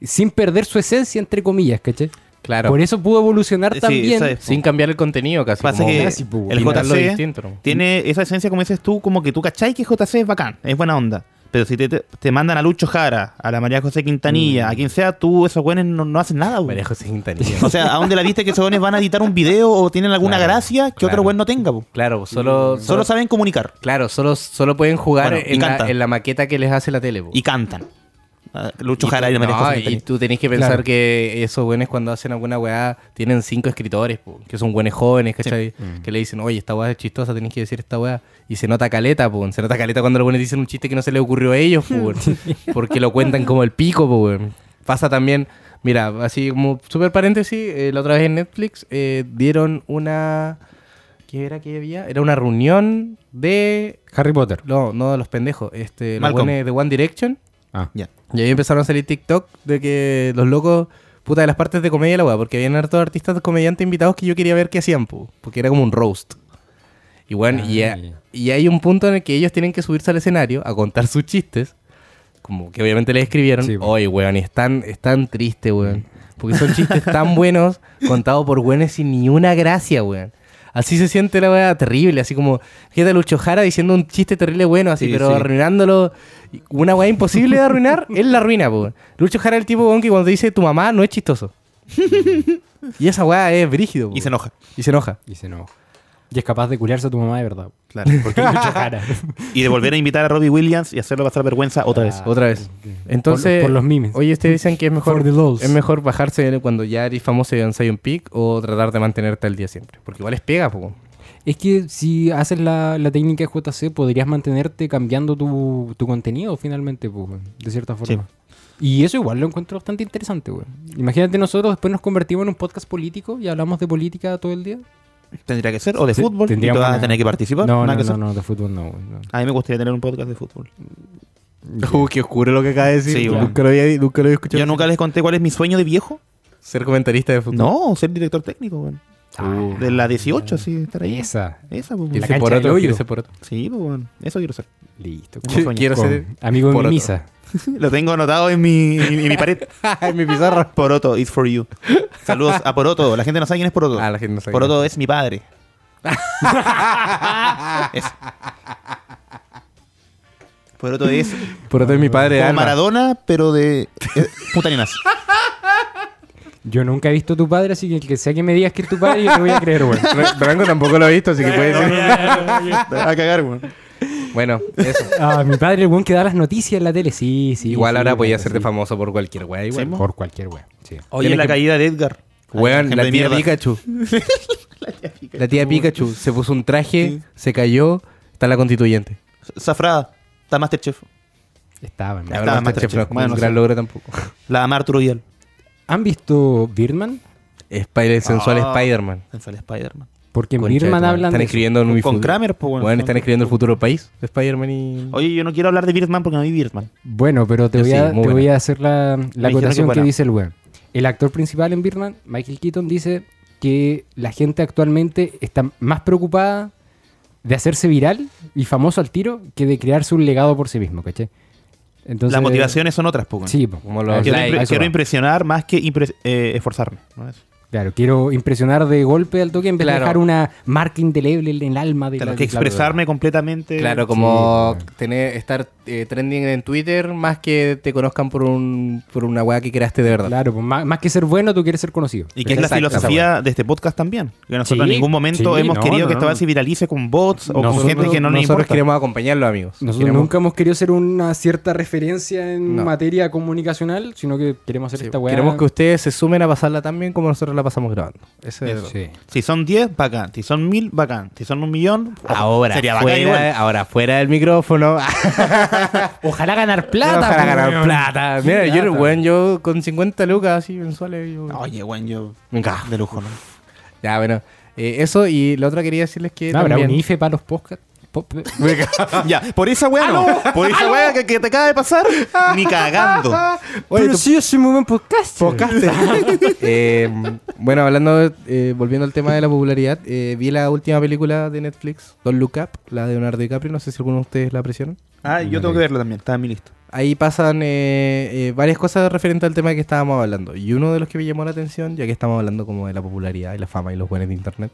Speaker 3: sin perder su esencia, entre comillas, ¿cachai?
Speaker 1: Claro.
Speaker 3: Por eso pudo evolucionar
Speaker 2: Sí,
Speaker 3: también.
Speaker 2: esa es.
Speaker 1: Sin cambiar el contenido casi.
Speaker 2: Pasa
Speaker 1: como
Speaker 2: que
Speaker 1: casi, pues,
Speaker 2: el
Speaker 1: imitar lo
Speaker 2: JC
Speaker 1: distinto, ¿no?
Speaker 2: Tiene esa esencia, como dices tú, como que tú cachai que JC es bacán, es buena onda. Pero si te, te- te mandan a Lucho Jara, a la María José Quintanilla, a quien sea, tú, esos güeyes no, no hacen nada, güey.
Speaker 1: Mm. María José Quintanilla.
Speaker 2: O sea, ¿a dónde la viste que esos güeyes van a editar un video o tienen alguna
Speaker 1: Claro,
Speaker 2: gracia que
Speaker 1: claro.
Speaker 2: otro güey no tenga, po?
Speaker 1: claro, solo,
Speaker 2: Solo saben comunicar
Speaker 1: Claro, solo, solo pueden jugar
Speaker 2: Bueno, y
Speaker 1: en, la,
Speaker 2: cantan.
Speaker 1: en la maqueta que les hace la tele. po.
Speaker 2: y cantan. Ah, Lucho
Speaker 1: Y
Speaker 2: Jara y
Speaker 1: tú-
Speaker 2: la María
Speaker 1: no,
Speaker 2: José
Speaker 1: y
Speaker 2: Quintanilla.
Speaker 1: tú tenés que pensar
Speaker 3: Claro.
Speaker 1: que esos buenos cuando hacen alguna weá tienen cinco escritores, po, que son buenos jóvenes, ¿cachai?
Speaker 2: Mm.
Speaker 1: Que le dicen, oye, esta weá es chistosa, tenés que decir esta weá. Y se nota caleta, po. se nota caleta cuando los buenos dicen un chiste que no se les ocurrió a ellos, po, porque lo cuentan como el pico. Po, weón. Pasa también, mira, así como super paréntesis, eh, la otra vez en Netflix eh, dieron una... ¿Qué era que había? Era una reunión de...
Speaker 3: Harry Potter.
Speaker 1: No, no de los pendejos, este, los
Speaker 2: Malcolm.
Speaker 1: buenos de One Direction.
Speaker 3: Ah.
Speaker 2: Ya.
Speaker 1: Y ahí empezaron a salir TikTok de que los locos, puta, de las partes de comedia de la weá, porque habían hartos artistas comediantes invitados que yo quería ver qué hacían, po, porque era como un roast. Y bueno, y,
Speaker 3: Ah,
Speaker 1: a-
Speaker 3: ya.
Speaker 1: y hay un punto en el que ellos tienen que subirse al escenario a contar sus chistes, como que obviamente le escribieron,
Speaker 3: Sí, po.
Speaker 1: oye, weón, y es tan, es tan triste, weón, porque son chistes tan buenos contados por weones sin ni una gracia, weón. Así se siente la weá terrible, así como, fíjate a Lucho Jara diciendo un chiste terrible bueno, así,
Speaker 2: Sí,
Speaker 1: pero
Speaker 2: sí.
Speaker 1: arruinándolo. Una weá imposible de arruinar, él la arruina, po. Lucho Jara es el tipo weón, que cuando dice tu mamá no es chistoso. y esa weá es brígido, po.
Speaker 2: Y se enoja.
Speaker 1: Y se enoja.
Speaker 3: Y se no. Y es capaz de culiarse a tu mamá de verdad.
Speaker 2: Claro.
Speaker 3: Porque hay mucha cara.
Speaker 2: Y de volver a invitar a Robbie Williams y hacerlo pasar vergüenza otra vez.
Speaker 1: Otra vez. Entonces,
Speaker 3: Por- por los memes.
Speaker 1: Oye, ustedes dicen que es mejor,
Speaker 3: For the lols.
Speaker 1: es mejor bajarse cuando ya eres famoso y lanzáis un pick o tratar de mantenerte al día siempre. Porque igual es pega, po.
Speaker 3: es que si haces la, la técnica de JC, podrías mantenerte cambiando tu, tu contenido finalmente, pues, weón, de cierta forma. Y eso igual lo encuentro bastante interesante, güey. Imagínate nosotros después nos convertimos en un podcast político y hablamos de política todo el día.
Speaker 2: Tendría que ser. O de
Speaker 3: Sí,
Speaker 2: fútbol. Y
Speaker 3: tendríamos
Speaker 2: tú vas a
Speaker 3: una-
Speaker 2: tener que participar.
Speaker 3: No,
Speaker 2: nada
Speaker 3: no,
Speaker 2: que
Speaker 3: no,
Speaker 2: hacer.
Speaker 3: no, de fútbol no, güey, no.
Speaker 2: A mí me gustaría tener un podcast de fútbol.
Speaker 1: Uh, qué oscuro lo que acaba de decir.
Speaker 2: Sí, weón.
Speaker 1: nunca, lo había, nunca lo había escuchado.
Speaker 2: Yo nunca les conté cuál es mi sueño de viejo.
Speaker 1: Ser comentarista de fútbol.
Speaker 2: No, ser director técnico, weón.
Speaker 1: Ah,
Speaker 2: De la 18, sí, estar ahí.
Speaker 3: Esa.
Speaker 2: Esa, pues,
Speaker 1: Irse
Speaker 3: la
Speaker 2: weón.
Speaker 3: cancha
Speaker 1: por
Speaker 3: del
Speaker 1: otro,
Speaker 3: hoyo.
Speaker 1: irse por otro.
Speaker 2: Sí, pues, weón. Eso quiero ser.
Speaker 3: Listo.
Speaker 1: Sí,
Speaker 2: sueño.
Speaker 1: quiero
Speaker 3: Con-
Speaker 1: ser
Speaker 3: amigo de
Speaker 1: Poroto.
Speaker 3: mi misa.
Speaker 2: Lo tengo anotado en mi, en mi- en mi pared.
Speaker 1: en mi pizarra.
Speaker 2: Poroto, it's for you. Saludos a Poroto. La gente no sabe quién es Poroto.
Speaker 1: Ah, la gente no sabe
Speaker 2: Poroto es mi padre. Eso. Poroto es
Speaker 1: Por otro es mi padre.
Speaker 2: como
Speaker 1: Alba.
Speaker 2: Maradona, pero de eh, putaninas.
Speaker 3: Yo nunca he visto a tu padre, así que el que sea que me digas que es tu padre, yo te voy a creer, güey.
Speaker 1: Ra- Branco tampoco lo he visto, así que puede ser.
Speaker 2: A cagar, weón.
Speaker 1: Bueno, eso.
Speaker 3: Ah, mi padre, el weón que da las noticias en la tele. Sí, sí.
Speaker 1: Igual
Speaker 3: sí,
Speaker 1: ahora
Speaker 3: güey,
Speaker 1: podía
Speaker 3: sí.
Speaker 1: hacerte famoso por cualquier weá, igual.
Speaker 3: Por cualquier weón. Sí.
Speaker 2: Oye,
Speaker 1: Tienes
Speaker 2: la
Speaker 1: que-
Speaker 2: caída de Edgar.
Speaker 1: Weón,
Speaker 2: Ejemplo
Speaker 1: la
Speaker 2: de
Speaker 1: tía
Speaker 2: mierda.
Speaker 1: Pikachu. La tía Pikachu se puso un traje,
Speaker 2: Sí.
Speaker 1: se cayó, está la constituyente.
Speaker 2: Zafrada. Está Masterchef.
Speaker 3: Estaban.
Speaker 1: La
Speaker 2: Estaba
Speaker 1: verdad,
Speaker 2: en
Speaker 1: Masterchef no es
Speaker 2: Masterchef.
Speaker 1: como un
Speaker 2: Bueno,
Speaker 1: gran
Speaker 2: sí.
Speaker 1: logro tampoco.
Speaker 2: La ama Arturo Vidal.
Speaker 3: ¿Han visto Birdman?
Speaker 1: Spider, el sensual
Speaker 2: Ah.
Speaker 1: Spider-Man.
Speaker 2: Sale Spider-Man.
Speaker 3: Porque en
Speaker 1: Concha de tu
Speaker 3: Birdman
Speaker 1: madre.
Speaker 3: hablan
Speaker 1: Están
Speaker 3: de
Speaker 1: escribiendo en
Speaker 2: Con-
Speaker 1: mi
Speaker 2: con
Speaker 1: fut-
Speaker 2: Kramer, po, weón.
Speaker 1: Weón, están escribiendo el futuro país de Spider-Man y.
Speaker 2: Oye, yo no quiero hablar de Birdman porque no vi Birdman.
Speaker 3: Bueno, pero te
Speaker 1: Yo
Speaker 3: voy,
Speaker 1: sí,
Speaker 3: a,
Speaker 1: muy
Speaker 3: te voy
Speaker 1: buena.
Speaker 3: a hacer la, la
Speaker 2: dijeron
Speaker 3: acotación
Speaker 2: que
Speaker 3: que,
Speaker 2: buena.
Speaker 3: dice el weón. El actor principal en Birdman, Michael Keaton, dice que la gente actualmente está más preocupada de hacerse viral y famoso al tiro que de crearse un legado por sí mismo, ¿cachai? Entonces,
Speaker 2: Las motivaciones son otras, po, weón.
Speaker 3: Sí, po.
Speaker 1: Como los
Speaker 3: A eso-
Speaker 2: Quiero,
Speaker 1: Like,
Speaker 2: impre-
Speaker 3: a eso
Speaker 2: quiero
Speaker 3: va.
Speaker 2: impresionar más que impre- eh, esforzarme. ¿no? Eso.
Speaker 3: Claro, quiero impresionar de golpe al toque en vez de
Speaker 1: Claro.
Speaker 3: dejar una marca indeleble en el alma de
Speaker 2: Claro,
Speaker 3: la-
Speaker 2: que expresarme completamente.
Speaker 1: Claro, como tener, estar eh, trending en Twitter más que te conozcan por un por una weá que creaste de verdad.
Speaker 3: Claro, pues, más, más que ser bueno, tú quieres ser conocido.
Speaker 2: Y que es la
Speaker 1: Exacto, esa
Speaker 2: filosofía de este podcast también. Que nosotros
Speaker 3: Sí,
Speaker 2: en ningún momento
Speaker 3: sí,
Speaker 2: hemos
Speaker 3: no,
Speaker 2: querido
Speaker 3: no,
Speaker 2: que esta
Speaker 3: no.
Speaker 2: vez se viralice con bots o
Speaker 3: Nosotros-
Speaker 2: con gente que no
Speaker 1: Nosotros
Speaker 2: nos importa.
Speaker 1: queremos acompañarlo, amigos.
Speaker 3: Nosotros
Speaker 1: Queremos-
Speaker 3: nunca hemos querido ser una cierta referencia en
Speaker 1: No.
Speaker 3: materia comunicacional, sino que queremos hacer
Speaker 1: sí,
Speaker 3: esta weá.
Speaker 1: queremos que ustedes se sumen a pasarla tan bien como nosotros la pasamos grabando. Ese es-
Speaker 3: Sí.
Speaker 2: Si son 10, bacán. Si son 1000, bacán. Si son un millón, ojo,
Speaker 1: Ahora,
Speaker 2: sería bacán igual.
Speaker 1: fuera, ahora fuera del micrófono.
Speaker 3: Ojalá ganar plata.
Speaker 1: Plata, para
Speaker 3: pues,
Speaker 1: ganar
Speaker 3: weón.
Speaker 1: plata. Mira,
Speaker 3: Sí,
Speaker 1: yo,
Speaker 3: plata.
Speaker 1: weón, yo con 50 lucas así mensuales. Yo...
Speaker 2: Oye, weón, yo.
Speaker 1: Me encanta.
Speaker 2: De lujo, ¿no?
Speaker 1: Ya, bueno. Eh, eso y la otra quería decirles que.
Speaker 3: No, habrá un
Speaker 1: también-
Speaker 3: IFE para los podcasts. Po- pe-
Speaker 2: ya, por esa weá no. Por esa weá que, que te acaba de pasar, ni cagando.
Speaker 1: Oye,
Speaker 3: Pero
Speaker 1: tu-
Speaker 3: sí, yo soy muy buen podcast.
Speaker 1: Eh, bueno, hablando, eh, volviendo al tema de la popularidad, eh, vi la última película de Netflix, Don't Look Up, la de Leonardo DiCaprio. No sé si alguno de ustedes la apreciaron.
Speaker 2: Ah, yo tengo que verlo también. Está en mi lista.
Speaker 1: Ahí pasan eh, eh, varias cosas referentes al tema que estábamos hablando. Y uno de los que me llamó la atención, ya que estamos hablando como de la popularidad y la fama y los buenos de internet.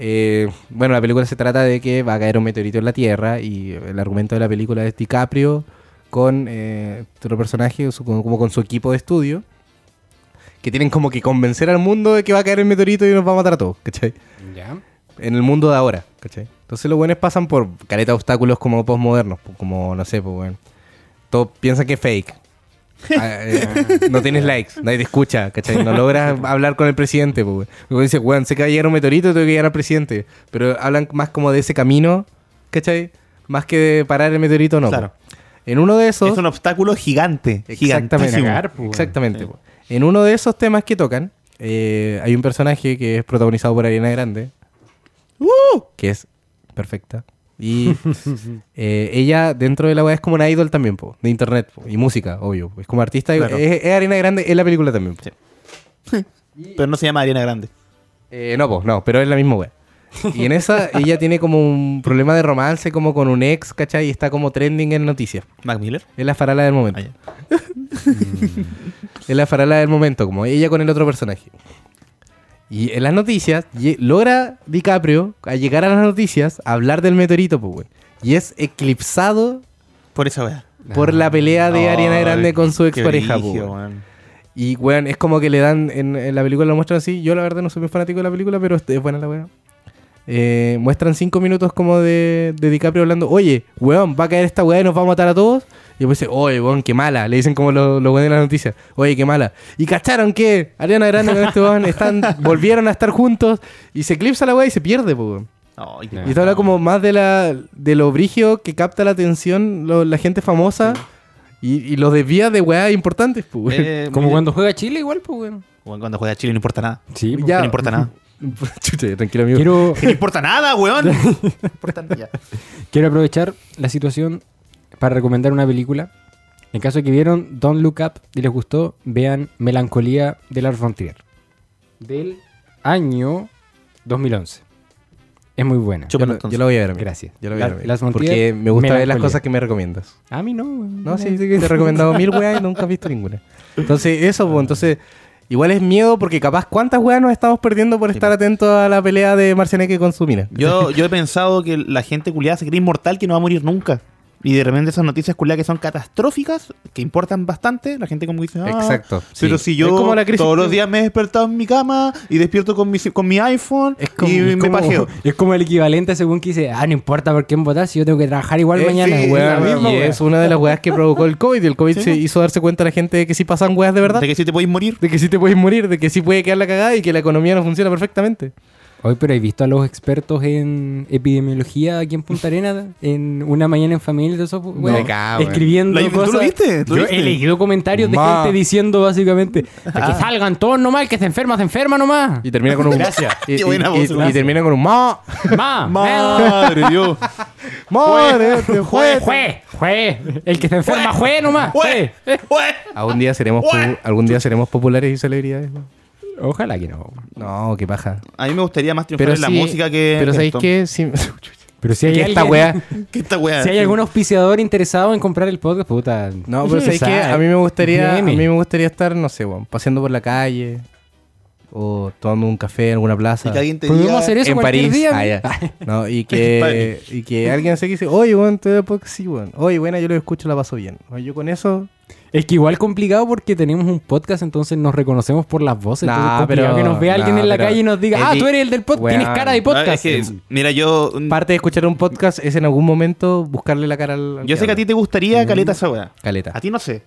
Speaker 1: eh, bueno, la película se trata de que va a caer un meteorito en la Tierra y el argumento de la película es DiCaprio con eh, otro personaje, su- como como con su equipo de estudio, que tienen como que convencer al mundo de que va a caer el meteorito y nos va a matar a todos, ¿cachai?
Speaker 3: Ya.
Speaker 1: en el mundo de ahora, ¿cachai? Entonces los buenos pasan por caleta de obstáculos como postmodernos, po- como, no sé, pues, weón. Todos piensan que es fake. Ah, eh, no tienes likes, nadie te escucha, ¿cachai? No logras hablar con el presidente, pues, weón. Luego dices, weón, sé que va a llegar un meteorito, tengo que llegar al presidente. Pero hablan más como de ese camino, ¿cachai? Más que de parar el meteorito, no.
Speaker 2: Claro.
Speaker 1: po. En uno de esos...
Speaker 2: Es un obstáculo gigante.
Speaker 1: Exactamente.
Speaker 2: Gigantísimo.
Speaker 3: Cagar, po, weón.
Speaker 1: Exactamente. po. En uno de esos temas que tocan, eh, hay un personaje que es protagonizado por Ariana Grande,
Speaker 2: ¡Uh!
Speaker 1: que es perfecta. Y eh, ella dentro de la web es como una idol también, po, de internet po, y música, obvio. po. Es como artista,
Speaker 2: Claro.
Speaker 1: es, es Ariana Grande en la película también. po.
Speaker 2: Sí. Pero no se llama Ariana Grande.
Speaker 1: Eh, no, po, no, pero es la misma wea. Y en esa ella tiene como un problema de romance como con un ex, ¿cachai? Y está como trending en noticias.
Speaker 2: Mac Miller.
Speaker 1: Es la farala del momento.
Speaker 2: Ah, ya.
Speaker 1: Es la farala del momento, como ella con el otro personaje. Y en las noticias, lle- logra DiCaprio, al llegar a las noticias, hablar del meteorito, pues, güey. Y es eclipsado
Speaker 2: Por esa weá.
Speaker 1: por la pelea de Ariana
Speaker 2: Ah, Ay,
Speaker 1: Grande con su
Speaker 2: qué
Speaker 1: expareja, pues,
Speaker 2: brígido,
Speaker 1: güey.
Speaker 2: weón.
Speaker 1: Y, weón, es como que le dan, en, en la película lo muestran así. Yo, la verdad, no soy muy fanático de la película, pero es buena la weón. muestran cinco minutos como de, de DiCaprio hablando, oye, weón, va a caer esta weá y nos va a matar a todos. Y después dice, oye, weón, qué mala. Le dicen como los lo weones de las noticias, oye, qué mala. Y cacharon que Ariana Grande con este weón están, volvieron a estar juntos y se eclipsa la weá y se pierde, po, weón.
Speaker 2: Ay, qué
Speaker 1: Y esto habla
Speaker 2: Eh,
Speaker 1: como más de la de lo brigio que capta la atención lo- la gente famosa y, y los desvía de weá importantes, po, weón.
Speaker 2: Eh,
Speaker 3: Como
Speaker 2: muy-
Speaker 3: cuando juega Chile, igual, pues, weón.
Speaker 2: Weón, cuando juega Chile no importa nada.
Speaker 3: Sí,
Speaker 1: po.
Speaker 3: pues.
Speaker 1: Ya.
Speaker 2: No importa nada.
Speaker 1: Chucha, tranquilo, amigo.
Speaker 3: Quiero,
Speaker 2: Que no importa nada, weón. No importa nada, ya.
Speaker 3: quiero aprovechar la situación para recomendar una película. En caso de que vieron Don't Look Up y les gustó, vean Melancolía de Lars von Trier. Del año 2011. Es muy buena.
Speaker 1: Yo,
Speaker 2: Chúpalo,
Speaker 1: lo- yo
Speaker 2: entonces.
Speaker 1: lo voy a ver. amigo.
Speaker 3: Gracias.
Speaker 1: Yo lo voy a
Speaker 3: La-
Speaker 1: ver.
Speaker 3: las Montiel,
Speaker 1: porque me gusta ver las
Speaker 3: Melancolía.
Speaker 1: cosas que me recomiendas.
Speaker 3: A mí no, weón.
Speaker 1: No, sí, sí, que te he recomendado mil weas y nunca has visto ninguna. Entonces, eso, pues, entonces, igual es miedo porque capaz cuántas weas nos estamos perdiendo por estar atentos a la pelea de Marcianeque con su mina.
Speaker 2: Yo, yo he pensado que la gente culiada se cree inmortal que no va a morir nunca. Y de repente esas noticias culiadas que son catastróficas, que importan bastante, la gente como dice, ah,
Speaker 1: Exacto,
Speaker 2: Pero
Speaker 1: sí.
Speaker 2: si yo
Speaker 1: Es como la crisis
Speaker 2: todos
Speaker 1: que-
Speaker 2: los días me he despertado en mi cama y despierto con mi, con mi iPhone
Speaker 1: Es como-
Speaker 2: y
Speaker 1: es
Speaker 2: me
Speaker 1: como-
Speaker 2: pajeo.
Speaker 3: Es como el equivalente según que dice, ah, no importa por quién votar, si yo tengo que trabajar igual
Speaker 1: Eh,
Speaker 3: mañana.
Speaker 1: sí,
Speaker 3: weón.
Speaker 1: weón,
Speaker 3: La misma,
Speaker 1: y
Speaker 3: weón.
Speaker 1: es una de las weas que provocó el COVID. Y el COVID
Speaker 2: Sí,
Speaker 1: se
Speaker 2: ¿no?
Speaker 1: hizo darse cuenta a la gente de que sí pasan weas de verdad.
Speaker 2: De que si te podéis morir.
Speaker 1: De que sí te puedes morir, de que sí puede quedar la cagada y que la economía no funciona perfectamente.
Speaker 3: Hoy, pero he visto a los expertos en epidemiología aquí en Punta Arenas, en una mañana en familia y todo eso, pues, weón,
Speaker 1: Me cago, weón.
Speaker 3: escribiendo
Speaker 2: La- ¿tú lo
Speaker 3: cosas.
Speaker 2: viste? ¿Tú
Speaker 3: Yo
Speaker 2: lo viste?
Speaker 3: he leído comentarios de
Speaker 1: Ma.
Speaker 3: gente diciendo básicamente
Speaker 1: Ah.
Speaker 3: "A que salgan todos nomás, el que se enferma, se enferma nomás.
Speaker 1: Y termina con un.
Speaker 2: Gracias.
Speaker 1: Y,
Speaker 2: Qué buena
Speaker 1: y-
Speaker 2: voz,
Speaker 1: y- y
Speaker 2: gracias.
Speaker 1: termina con un. ¡Ma!
Speaker 3: Ma,
Speaker 2: Madre Dios.
Speaker 1: ¡Madre! de
Speaker 3: jue,
Speaker 1: juez!
Speaker 3: jue, jue. El que se enferma, jue nomás.
Speaker 2: Ué,
Speaker 3: jue.
Speaker 2: ué.
Speaker 1: Algún día seremos po- algún día seremos populares y celebridades. ¿no?
Speaker 3: Ojalá que no.
Speaker 1: No, qué paja.
Speaker 2: A mí me gustaría más triunfar en la música que.
Speaker 1: Pero
Speaker 2: que
Speaker 1: ¿sabéis
Speaker 2: esto.
Speaker 1: qué? Sí-
Speaker 3: Pero si
Speaker 1: que
Speaker 3: hay
Speaker 1: esta
Speaker 3: alguien-
Speaker 1: weá.
Speaker 2: Que esta weá.
Speaker 3: Si hay algún auspiciador interesado en comprar el podcast, puta.
Speaker 1: No, pero ¿sabéis
Speaker 3: Sabe.
Speaker 1: qué? A mí me gustaría, a mí
Speaker 3: Meme.
Speaker 1: me gustaría estar, no sé, weón, paseando por la calle. o tomando un café en alguna plaza.
Speaker 2: Y que alguien te
Speaker 3: Podemos
Speaker 2: diga-
Speaker 3: hacer eso
Speaker 1: en
Speaker 3: cualquier
Speaker 1: París.
Speaker 3: día.
Speaker 1: Ah, ya. No, y, que, y que alguien se dice, oye, weón, te doy podcast, sí, weón. Oye, buena, yo lo escucho, la paso bien. Oye, Yo con eso,
Speaker 3: Es que igual complicado porque tenemos un podcast, entonces nos reconocemos por las voces.
Speaker 1: Nah,
Speaker 3: entonces complicado
Speaker 1: pero-
Speaker 3: que nos vea alguien
Speaker 1: nah,
Speaker 3: en la
Speaker 1: pero-
Speaker 3: calle y nos diga, ah,
Speaker 1: Eddie,
Speaker 3: tú eres el del podcast,
Speaker 1: weón.
Speaker 3: tienes cara de
Speaker 2: No, es
Speaker 3: podcast.
Speaker 2: que, mira, yo.
Speaker 1: parte de escuchar un podcast es en algún momento buscarle la cara al. al
Speaker 2: Yo sé que a ti te gustaría
Speaker 1: Mm.
Speaker 2: caleta esa weá.
Speaker 1: Caleta.
Speaker 2: A ti no sé.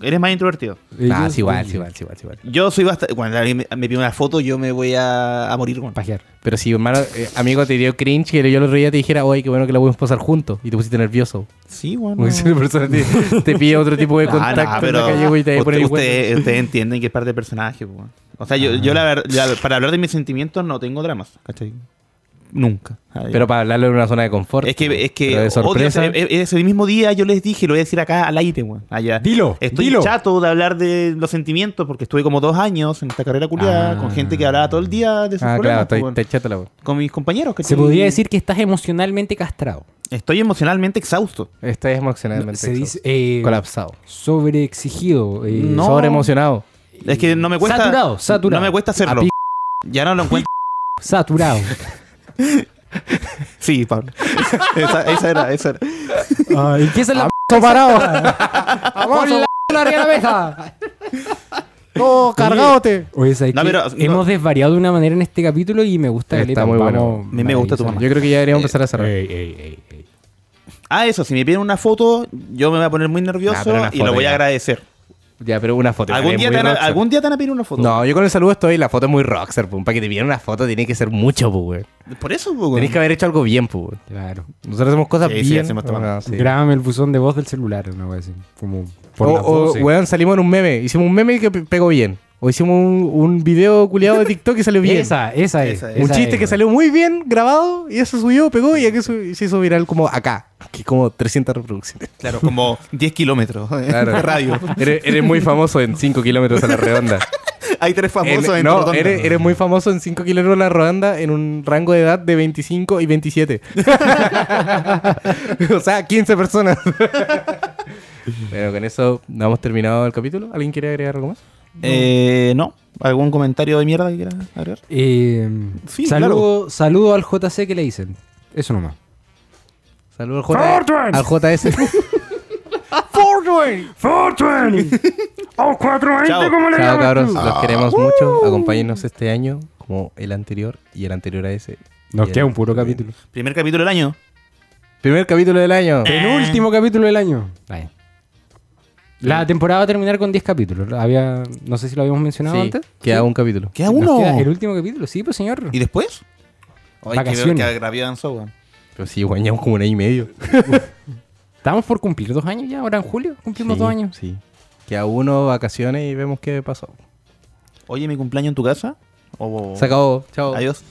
Speaker 2: Eres más introvertido.
Speaker 3: Y
Speaker 1: Ah,
Speaker 3: yo-
Speaker 1: sí, igual, sí, igual, sí, igual, sí, igual.
Speaker 2: Yo soy bastante. Cuando alguien me, me pide una foto, yo me voy a, a morir con.
Speaker 3: Pajear.
Speaker 1: Pero si, hermano, eh, amigo, te dio cringe que yo el otro día te dijera, oye, qué bueno que la podemos pasar juntos. Y te pusiste nervioso.
Speaker 2: Sí, bueno.
Speaker 1: Porque si una persona te, te pide otro tipo de
Speaker 2: Ah,
Speaker 1: contacto en la calle, güey, te va a poner
Speaker 2: ustedes
Speaker 1: el huevo.
Speaker 2: entienden que es parte del personaje. po. O sea, yo, yo la verdad, para hablar de mis sentimientos no tengo dramas, ¿cachai? Nunca. Ay.
Speaker 1: Pero para hablarlo en una zona de confort.
Speaker 2: es que, es que
Speaker 1: Pero de
Speaker 2: odio
Speaker 1: sorpresa.
Speaker 2: ese, e- ese mismo día yo les dije, lo voy a decir acá al aire, weón. Allá.
Speaker 3: Dilo,
Speaker 2: Estoy
Speaker 3: dilo.
Speaker 2: chato de hablar de los sentimientos porque estuve como dos años en esta carrera culiada
Speaker 3: Ah.
Speaker 2: con gente que hablaba todo el pues, día de sus
Speaker 1: ah, claro,
Speaker 2: problemas, po,
Speaker 1: estoy,
Speaker 2: weón.
Speaker 1: estoy chato la weón.
Speaker 2: con mis compañeros. ¿cachai?
Speaker 3: Se podría decir que estás emocionalmente castrado.
Speaker 2: Estoy emocionalmente exhausto.
Speaker 1: Estoy emocionalmente
Speaker 3: Se dice
Speaker 1: exhausto.
Speaker 3: eh,
Speaker 1: colapsado.
Speaker 3: sobreexigido. eh,
Speaker 2: No.
Speaker 1: Sobreemocionado.
Speaker 2: Es que no me cuesta.
Speaker 3: Saturado, saturado.
Speaker 2: No me cuesta hacerlo.
Speaker 3: A pi-
Speaker 2: Ya no lo encuentro.
Speaker 3: Saturado.
Speaker 2: Sí, Pablo. esa, esa era, esa era.
Speaker 3: Ay, ¿qué es la p parado? ¡Vamos la p arriba de la mesa!
Speaker 1: ¡No,
Speaker 3: cargaote! Oye, ¿sabes
Speaker 2: No,
Speaker 3: qué?
Speaker 2: pero- no.
Speaker 3: hemos desvariado de una manera en este capítulo y me gusta
Speaker 1: Está
Speaker 3: caleta,
Speaker 1: muy
Speaker 3: vamos,
Speaker 1: bueno.
Speaker 2: A mí me gusta tu
Speaker 3: maravilloso.
Speaker 1: Yo creo que ya
Speaker 2: Eh,
Speaker 1: deberíamos empezar a cerrar.
Speaker 3: Ey, ey, ey, ey.
Speaker 2: Ah, eso, si me piden una foto, yo me voy a poner muy
Speaker 1: Nah,
Speaker 2: nervioso
Speaker 1: pero una
Speaker 2: y lo
Speaker 1: foto
Speaker 2: voy a
Speaker 1: ya.
Speaker 2: agradecer.
Speaker 1: Ya, pero una foto.
Speaker 2: ¿Algún
Speaker 1: Es
Speaker 2: día,
Speaker 1: muy
Speaker 2: te van a,
Speaker 1: rockstar.
Speaker 2: algún día te van a pedir una foto.
Speaker 1: No, yo con el saludo estoy. La foto es muy rockstar, pum. Para que te pidan una foto tiene que ser mucho, pum, güey.
Speaker 2: Por eso, pues, po,
Speaker 1: Tenés que haber hecho algo bien, pum, güey.
Speaker 3: Claro.
Speaker 1: Nosotros hacemos cosas
Speaker 2: Sí,
Speaker 1: bien.
Speaker 2: sí, hacemos todo mal.
Speaker 1: Ah, sí. Oh,
Speaker 3: Grábame el buzón de voz del celular, una wea así. Como por
Speaker 1: o,
Speaker 3: las
Speaker 1: o,
Speaker 3: 12.
Speaker 1: weón, salimos en un meme. Hicimos un meme que pe- pegó bien. O hicimos un, un video culiado de TikTok que salió bien.
Speaker 3: Esa, esa es.
Speaker 2: Esa es.
Speaker 1: un
Speaker 3: esa
Speaker 1: chiste
Speaker 3: es,
Speaker 1: que
Speaker 3: weón.
Speaker 1: salió muy bien grabado y eso subió, pegó y aquí su- se hizo viral como acá. Que como 300 reproducciones.
Speaker 2: Claro, como 10 kilómetros eh, de radio.
Speaker 1: Eres, eres muy famoso en 5 kilómetros a la redonda.
Speaker 2: Hay tres
Speaker 3: Em,
Speaker 2: famosos
Speaker 1: En-
Speaker 2: en
Speaker 1: Eh, no,
Speaker 2: Rotonda.
Speaker 1: eres, eres muy famoso en 5 kilómetros a la redonda en un rango de edad de 25 y 27. o sea, 15 personas. Bueno, con eso hemos terminado el capítulo. ¿Alguien quiere agregar algo más?
Speaker 2: Eh, no. ¿Algún comentario de mierda que quieras agregar?
Speaker 3: Eh,
Speaker 2: Sí,
Speaker 3: saludo, saludo al JC que le dicen. Eso nomás.
Speaker 1: Saludos al, J
Speaker 5: Fortran.
Speaker 1: al JS.
Speaker 5: 420. Oh, 420,
Speaker 2: Chao.
Speaker 5: ¿cómo le
Speaker 1: Chao,
Speaker 5: llamas
Speaker 1: cabros.
Speaker 5: tú?
Speaker 1: Los queremos mucho.
Speaker 3: Uh.
Speaker 1: Acompáñenos este año como el anterior y el anterior a ese.
Speaker 3: Nos
Speaker 1: Y
Speaker 3: queda
Speaker 1: el-
Speaker 3: un puro capítulo.
Speaker 2: Primer capítulo del año.
Speaker 1: Primer capítulo del año.
Speaker 3: Eh. Penúltimo capítulo del año. Ay. La temporada va a terminar con 10 capítulos. Había, no sé si lo habíamos mencionado
Speaker 1: Sí,
Speaker 3: antes.
Speaker 1: queda un capítulo.
Speaker 2: Queda
Speaker 3: Nos
Speaker 2: uno.
Speaker 3: queda el último capítulo, sí, pues señor.
Speaker 2: ¿Y después? Ay, que ver
Speaker 3: Vacaciones.
Speaker 2: que agraviadan weón.
Speaker 1: Pero sí, weón, llevamos como un año y medio.
Speaker 3: Estamos por cumplir dos años ya, ahora en julio cumplimos
Speaker 1: Sí,
Speaker 3: dos años.
Speaker 1: Sí. Queda uno, vacaciones y vemos qué pasó.
Speaker 2: Oye, mi cumpleaños en tu casa. O-
Speaker 1: Se acabó. Chao.
Speaker 2: Adiós.